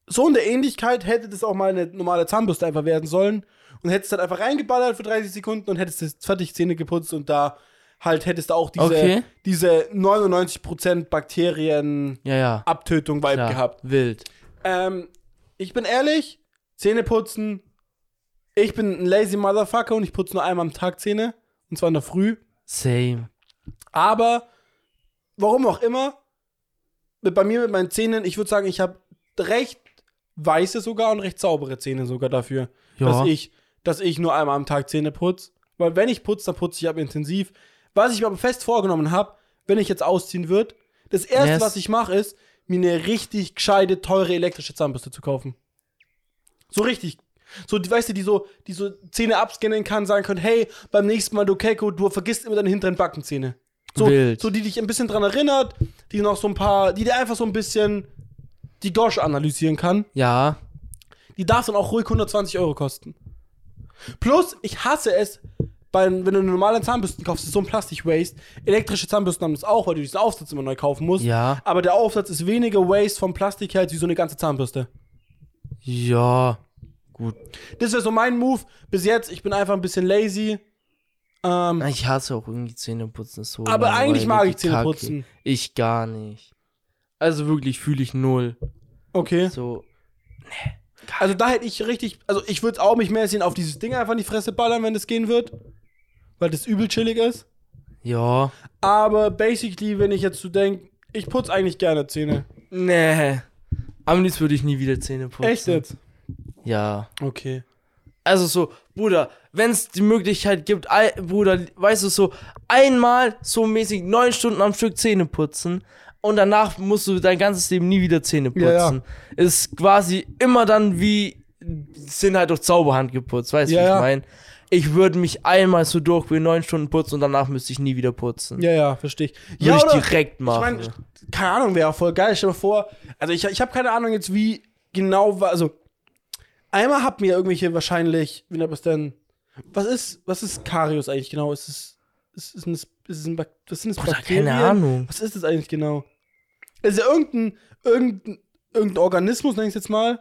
So in der Ähnlichkeit hätte das auch mal eine normale Zahnbürste einfach werden sollen und hättest dann einfach reingeballert für 30 Sekunden und hättest jetzt fertig Zähne geputzt und da halt hättest du auch diese, Okay. diese 99% Bakterien-Abtötung-Vibe Ja, ja. Klar. gehabt. Wild. Ähm, ich bin ehrlich, Zähne putzen, ich bin ein lazy Motherfucker und ich putze nur einmal am Tag Zähne und zwar in der Früh. Same. Aber warum auch immer, mit, bei mir mit meinen Zähnen, ich würde sagen, ich habe recht weiße sogar und recht saubere Zähne sogar dafür, Ja. dass ich, dass ich nur einmal am Tag Zähne putze. Weil wenn ich putze, dann putze ich ab intensiv. Was ich mir aber fest vorgenommen habe, wenn ich jetzt ausziehen würde, das erste, Yes. was ich mache, ist, mir eine richtig gescheite, teure elektrische Zahnbürste zu kaufen. So richtig. So, die, weißt du, die so, die so Zähne abscannen kann, sagen können, hey, beim nächsten Mal, du Keko, du vergisst immer deine hinteren Backenzähne. So, Wild. so, die dich ein bisschen dran erinnert, die noch so ein paar, die dir einfach so ein bisschen die Gosch analysieren kann. Ja. Die darf dann auch ruhig 120 Euro kosten. Plus, ich hasse es, bei, wenn du eine normale Zahnbürsten kaufst, ist so ein Plastik-Waste. Elektrische Zahnbürsten haben das auch, weil du diesen Aufsatz immer neu kaufen musst. Ja. Aber der Aufsatz ist weniger Waste vom Plastik her als wie so eine ganze Zahnbürste. Ja. Gut. Das wäre so mein Move bis jetzt. Ich bin einfach ein bisschen lazy. Ähm, Na, Ich hasse auch irgendwie Zähneputzen ist so. Aber eigentlich langweilig, mag ich Kacke. Zähneputzen. Ich gar nicht. Also wirklich fühle ich null. okay. So. Also da hätte ich richtig, also ich würde auch mich mäßigen auf dieses Ding einfach in die Fresse ballern, wenn es gehen wird. Weil das übel chillig ist. Ja. Aber basically, wenn ich jetzt so denke, ich putze eigentlich gerne Zähne. Nee. Am liebsten würde ich nie wieder Zähne putzen. Echt jetzt? Ja. Okay. Also so, Bruder, wenn es die Möglichkeit gibt, ei, Bruder, weißt du so, einmal so mäßig neun Stunden am Stück Zähne putzen und danach musst du dein ganzes Leben nie wieder Zähne Ja, putzen. Ist quasi immer dann wie sind halt durch Zauberhand geputzt, weißt du, Ja, wie ich ja. meine? Ich würde mich einmal so durch wie neun Stunden putzen und danach müsste ich nie wieder putzen. Ja, ja, verstehe ich. Würde ich direkt machen. Ich meine, keine Ahnung, wäre auch voll geil. Stell dir vor, also ich, ich habe keine Ahnung jetzt, wie genau war. Also, einmal hat mir irgendwelche wahrscheinlich, wie nennt man es denn? Was ist, was ist Karius eigentlich genau? Ist es, ist, ist, ein, ist es ein, Bak- was sind das Bruder, Bakterien? keine Ahnung. Was ist das eigentlich genau? Also irgendein, irgendein, irgendein Organismus, nenn ich jetzt mal,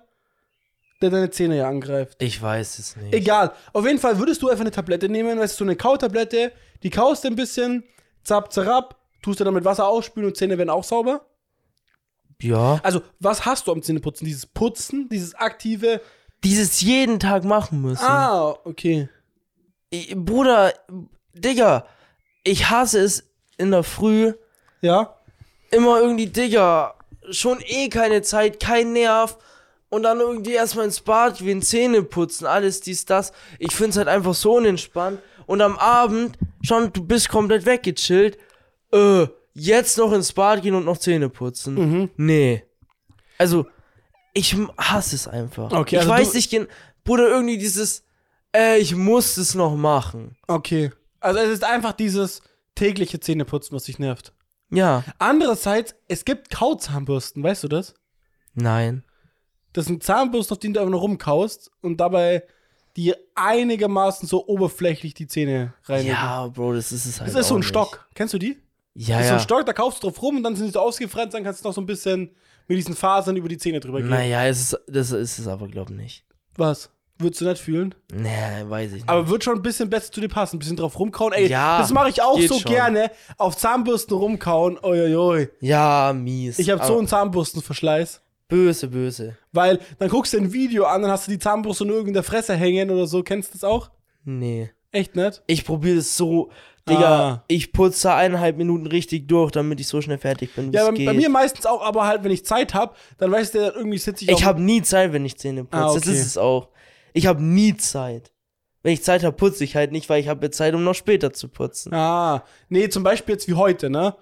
der deine Zähne ja angreift. Ich weiß es nicht. Egal. Auf jeden Fall würdest du einfach eine Tablette nehmen, weißt du, so eine Kautablette, die kaust du ein bisschen, zapp, zerab, tust du dann mit Wasser ausspülen und Zähne werden auch sauber. Ja. Also, was hast du am Zähneputzen? Dieses Putzen, dieses aktive. Dieses jeden Tag machen müssen. Ah, okay. Ich, Bruder, Digga, ich hasse es in der Früh. Ja? Immer irgendwie, Digga, schon eh keine Zeit, kein Nerv. Und dann irgendwie erstmal ins Bad gehen, Zähne putzen, alles dies, das. Ich find's halt einfach so unentspannt. Und am Abend, schon, du bist komplett weggechillt. Äh, jetzt noch ins Bad gehen und noch Zähne putzen. Mhm. Nee. Also, ich m- hasse es einfach. Okay, ich also weiß du- nicht, gen- Bruder, irgendwie dieses, äh, ich muss es noch machen. Okay. Also, es ist einfach dieses tägliche Zähneputzen, was dich nervt. Ja. Andererseits, es gibt Kauzahnbürsten, weißt du das? Nein. Das sind Zahnbürsten, auf denen du einfach nur rumkaust und dabei die einigermaßen so oberflächlich die Zähne reinigen. Ja, Bro, das ist es halt. Das ist so auch ein nicht. Stock. Kennst du die? Ja, Das ist so ja. ein Stock, da kaufst du drauf rum und dann sind die so ausgefranst, dann kannst du noch so ein bisschen mit diesen Fasern über die Zähne drüber gehen. Naja, es ist, das ist es aber, glaub nicht. Was? Würdest du nicht fühlen? Nee, weiß ich nicht. Aber wird schon ein bisschen besser zu dir passen, ein bisschen drauf rumkauen. Ey, Ja, das mache ich auch geht so schon. gerne. Auf Zahnbürsten rumkauen. Uiuiui. ja, mies. Ich habe so Aber einen Zahnbürstenverschleiß. Böse, böse. Weil dann guckst du ein Video an, dann hast du die Zahnbürste nur in der Fresse hängen oder so. Kennst du das auch? Nee. Echt nicht? Ich probiere es so. Digga, Ah. ich putze eineinhalb Minuten richtig durch, damit ich so schnell fertig bin, wie Ja, es bei, geht. bei mir meistens auch, aber halt, wenn ich Zeit habe, dann weißt du, irgendwie sitze ich ich auf- habe nie Zeit, wenn ich Zähne putze. Ah, Das okay. ist es auch. Ich habe nie Zeit. Wenn ich Zeit habe, putze ich halt nicht, weil ich habe Zeit, um noch später zu putzen. Ah, nee, zum Beispiel jetzt wie heute, ne?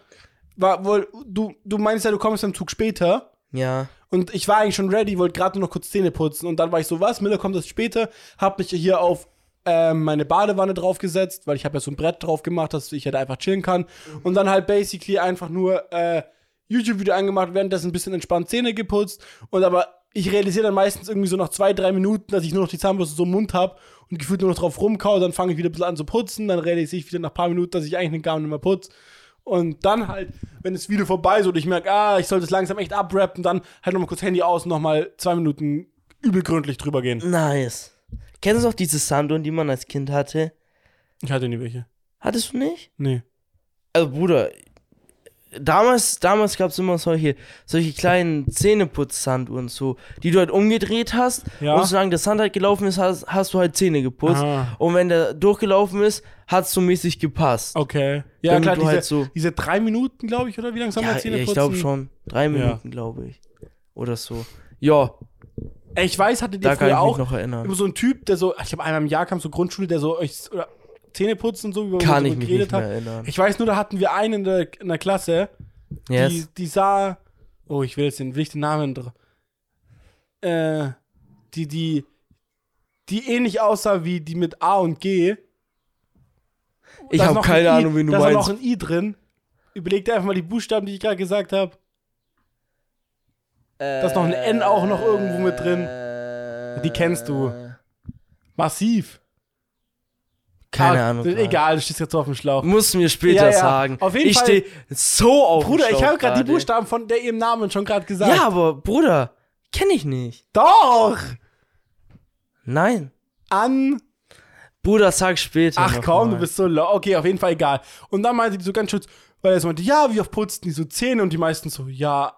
War wohl, du, du meinst ja, du kommst am Zug später. Ja. Und ich war eigentlich schon ready, wollte gerade nur noch kurz Zähne putzen. Und dann war ich so, was, Miller kommt erst später. Hab mich hier auf ähm, meine Badewanne draufgesetzt, weil ich habe ja so ein Brett drauf gemacht, dass ich halt einfach chillen kann. Und dann halt basically einfach nur äh, YouTube-Video angemacht, währenddessen ein bisschen entspannt Zähne geputzt. Und aber ich realisiere dann meistens irgendwie so nach zwei, drei Minuten, dass ich nur noch die Zahnbürste so im Mund habe und gefühlt nur noch drauf rumkau. Dann fange ich wieder ein bisschen an zu putzen. Dann realisiere ich wieder nach ein paar Minuten, dass ich eigentlich den Gaumen nicht mehr putze. Und dann halt, wenn das Video vorbei ist und ich merke, ah, ich sollte es langsam echt abrappen, dann halt nochmal kurz Handy aus und nochmal zwei Minuten übel gründlich drüber gehen. Nice. Kennst du noch diese Sanduhren, die man als Kind hatte? Ich hatte nie welche. Hattest du nicht? Nee. Also Bruder, damals, damals gab es immer solche, solche kleinen Zähneputzsanduhren so, die du halt umgedreht hast Ja. und solange der Sand halt gelaufen ist, hast, hast du halt Zähne geputzt. Aha. Und wenn der durchgelaufen ist, hat's so mäßig gepasst. Okay. Ja, Damit klar, du diese, halt so- diese drei Minuten, glaube ich, oder wie langsam ja, wir Zähne ja, ich putzen? glaube schon. Drei Minuten, glaube ich. Oder so. Ja, Ey, ich weiß, hattet ihr da kann ich früher mich auch noch über erinnern. so einen Typ, der so, ich habe einmal im Jahr kam so Grundschule, der so euch oder Zähne putzen und so, über Kann worüber ich mich geredet nicht mehr hat. erinnern. Ich weiß nur, da hatten wir einen in der, in der Klasse, Yes. Die, die sah. Oh, ich will jetzt den, will ich den Namen. dr- Äh, die, die. Die ähnlich aussah wie die mit A und G. Ich Da ist habe noch keine ein I, Ahnung, wen du da ist auch meinst. noch ein I drin. Überleg dir einfach mal die Buchstaben, die ich gerade gesagt habe. Da ist noch ein N auch noch irgendwo mit drin. Die kennst du. Massiv. Keine Ah, Ahnung. gerade. Egal, du stehst jetzt so auf dem Schlauch. Musst mir später Ja, ja. sagen. Auf jeden ich Fall- stehe so auf. dem Bruder, ich Schlauch habe gerade die Buchstaben von der ihrem Namen schon gerade gesagt. Ja, aber Bruder, kenne ich nicht. Doch! Nein. An Bruder, sag später. Ach noch komm, mal. du bist so low. Okay, auf jeden Fall egal. Und dann meinte die so ganz schutz, weil er so meinte, ja, wie oft putzen die so Zähne? Und die meisten so, ja,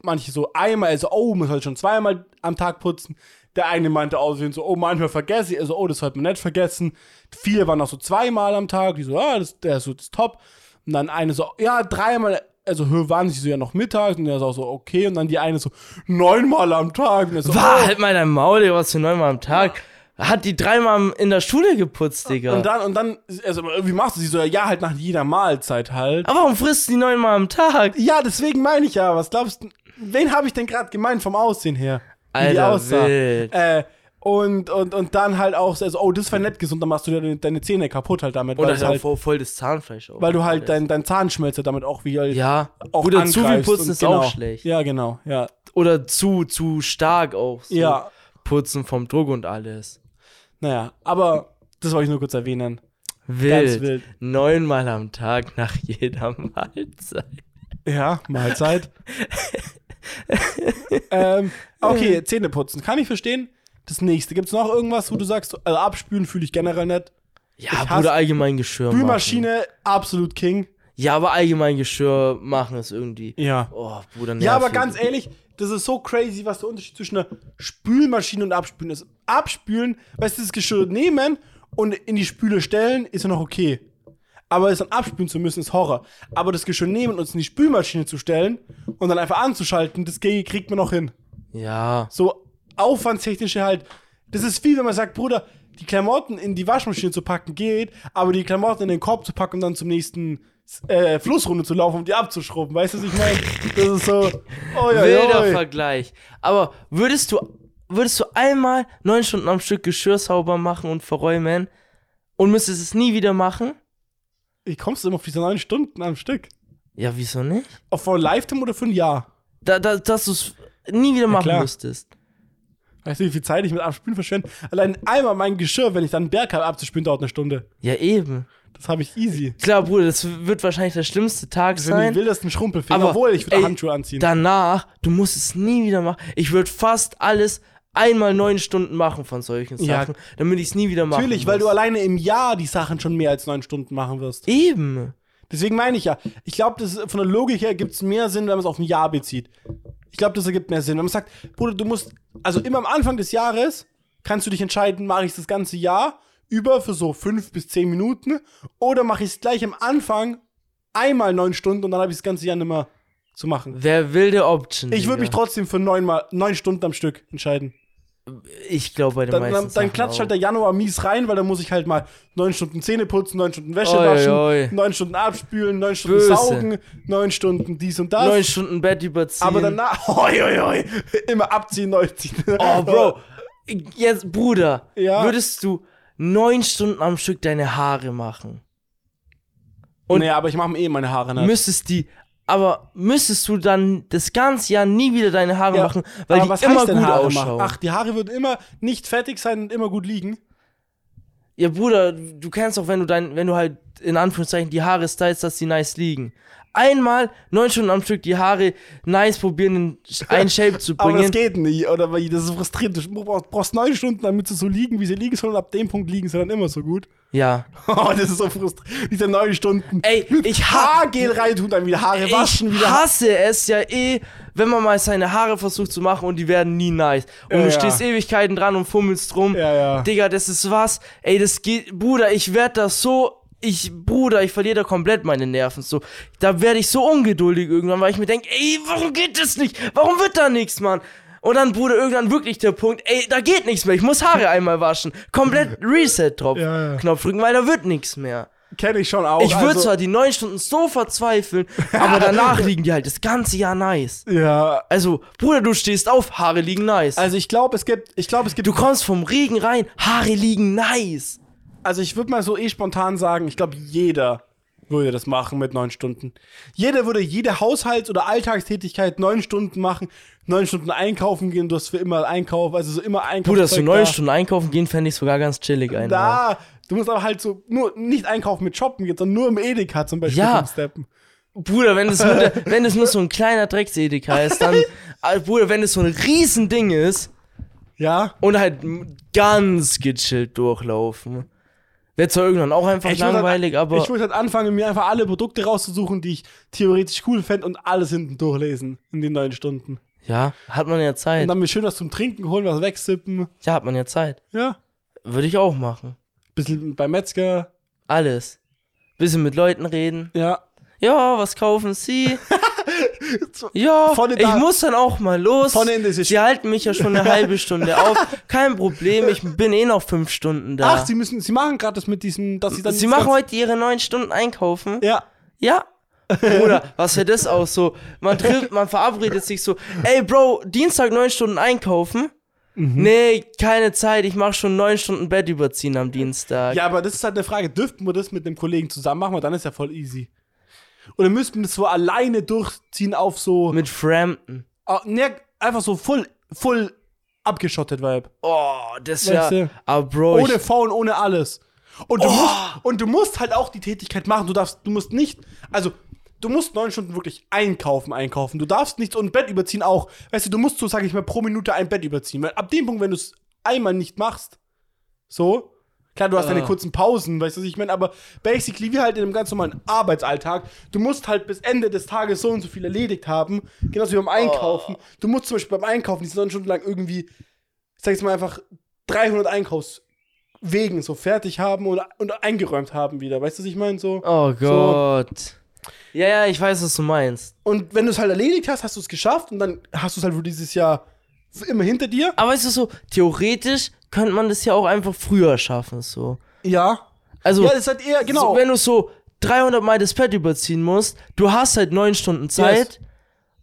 manche so einmal, also, oh, man sollte schon zweimal am Tag putzen. Der eine meinte aussehen so, oh, manchmal vergesse ich, also, oh, das sollte man nicht vergessen. Viele waren auch so zweimal am Tag, die so, ah, das, der ist so, das ist top. Und dann eine so, ja, dreimal, also, hö, waren sie so ja noch mittags. Und der ist auch so, okay. Und dann die eine so, neunmal am Tag. Und der so, War oh. halt mal dein Maul, Digga, was für neunmal am Tag. Hat die dreimal in der Schule geputzt, Digga. Und dann, und dann, also, wie machst du sie so? Ja, halt nach jeder Mahlzeit halt. Aber warum frisst die neunmal am Tag? Ja, deswegen meine ich ja, was glaubst du, wen habe ich denn gerade gemeint vom Aussehen her? Wie die Alter, aussah. wild. Äh, und, und, und dann halt auch, so, also, oh, das war nicht gesund, dann machst du deine, deine Zähne kaputt halt damit, Oder weil, ist du auch halt, voll, voll das Zahnfleisch. auch. weil du halt dein, dein Zahnschmelzer damit auch wie halt Ja, auch oder zu viel angreifst putzen und ist genau. auch schlecht. Ja, genau, ja. Oder zu, zu stark auch. So. Ja, Putzen vom Druck und alles. naja, aber das wollte ich nur kurz erwähnen. Wild. wild. Neunmal am Tag nach jeder Mahlzeit. Ja, Mahlzeit. ähm, okay, Zähne putzen, kann ich verstehen. Das nächste, gibt's noch irgendwas, wo du sagst, also abspülen fühle ich generell nicht. Ja, Ich hasse- Bruder, allgemein Geschirr machen. Spülmaschine, absolut King. Ja, aber allgemein Geschirr machen ist irgendwie. Ja. Oh, Bruder, Ja, aber nervig. ganz ehrlich, das ist so crazy, was der Unterschied zwischen einer Spülmaschine und Abspülen ist. Abspülen, weißt du, das Geschirr nehmen und in die Spüle stellen, ist ja noch okay. Aber es dann abspülen zu müssen, ist Horror. Aber das Geschirr nehmen und es in die Spülmaschine zu stellen und dann einfach anzuschalten, das ge- kriegt man noch hin. Ja. So aufwandstechnische halt. Das ist viel, wenn man sagt, Bruder, die Klamotten in die Waschmaschine zu packen geht, aber die Klamotten in den Korb zu packen und dann zum nächsten äh, Flussrunde zu laufen, um die abzuschrubben. Weißt du, was ich meine? Das ist so. Oh ja, Wilder ja. Vergleich. Aber würdest du, würdest du einmal neun Stunden am Stück Geschirr sauber machen und verräumen und müsstest es nie wieder machen? Wie kommst du immer auf diese neun Stunden am Stück? Ja, wieso nicht? Auf for Lifetime oder für ein Jahr? Da, da, dass du es nie wieder machen klar. müsstest. Weißt du, wie viel Zeit ich mit Abspülen verschwende? Allein einmal mein Geschirr, wenn ich dann einen Berg habe, abzuspülen, dauert eine Stunde. Ja, eben. Das habe ich easy. Klar, Bruder, das wird wahrscheinlich der schlimmste Tag Das sind die sein. wildesten Schrumpelfinger, Aber, obwohl ich ey, würde Handschuhe anziehen. Danach, du musst es nie wieder machen. Ich würde fast alles einmal neun Stunden machen von solchen Ja. Sachen, damit ich es nie wieder machen Natürlich, weil muss. du alleine im Jahr die Sachen schon mehr als neun Stunden machen wirst. Eben. Deswegen meine ich ja, ich glaube, das von der Logik her gibt es mehr Sinn, wenn man es auf ein Jahr bezieht. Ich glaube, das ergibt mehr Sinn. Wenn man sagt, Bruder, du musst, also immer am Anfang des Jahres kannst du dich entscheiden, mache ich das ganze Jahr über für so fünf bis zehn Minuten oder mache ich es gleich am Anfang einmal neun Stunden und dann habe ich das ganze Jahr nicht mehr zu machen. Wer wilde Option. Ich würde mich Digga. trotzdem für neun, mal, neun Stunden am Stück entscheiden. Ich glaube bei den Dann, meisten. dann, dann Sachen klatscht auch. halt der Januar mies rein, weil dann muss ich halt mal neun Stunden Zähne putzen, neun Stunden Wäsche Oi, waschen, oi. neun Stunden abspülen, neun Stunden Böse. saugen, neun Stunden dies und das. neun Stunden Bett überziehen. aber danach, hoi, hoi, hoi, immer abziehen, neu ziehen. Oh, Bro. Jetzt, Bruder, Ja. würdest du neun Stunden am Stück deine Haare machen? Und- Und nee, aber ich mache mir eh meine Haare nass. Müsstest die. Aber müsstest du dann das ganze Jahr nie wieder deine Haare Ja, machen, weil aber die was immer heißt denn gut Haare ausschauen? machen? Ach, die Haare würden immer nicht fertig sein und immer gut liegen. Ja, Bruder, du kennst doch, wenn du dein, wenn du halt in Anführungszeichen die Haare stylst, dass die nice liegen. Einmal neun Stunden am Stück die Haare nice probieren, in einen Shape zu Aber das bringen. geht nicht, oder? Weil das ist frustrierend. Du brauchst brauchst neun Stunden, damit sie so liegen, wie sie liegen sollen. Und ab dem Punkt liegen sie dann immer so gut. Ja. Oh, das ist so frustrierend. Diese neun Stunden. Ey, ich ha Haargel reintun, dann wieder Haare waschen, ich wieder hasse es ja eh, wenn man mal seine Haare versucht zu machen und die werden nie nice. Und Ja, du ja. stehst Ewigkeiten dran und fummelst rum. Ja, ja. Digga, das ist was. Ey, das geht. Bruder, ich werd das so. Ich, Bruder, ich verliere da komplett meine Nerven. So, da werde ich so ungeduldig irgendwann, weil ich mir denke, ey, warum geht das nicht? Warum wird da nichts, Mann? Und dann, Bruder, irgendwann wirklich der Punkt, ey, da geht nichts mehr. Ich muss Haare einmal waschen. Komplett Reset-Tropf. Ja, ja. Knopf drücken, weil da wird nichts mehr. Kenne ich schon auch. Ich würde also- zwar die neun Stunden so verzweifeln, aber danach liegen die halt das ganze Jahr nice. Ja. Also, Bruder, du stehst auf, Haare liegen nice. Also ich glaube, es gibt, ich glaube, es gibt, du kommst vom Regen rein, Haare liegen nice. also ich würde mal so eh spontan sagen, ich glaube, jeder würde das machen mit neun Stunden. Jeder würde jede Haushalts- oder Alltagstätigkeit neun Stunden machen, neun Stunden einkaufen gehen, du hast für immer Einkauf, also so immer Einkauf. Bruder, dass wir Zeug neun da. Stunden einkaufen gehen, fände ich sogar ganz chillig einmal. Da, du musst aber halt so, nur nicht einkaufen mit Shoppen geht, sondern nur im Edeka zum Beispiel Ja. fünf Steppen. Bruder, wenn das, nur der, wenn das nur so ein kleiner Drecksedeka ist, dann. Äh, Bruder, wenn das so ein Riesending ist, Ja. Und halt m- ganz gechillt durchlaufen. Wäre zwar irgendwann auch einfach Ich muss langweilig, halt, aber Ich muss halt anfangen, mir einfach alle Produkte rauszusuchen, die ich theoretisch cool fände und alles hinten durchlesen in den neun Stunden. ja, hat man ja Und Zeit. dann mir schön was zum Trinken holen, was wegsippen. Ja, hat man ja Zeit. Ja. Würde ich auch machen. Bisschen beim Metzger. Alles. Bisschen mit Leuten reden. Ja. Ja, was kaufen Sie? Ja, Vorne ich da- muss dann auch mal los. Vorne in diese Sie halten mich ja schon eine halbe Stunde auf. Kein Problem, ich bin eh noch fünf Stunden da. Ach, sie müssen, sie machen gerade das mit diesem, dass sie dann. Sie dieses machen ganze- heute ihre neun Stunden einkaufen. Ja. Ja. Bruder, was wäre das auch so? Man trifft, man verabredet sich so, ey Bro, Dienstag neun Stunden einkaufen? Mhm. Nee, keine Zeit, ich mach schon neun Stunden Bett überziehen am Dienstag. Ja, aber das ist halt eine Frage. Dürften wir das mit einem Kollegen zusammen machen? Weil dann ist ja voll easy. Oder müssten wir das so alleine durchziehen auf so. Mit Frampton. Ah, ne, einfach so voll, voll abgeschottet, Vibe. Oh, das Weißt ja. du? Aber Bro, Ohne ich, Phone, ohne alles. Und du, musst, und du musst halt auch die Tätigkeit machen. Du darfst, du musst nicht, also du musst neun Stunden wirklich einkaufen, einkaufen. Du darfst nichts und Bett überziehen auch. Weißt du, du musst so, sag ich mal, pro Minute ein Bett überziehen. Weil ab dem Punkt, wenn du es einmal nicht machst, so, klar, du hast deine Ah. kurzen Pausen, weißt du, was ich meine, aber basically wie halt in einem ganz normalen Arbeitsalltag, du musst halt bis Ende des Tages so und so viel erledigt haben. Genauso wie beim Einkaufen. Du musst zum Beispiel beim Einkaufen die neun Stunden lang irgendwie ich sag jetzt mal einfach 300 Einkaufswegen so fertig haben und, und eingeräumt haben wieder. Weißt du, was ich meine? So. oh Gott. Ja, ja, ich weiß, was du meinst. Und wenn du es halt erledigt hast, hast du es geschafft und dann hast du es halt wohl dieses Jahr f- immer hinter dir. Aber weißt du so, theoretisch könnte man das ja auch einfach früher schaffen, so. Ja. Also, Ja, das ist halt eher, genau. so, wenn du so 300 Mal das Pad überziehen musst, du hast halt neun Stunden Zeit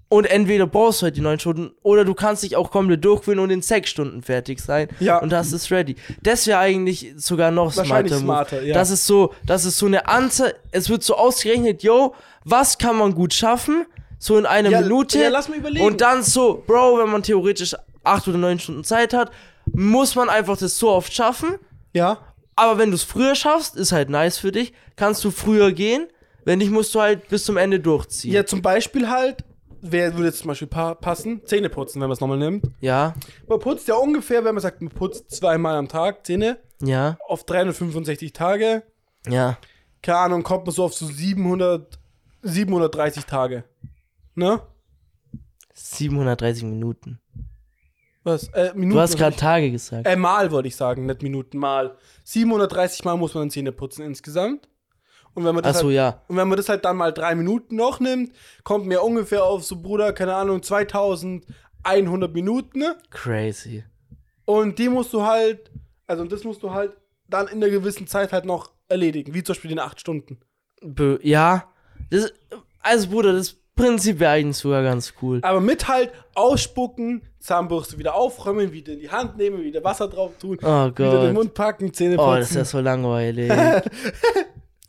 und entweder brauchst du halt die neun Stunden oder du kannst dich auch komplett durchquälen und in sechs Stunden fertig sein Ja. und hast es ready. Das wäre eigentlich sogar noch Wahrscheinlich smarter. smarter, Move. ja. Das ist so, das ist so eine Anzahl, es wird so ausgerechnet, yo, was kann man gut schaffen? So in einer Ja, Minute. ja, lass mal überlegen. Und dann so, Bro, wenn man theoretisch acht oder neun Stunden Zeit hat, muss man einfach das so oft schaffen. ja. Aber wenn du es früher schaffst, ist halt nice für dich. Kannst du früher gehen. Wenn nicht, musst du halt bis zum Ende durchziehen. Ja, zum Beispiel halt, wer würde jetzt zum Beispiel pa passen? Zähne putzen, wenn man es nochmal nimmt. Ja, Man putzt ja ungefähr, wenn man sagt, man putzt zweimal am Tag Zähne ja, auf 365 Tage. ja. Keine Ahnung, kommt man so auf so 700, 730 Tage. Ne? 730 Minuten. Was? Äh, Minuten Du hast was gerade Tage gesagt. Äh, Mal wollte ich sagen, nicht Minuten, Mal. 730 Mal muss man dann Zähne putzen insgesamt. Und wenn man das, Achso, halt, ja. und wenn man das halt dann mal drei Minuten noch nimmt, kommt mir ungefähr auf so, Bruder, keine Ahnung, 2100 Minuten. ne? Crazy. Und die musst du halt, also das musst du halt dann in einer gewissen Zeit halt noch erledigen, wie zum Beispiel den acht Stunden. Bö ja. Das, also, Bruder, das Prinzip wäre eigentlich sogar ganz cool. Aber mit halt ausspucken, Zahnbürste wieder aufräumen, wieder in die Hand nehmen, wieder Wasser drauf tun, Oh wieder Gott. den Mund packen, Zähne putzen. Oh, das ist ja so langweilig.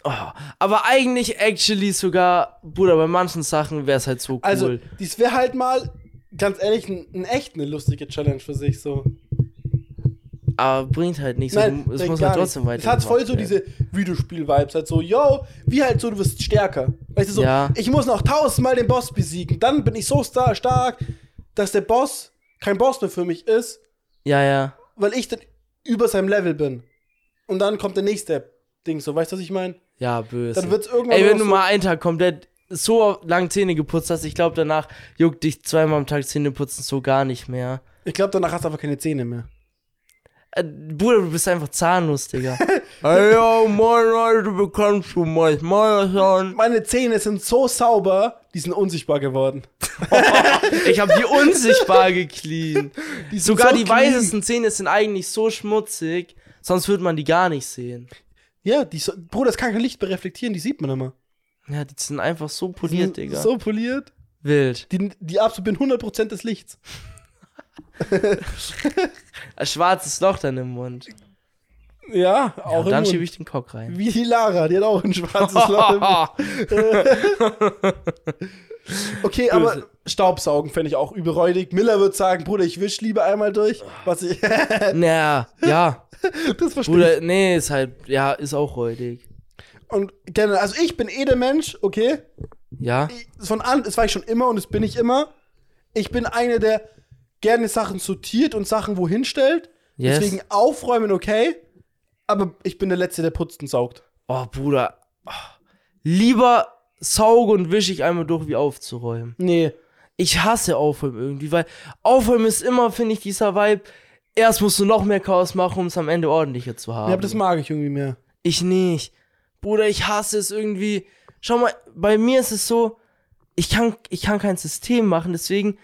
oh, aber eigentlich, actually, sogar, Bruder, bei manchen Sachen wäre es halt so cool. Also, dies wäre halt mal, ganz ehrlich, n- n- echt eine lustige Challenge für sich so. aber bringt halt nichts. Nein, es denk muss gar halt nicht. trotzdem weiter. Es hat voll so diese Videospiel-Vibes, halt so, yo, wie halt so, du wirst stärker. Weißt du, so, Ja. ich muss noch tausendmal den Boss besiegen, dann bin ich so star stark, dass der Boss kein Boss mehr für mich ist, Ja, ja. weil ich dann über seinem Level bin. Und dann kommt der nächste Ding, so, weißt du, was ich meine? Ja, böse. Dann wird's irgendwann Ey, nur wenn noch du so- mal einen Tag komplett so lang Zähne geputzt hast, ich glaube, danach juckt dich zweimal am Tag Zähne putzen so gar nicht mehr. Ich glaube, danach hast du einfach keine Zähne mehr. Äh, Bruder, du bist einfach zahnlos, Digga. hey, yo, moin Leute, bekommst du mein Meierson? Meine Zähne sind so sauber, die sind unsichtbar geworden. Ich habe die unsichtbar geclean. Die sind Sogar so die clean. weißesten Zähne sind eigentlich so schmutzig, sonst würde man die gar nicht sehen. Ja, die so, Bruder, das kann kein Licht mehr reflektieren, die sieht man immer. Ja, die sind einfach so poliert, Digga. So poliert. Wild. Die, die absorbieren 100% des Lichts. Ein schwarzes Loch dann im Mund. Ja, Ja, auch und dann im schiebe Mund. ich den Kock rein. Wie die Lara, die hat auch ein schwarzes Loch. im Mund. Okay, aber Staubsaugen fände ich auch überräudig. Miller würde sagen, Bruder, ich wisch lieber einmal durch. Was ich, Naja, ja. das verstehe ich. Bruder, nee, ist halt, ja, ist auch räudig. Und gerne, also ich bin eh der Mensch, okay? Ja? Ich- Von an, das war ich schon immer und das bin ich immer. Ich bin einer, der gerne Sachen sortiert und Sachen wohin stellt. Yes. Deswegen aufräumen okay, aber ich bin der Letzte, der putzt und saugt. Oh, Bruder. Oh. Lieber sauge und wische ich einmal durch, wie aufzuräumen. Nee. Ich hasse Aufräumen irgendwie, weil Aufräumen ist immer, finde ich, dieser Vibe. Erst musst du noch mehr Chaos machen, um es am Ende ordentlicher zu haben. Ja, aber das mag ich irgendwie mehr. Ich nicht. Bruder, ich hasse es irgendwie. Schau mal, bei mir ist es so, ich kann, ich kann kein System machen, deswegen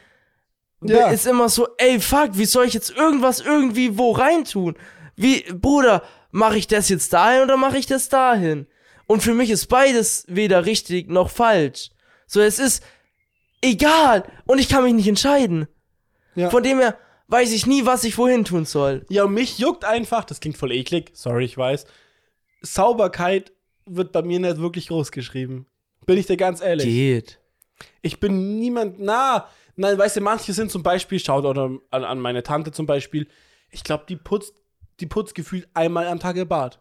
Ja. ist immer so, ey, fuck, wie soll ich jetzt irgendwas irgendwie wo reintun? Wie, Bruder, mache ich das jetzt dahin oder mache ich das dahin? Und für mich ist beides weder richtig noch falsch. So, es ist egal und ich kann mich nicht entscheiden. Ja. Von dem her weiß ich nie, was ich wohin tun soll. Ja, und mich juckt einfach, das klingt voll eklig, sorry, ich weiß. Sauberkeit wird bei mir nicht wirklich groß geschrieben. Bin ich dir ganz ehrlich. Geht. Ich bin niemand, na, nein, weißt du, manche sind zum Beispiel, schaut auch an, an meine Tante zum Beispiel, ich glaube, die putzt, die putzt gefühlt einmal am Tag ihr Bad.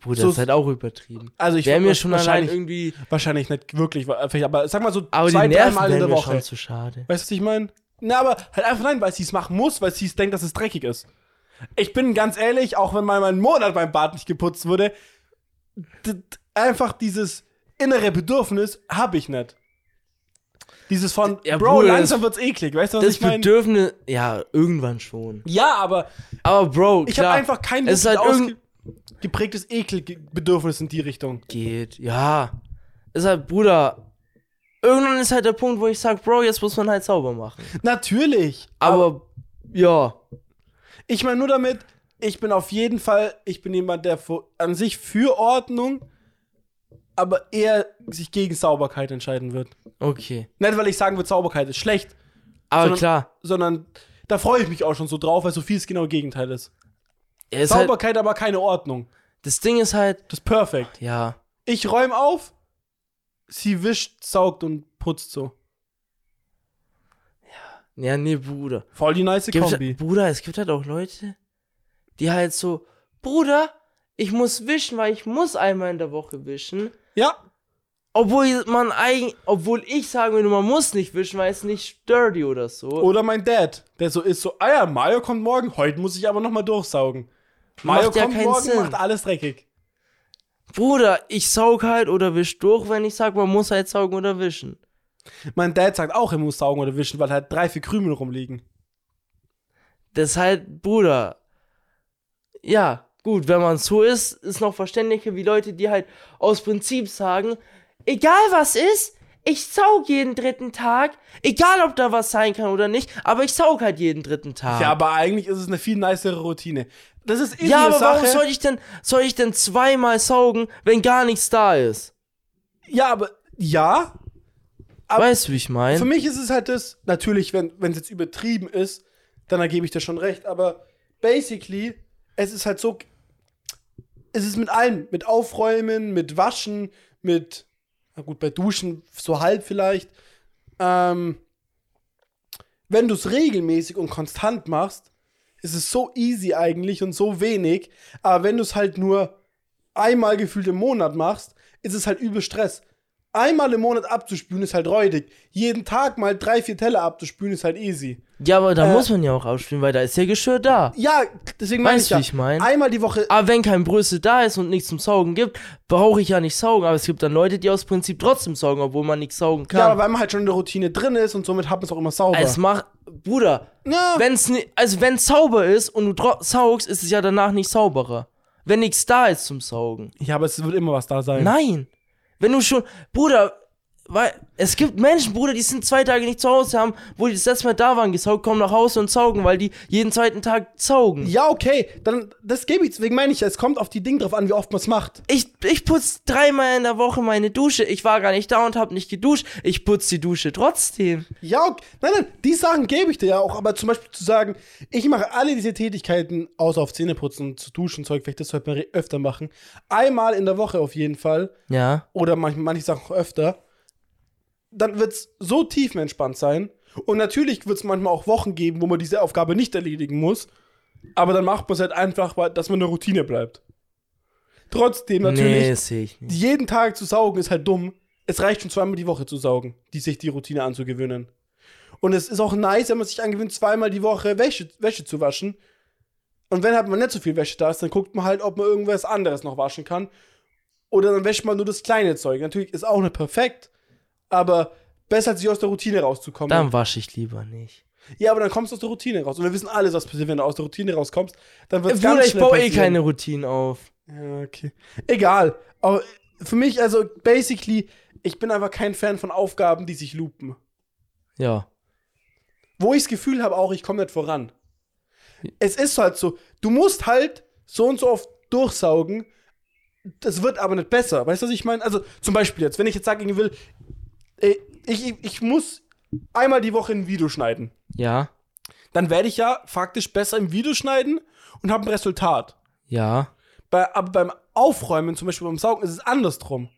Bruder, So- das ist halt auch übertrieben. Also ich Wäre mir schon allein wahrscheinlich, irgendwie. wahrscheinlich nicht wirklich, wa- vielleicht, aber sag mal so Aber zwei, die Nerven dreimal in wären der mir Woche. schon zu schade. Weißt du, was ich meine? Na, aber halt einfach nein, weil sie es machen muss, weil sie es denkt, dass es dreckig ist. Ich bin ganz ehrlich, auch wenn mal mein Monat mein Bad nicht geputzt wurde, d- d- einfach dieses innere Bedürfnis habe ich nicht. Dieses von, Ja, Bro, Bruder, langsam wird's eklig, weißt du, was Das Also ich meine? Bedürfnis, ja, irgendwann schon. Ja, aber Aber Bro, ich habe klar, einfach kein es ist halt irgend geprägtes Ekelbedürfnis in die Richtung. geht. Ja, ist halt Bruder. Irgendwann ist halt der Punkt, wo ich sage, Bro, jetzt muss man halt sauber machen. Natürlich. Aber, ja, Ich meine nur damit, ich bin auf jeden Fall, ich bin jemand, der vor, an sich für Ordnung, aber eher sich gegen Sauberkeit entscheiden wird. okay. Nicht, weil ich sagen würde, Sauberkeit ist schlecht, Aber Sondern- klar, sondern da freue ich mich auch schon so drauf, weil so viel das genau Gegenteil ist. er ist halt, Sauberkeit, aber keine Ordnung. das Ding ist halt, Das ist perfekt. ja, Ich räume auf, sie wischt, saugt und putzt so. ja, nee, Bruder. Voll die nice Gibt's- Kombi. Bruder, es gibt halt auch Leute, die halt so, Bruder, ich muss wischen, weil ich muss einmal in der Woche wischen. Ja, Obwohl man eigentlich, obwohl ich sagen würde, man muss nicht wischen, weil es nicht sturdy oder so. oder mein Dad, der so ist so, ah ja, Mario kommt morgen, heute muss ich aber nochmal durchsaugen. Mario ja kommt keinen morgen, Sinn. macht alles dreckig. Bruder, ich saug halt oder wisch durch, wenn ich sag, man muss halt saugen oder wischen. Mein Dad sagt auch, er muss saugen oder wischen, weil halt drei, vier Krümel rumliegen. Das ist halt, Bruder. Ja, gut, wenn man so ist, ist noch verständlicher wie Leute, die halt aus Prinzip sagen, egal was ist, ich saug jeden dritten Tag, egal ob da was sein kann oder nicht, aber ich saug halt jeden dritten Tag. Ja, aber eigentlich ist es eine viel nicere Routine. Das ist in Ja, eine aber warum Sache. soll ich denn, soll ich denn zweimal saugen, wenn gar nichts da ist? ja, aber ja. Aber- weißt du, wie ich Für meine? mich ist es halt das, natürlich, wenn es jetzt übertrieben ist, dann ergebe ich dir schon recht. Aber basically, es ist halt so, es ist mit allem, mit Aufräumen, mit Waschen, mit, na gut, bei Duschen so halb vielleicht. Ähm, wenn du es regelmäßig und konstant machst, ist es so easy eigentlich und so wenig. Aber wenn du es halt nur einmal gefühlt im Monat machst, ist es halt übel Stress. Einmal im Monat abzuspülen ist halt räudig. Jeden Tag mal drei, vier Teller abzuspülen ist halt easy. Ja, aber da äh, muss man ja auch aufspielen, weil da ist ja Geschirr da. Ja, deswegen meine Weißt ich du, ja. wie ich mein? Ah, Einmal die Woche. Aber wenn kein Brösel da ist und nichts zum Saugen gibt, brauche ich ja nicht saugen. Aber es gibt dann Leute, die aus Prinzip trotzdem saugen, obwohl man nichts saugen Ja, aber kann. weil man halt schon in der Routine drin ist und somit hat man es auch immer sauber. es macht, Bruder, ja, wenn's ni also wenn sauber ist und du dro- saugst, ist es ja danach nicht sauberer. Wenn nichts da ist zum Saugen. ja, aber es wird immer was da sein. Nein. Wenn du schon, Bruder, weil es gibt Menschen, Bruder, die sind zwei Tage nicht zu Hause haben, wo die das letzte Mal da waren, gesaugt, kommen nach Hause und saugen, weil die jeden zweiten Tag saugen. Ja, okay, dann das gebe ich. Deswegen meine ich ja, es kommt auf die Dinge drauf an, wie oft man es macht. Ich, ich putze dreimal in der Woche meine Dusche. Ich war gar nicht da und habe nicht geduscht. Ich putze die Dusche trotzdem. Ja, okay. nein, nein, die Sachen gebe ich dir ja auch, aber zum Beispiel zu sagen, ich mache alle diese Tätigkeiten, außer auf Zähneputzen, zu duschen, Zeug, vielleicht das sollte man re- öfter machen. Einmal in der Woche auf jeden Fall Ja. oder manch, manche Sachen auch öfter, dann wird es so tiefenentspannt sein. Und natürlich wird es manchmal auch Wochen geben, wo man diese Aufgabe nicht erledigen muss, aber dann macht man es halt einfach, weil, dass man in der Routine bleibt. Trotzdem natürlich, Nee, sehe ich nicht. jeden Tag zu saugen ist halt dumm. Es reicht schon zweimal die Woche zu saugen, die sich die Routine anzugewöhnen. Und es ist auch nice, wenn man sich angewöhnt, zweimal die Woche Wäsche, Wäsche zu waschen. Und wenn halt mal nicht so viel Wäsche da ist, dann guckt man halt, ob man irgendwas anderes noch waschen kann. Oder dann wäscht man nur das kleine Zeug. Natürlich ist auch nicht perfekt, aber besser als sich aus der Routine rauszukommen. Dann wasche ich lieber nicht. Ja, aber dann kommst du aus der Routine raus. Und wir wissen alles, was passiert, wenn du aus der Routine rauskommst. Dann wird es Bruder, ganz ich schnell baue eh passieren. keine Routinen auf. Ja, okay. Egal. Aber für mich, also basically, ich bin einfach kein Fan von Aufgaben, die sich loopen. Ja. Wo ich das Gefühl habe, auch ich komme nicht voran. Es ist halt so, du musst halt so und so oft durchsaugen. Das wird aber nicht besser. Weißt du, was ich meine? Also zum Beispiel jetzt, wenn ich jetzt sagen will, äh, ich, ich, ich muss einmal die Woche ein Video schneiden. Ja. Dann werde ich ja faktisch besser im Video schneiden und habe ein Resultat. Ja. Bei, aber beim Aufräumen, zum Beispiel beim Saugen, ist es andersrum.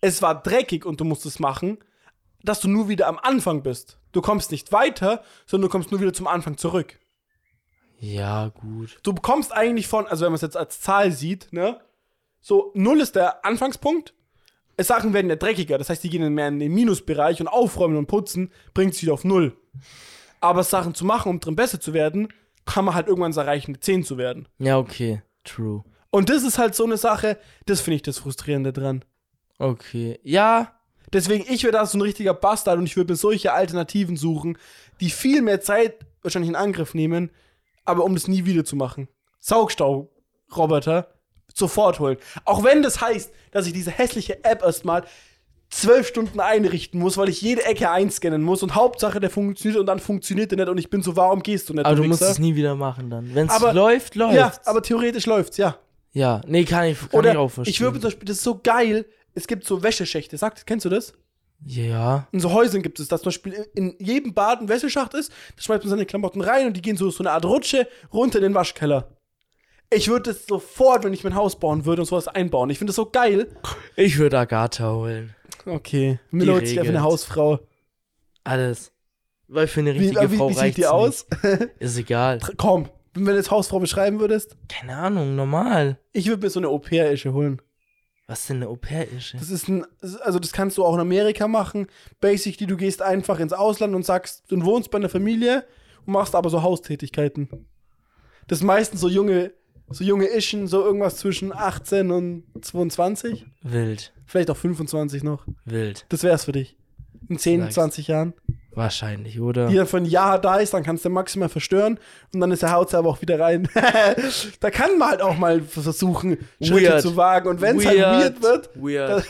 Es war dreckig und du musst es machen, dass du nur wieder am Anfang bist. Du kommst nicht weiter, sondern du kommst nur wieder zum Anfang zurück. Ja, gut. Du bekommst eigentlich von, also wenn man es jetzt als Zahl sieht, ne? So, null ist der Anfangspunkt. Es Sachen werden ja dreckiger, das heißt, die gehen dann mehr in den Minusbereich und aufräumen und putzen bringt es wieder auf null. Aber Sachen zu machen, um drin besser zu werden, kann man halt irgendwann erreichen, eine 10 zu werden. Ja, okay. True. Und das ist halt so eine Sache, das finde ich das Frustrierende dran. Okay. Ja. Deswegen, ich wäre da so ein richtiger Bastard und ich würde mir solche Alternativen suchen, die viel mehr Zeit wahrscheinlich in Angriff nehmen, aber um das nie wieder zu machen. Saugstauroboter sofort holen. Auch wenn das heißt, dass ich diese hässliche App erstmal zwölf Stunden einrichten muss, weil ich jede Ecke einscannen muss und Hauptsache der funktioniert und dann funktioniert der nicht und ich bin so, warum gehst du nicht? Aber du musst Wichser? es nie wieder machen dann. Wenn es Aber- läuft, läuft. Ja, aber theoretisch läuft's, ja. ja. Nee, kann ich, kann ich Oder auch ich, verstehen. würde zum Beispiel, das ist so geil, es gibt so Wäscheschächte, sagt, kennst du das? Ja. In so Häusern gibt es das, zum Beispiel in jedem Bad ein Wäscheschacht ist, da schmeißt man seine Klamotten rein und die gehen so, so eine Art Rutsche runter in den Waschkeller. Ich würde das sofort, wenn ich mein Haus bauen würde und sowas einbauen. Ich finde das so geil. Ich würde Agatha holen. Okay. Milo ist einfach regelt. eine Hausfrau. Alles. Weil für eine Wie, richtige wie, Frau wie sieht reicht's die aus? Nicht. Ist egal. Tr- Komm, wenn du jetzt Hausfrau beschreiben würdest, Keine Ahnung, normal. ich würde mir so eine Au-pair-Ische holen. Was denn eine Au-pair-Ische? Das ist ein, also das kannst du auch in Amerika machen. Basically, du gehst einfach ins Ausland und sagst, du wohnst bei einer Familie und machst aber so Haustätigkeiten. Das sind meistens so junge, so junge Ischen, so irgendwas zwischen 18 und 22, Wild. vielleicht auch 25 noch. Wild. Das wär's für dich. In 10, Nice. 20 Jahren. Wahrscheinlich, oder? Die dann für ein Jahr da ist, dann kannst du maximal verstören und dann ist der Hautzer aber auch wieder rein. da kann man halt auch mal versuchen, Schritte Weird. zu wagen. Und wenn es halt weird wird, Weird.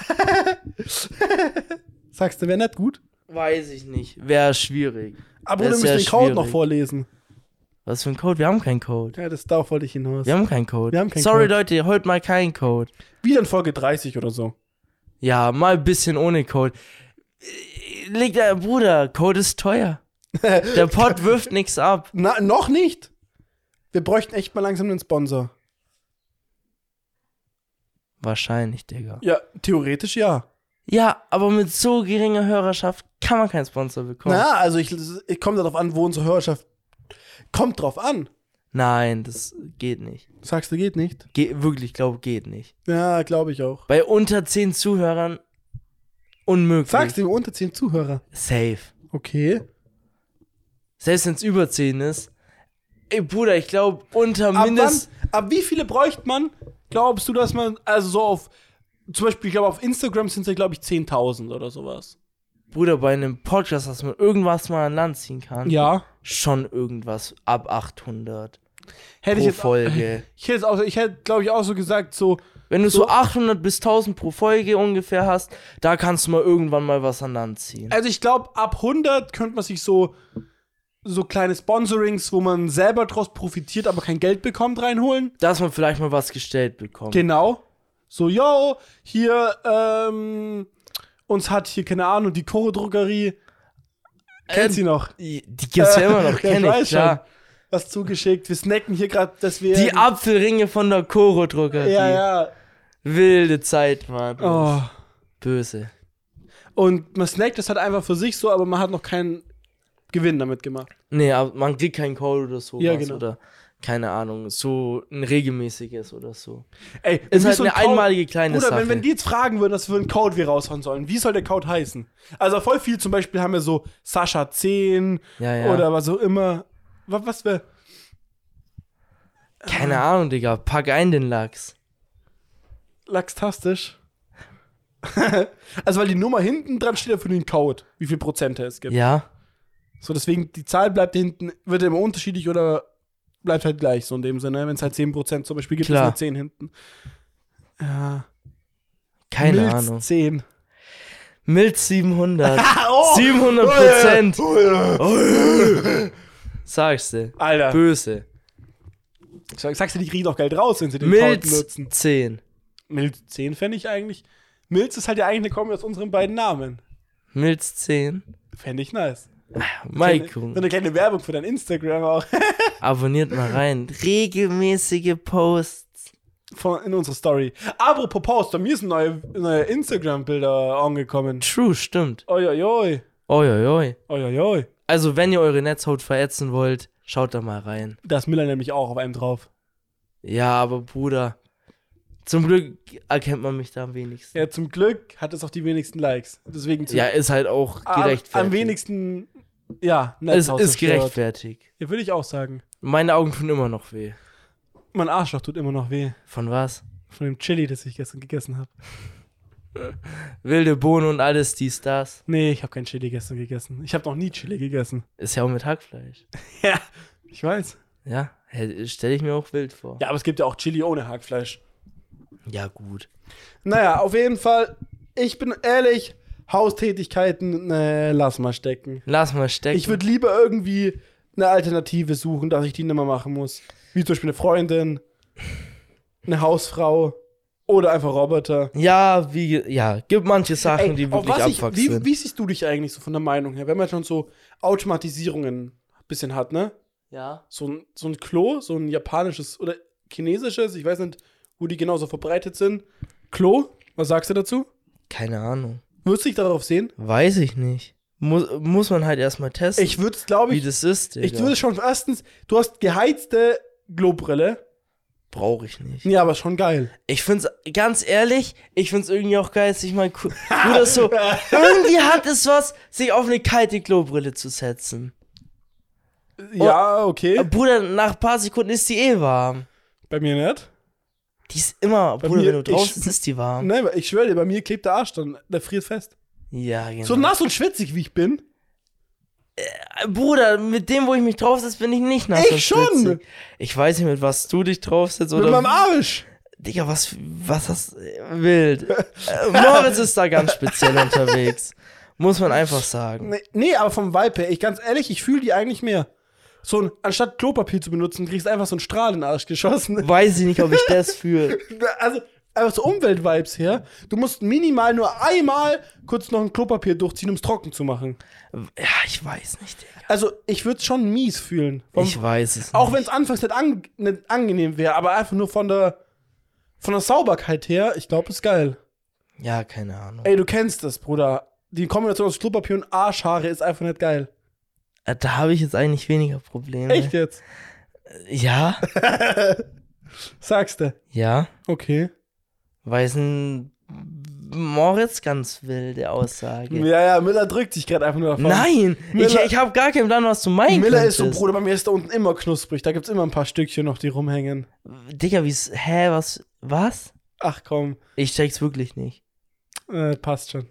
sagst du, wär nicht gut. Weiß ich nicht. Wäre schwierig. Aber Das du ist müsst ja den Code noch schwierig. vorlesen. Was für ein Code? Wir haben keinen Code. Ja, das darauf wollte ich hinaus. Wir haben keinen Code. Wir haben keinen Sorry, Code. Leute, holt mal keinen Code. Wieder in Folge 30 oder so. Ja, mal ein bisschen ohne Code. Leg da, Bruder, Code ist teuer. Der Pod wirft nichts ab. Na, noch nicht? Wir bräuchten echt mal langsam einen Sponsor. Wahrscheinlich, Digga. Ja, theoretisch ja. Ja, aber mit so geringer Hörerschaft kann man keinen Sponsor bekommen. Na, also ich, ich komme darauf an, wo unsere Hörerschaft kommt drauf an. Nein, das geht nicht. Sagst du, geht nicht? Ge wirklich, glaube, geht nicht. Ja, glaube ich auch. Bei unter 10 Zuhörern unmöglich. Sagst du, unter 10 Zuhörer. Safe. Okay. Selbst wenn es über 10 ist. Ey, Bruder, ich glaube, unter Ab, mindestens. wann, ab wie viele bräuchte man? Glaubst du, dass man, also so auf, zum Beispiel, ich glaube, auf Instagram sind es ja, glaube ich, 10.000 oder sowas. Bruder, bei einem Podcast, dass man irgendwas mal an Land ziehen kann. Ja. Schon irgendwas ab 800 Hätte pro ich jetzt, Folge. ich hätte, jetzt auch- ich hätte glaube ich, auch so gesagt, so, Wenn du so 800 bis 1000 pro Folge ungefähr hast, da kannst du mal irgendwann mal was an Land ziehen. Also ich glaube, ab 100 könnte man sich so so kleine Sponsorings, wo man selber draus profitiert, aber kein Geld bekommt, reinholen. Dass man vielleicht mal was gestellt bekommt. Genau. So, yo, hier, ähm, uns hat hier, keine Ahnung, die Choro-Drogerie, kennt Ähm, sie noch, Die, die gibt's ja immer Ja, noch, ich kenn ich, weiß klar. was zugeschickt. Wir snacken hier gerade, dass wir... Die Apfelringe von der Koro-Druckerie. Ja, ja. Wilde Zeit, Mann. Oh. Böse. Und man snackt das halt einfach für sich so, aber man hat noch keinen Gewinn damit gemacht. Nee, aber man kriegt keinen Call oder so. Ja, genau. Oder keine Ahnung, so ein regelmäßiges oder so. Ey, wenn Ist wir halt so eine einen Code- einmalige kleine Bruder, Sache. wenn, wenn die jetzt fragen würden, was für einen Code wir raushauen sollen, wie soll der Code heißen? Also voll viel zum Beispiel haben wir so Sascha 10 Ja, ja. oder was auch immer. Was, was wäre. keine Ahnung, Digga, pack ein den Lachs. Laxtastisch. also, weil die Nummer hinten dran steht ja für den Code, wie viel Prozente es gibt. Ja, So, deswegen, die Zahl bleibt hinten, wird immer unterschiedlich oder bleibt halt gleich, so in dem Sinne. Wenn es halt 10% zum Beispiel gibt, ist Klar. eine 10 hinten. Ja. keine Milz Ahnung. 10. Milz 700. Oh! 700 Prozent. Sagst du. Alter. Böse. Sag- Sagst du, die kriegen doch Geld raus, wenn sie den Code Milz nutzen. 10. Milz 10 fände ich eigentlich. Milz ist halt ja eigentlich eine Kombi aus unseren beiden Namen. Milz 10. Fände ich nice. Maikun. So eine kleine Werbung für dein Instagram auch. Abonniert mal rein. Regelmäßige Posts. Von, in unsere Story. Apropos Post, bei mir sind neue, neue Instagram-Bilder angekommen. True, stimmt. Oi, Oi. Oi, Also, wenn ihr eure Netzhaut verätzen wollt, schaut da mal rein. Da ist Miller nämlich auch auf einem drauf. Ja, aber Bruder. Zum Glück erkennt man mich da am wenigsten. Ja, zum Glück hat es auch die wenigsten Likes. Deswegen zu- Ja, ist halt auch Ah, am, gerechtfertigt. am wenigsten, ja, Es Netzhaus ist zerstört. gerechtfertigt. Ja, würde ich auch sagen. Meine Augen tun immer noch weh. Mein Arschloch tut immer noch weh. Von was? Von dem Chili, das ich gestern gegessen habe. Wilde Bohnen und alles, dies, das. Nee, ich habe kein Chili gestern gegessen. Ich habe noch nie Chili gegessen. Ist ja auch mit Hackfleisch. Ja, ich weiß. Ja, stelle ich mir auch wild vor. Ja, aber es gibt ja auch Chili ohne Hackfleisch. Ja, gut. Naja, auf jeden Fall, ich bin ehrlich, Haustätigkeiten, ne, lass mal stecken. Lass mal stecken. Ich würde lieber irgendwie eine Alternative suchen, dass ich die nicht mehr machen muss. Wie zum Beispiel eine Freundin, eine Hausfrau oder einfach Roboter. ja, wie, ge- ja, gibt manche Sachen, Ey, die auf wirklich was ich, abfuck wie, sind. wie siehst du dich eigentlich so von der Meinung her, wenn man schon so Automatisierungen ein bisschen hat, ne? ja. So ein, so ein Klo, so ein japanisches oder chinesisches, ich weiß nicht, wo die genauso verbreitet sind. Klo, was sagst du dazu? Keine Ahnung. Würdest du dich darauf sehen? Weiß ich nicht. Muss, muss man halt erstmal testen, Ich würde es, glaube wie ich, das ist. ich Digga. würde schon erstens, du hast geheizte Globrille. Brauche ich nicht. Ja, aber schon geil. Ich find's, ganz ehrlich, ich find's irgendwie auch geil, sich mal cool. Bruder, so, irgendwie hat es was, sich auf eine kalte Klobrille zu setzen. Ja, okay. Bruder, nach ein paar Sekunden ist die eh warm. Bei mir nicht. Die ist immer, Bei Bruder, mir- wenn du draußen ich- bist, ist die warm. Nein, weil ich schwöre dir, bei mir klebt der Arsch dann, der friert fest. Ja, genau. So nass und schwitzig, wie ich bin. Bruder, mit dem, wo ich mich draufsetze, bin ich nicht nass. Ich und schon. schwitzig. Ich weiß nicht, mit was du dich draufsetzt Mit meinem oder. Arsch. Digga, was, was das wild. Äh, Moritz ist da ganz speziell unterwegs. Muss man einfach sagen. Nee, nee, aber vom Vibe her, ich ganz ehrlich, ich fühle die eigentlich mehr. So ein, anstatt Klopapier zu benutzen, kriegst du einfach so einen Strahl in den Arsch geschossen. Weiß ich nicht, ob ich das fühle. Also, einfach so Umweltvibes her. Du musst minimal nur einmal kurz noch ein Klopapier durchziehen, um es trocken zu machen. Ja, ich weiß nicht, Digga. Also, ich würde es schon mies fühlen. Vom, Ich weiß es Auch nicht. wenn es anfangs nicht, an, nicht angenehm wäre, aber einfach nur von der, von der Sauberkeit her, ich glaube, ist geil. Ja, keine Ahnung. Ey, du kennst das, Bruder. Die Kombination aus Klopapier und Arschhaare ist einfach nicht geil. Äh, Da habe ich jetzt eigentlich weniger Probleme. Echt jetzt? Ja, Sagst du. ja. Okay. Weiß ein Moritz ganz wilde Aussage. Ja, ja, Miller drückt sich gerade einfach nur davon. Nein, ich, Miller- ich habe gar keinen Plan, was du meinst. Miller ist so, Bruder, bei mir ist da unten immer knusprig. Da gibt's immer ein paar Stückchen noch, die rumhängen. Digga, wie's, hä, was, was? Ach komm, Ich check's wirklich nicht. äh, passt schon.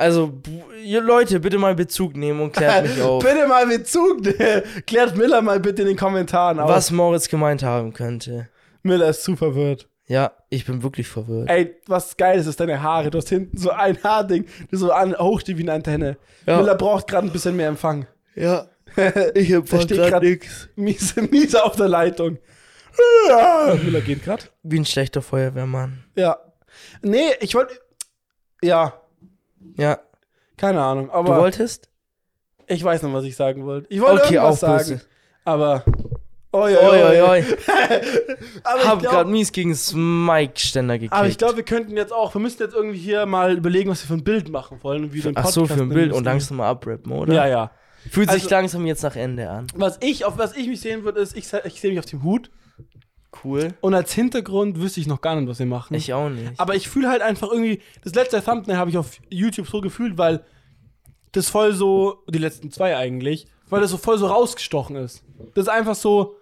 Also, bu- ihr Leute, bitte mal Bezug nehmen und klärt mich auf, Bitte mal Bezug, klärt Miller mal bitte in den Kommentaren auf. was Moritz gemeint haben könnte. Miller ist zu verwirrt. Ja, ich bin wirklich verwirrt. Ey, was geil ist, ist deine Haare. Du hast hinten so ein Haarding, das so an, hochsteht wie eine Antenne. Ja. Miller braucht gerade ein bisschen mehr Empfang. Ja, ich empfand steht grad grad- nix. Mies, mies auf der Leitung. Miller geht gerade. Wie ein schlechter Feuerwehrmann. Ja. Nee, ich wollte. Ja, Ja, keine Ahnung. du Aber wolltest? ich weiß noch, was ich sagen wollte. Ich wollte Okay, irgendwas auch sagen. böse. Aber. Oi, Oi, oi, Aber oi. Hab ich grad glaube, mies gegen Mike-Ständer gekickt. glaub, wir könnten jetzt auch, wir müssen jetzt irgendwie hier mal überlegen, was wir für ein Bild machen wollen. und Wie wir den Ach so, Podcast für ein nennen Bild und müssen. langsam mal abrappen, oder? Ja, ja. Fühlt sich Also- langsam jetzt nach Ende an. Was ich, auf was ich mich sehen würde, ist, ich, se- ich sehe mich auf dem Hut Cool. und als Hintergrund wüsste ich noch gar nicht, was wir machen. Hm. Ich auch nicht. Aber ich fühle halt einfach irgendwie, das letzte Thumbnail habe ich auf YouTube so gefühlt, weil das voll so, die letzten zwei eigentlich, weil das so voll so rausgestochen ist. Das ist einfach so,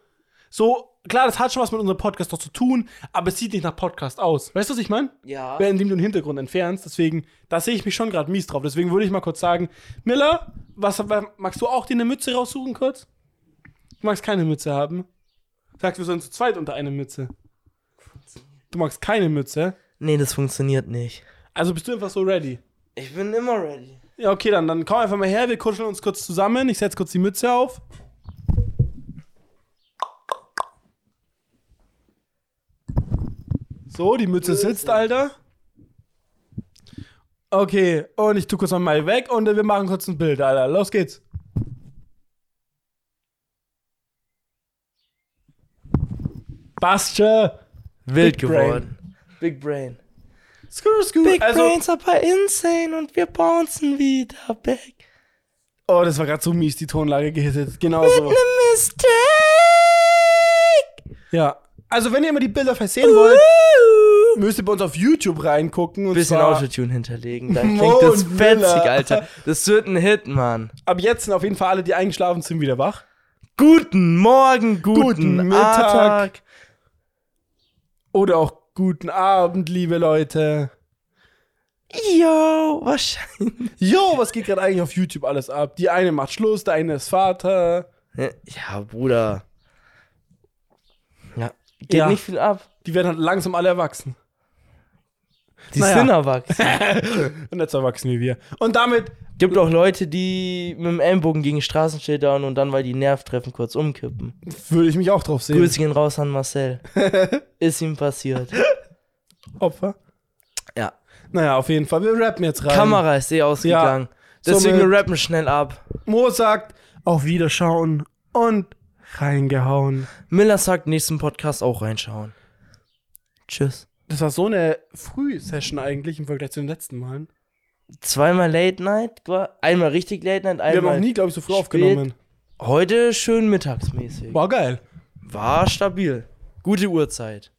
so, klar, das hat schon was mit unserem Podcast noch zu tun, aber es sieht nicht nach Podcast aus. Weißt du, was ich meine? ja. Wenn indem du den Hintergrund entfernst, deswegen, da sehe ich mich schon gerade mies drauf. Deswegen würde ich mal kurz sagen, Miller, was, magst du auch dir eine Mütze raussuchen kurz? Du magst keine Mütze haben. Sagst, wir sollen zu zweit unter eine Mütze. Du magst keine Mütze. Nee, das funktioniert nicht. Also bist du einfach so ready? Ich bin immer ready. Ja, okay, dann, dann komm einfach mal her, wir kuscheln uns kurz zusammen. Ich setze kurz die Mütze auf. So, die Mütze sitzt, Alter. Okay, und ich tue kurz mal weg und äh, wir machen kurz ein Bild, Alter. Los geht's. Bastsche! Wild Big Brain. geworden. Big Brain. Skur, skur. Big also, Brains are bei Insane und wir bouncen wieder back. Oh, das war gerade so mies, die Tonlage gehittet. Genau so. The Mistake. Ja. Also, wenn ihr immer die Bilder versehen wollt, müsst ihr bei uns auf YouTube reingucken. Und Bisschen zwar, Autotune hinterlegen, dann Mo klingt das und fetzig, Miller. Alter. Das wird ein Hit, Mann. Ab jetzt sind auf jeden Fall alle, die eingeschlafen sind, wieder wach. Guten Morgen, guten, Guten Mittag. Mittag. Oder auch guten Abend, liebe Leute. Yo, wahrscheinlich. Jo, was geht gerade eigentlich auf YouTube alles ab? Die eine macht Schluss, der eine ist Vater. Ja, Bruder. Ja, geht Ja. nicht viel ab. Die werden halt langsam alle erwachsen. Die Naja. sind erwachsen. Und jetzt erwachsen wie wir. Und damit, Gibt auch Leute, die mit dem Ellenbogen gegen Straßenschild hauen und dann, weil die Nerv treffen, kurz umkippen. würde ich mich auch drauf sehen. Grüße gehen raus an Marcel. Ist ihm passiert. Opfer. Ja. Naja, auf jeden Fall. Wir rappen jetzt rein. Kamera ist eh ausgegangen. Deswegen somit- wir rappen schnell ab. Mo sagt, auf Wiederschauen und reingehauen. Miller sagt, nächsten Podcast auch reinschauen. Tschüss. Das war so eine Früh-Session eigentlich im Vergleich zu den letzten Malen. Zweimal Late Night, qua- einmal richtig Late Night, Wir haben einmal. noch nie, glaube ich, so früh spät. aufgenommen. Heute schön mittagsmäßig. War geil. War stabil. Gute Uhrzeit.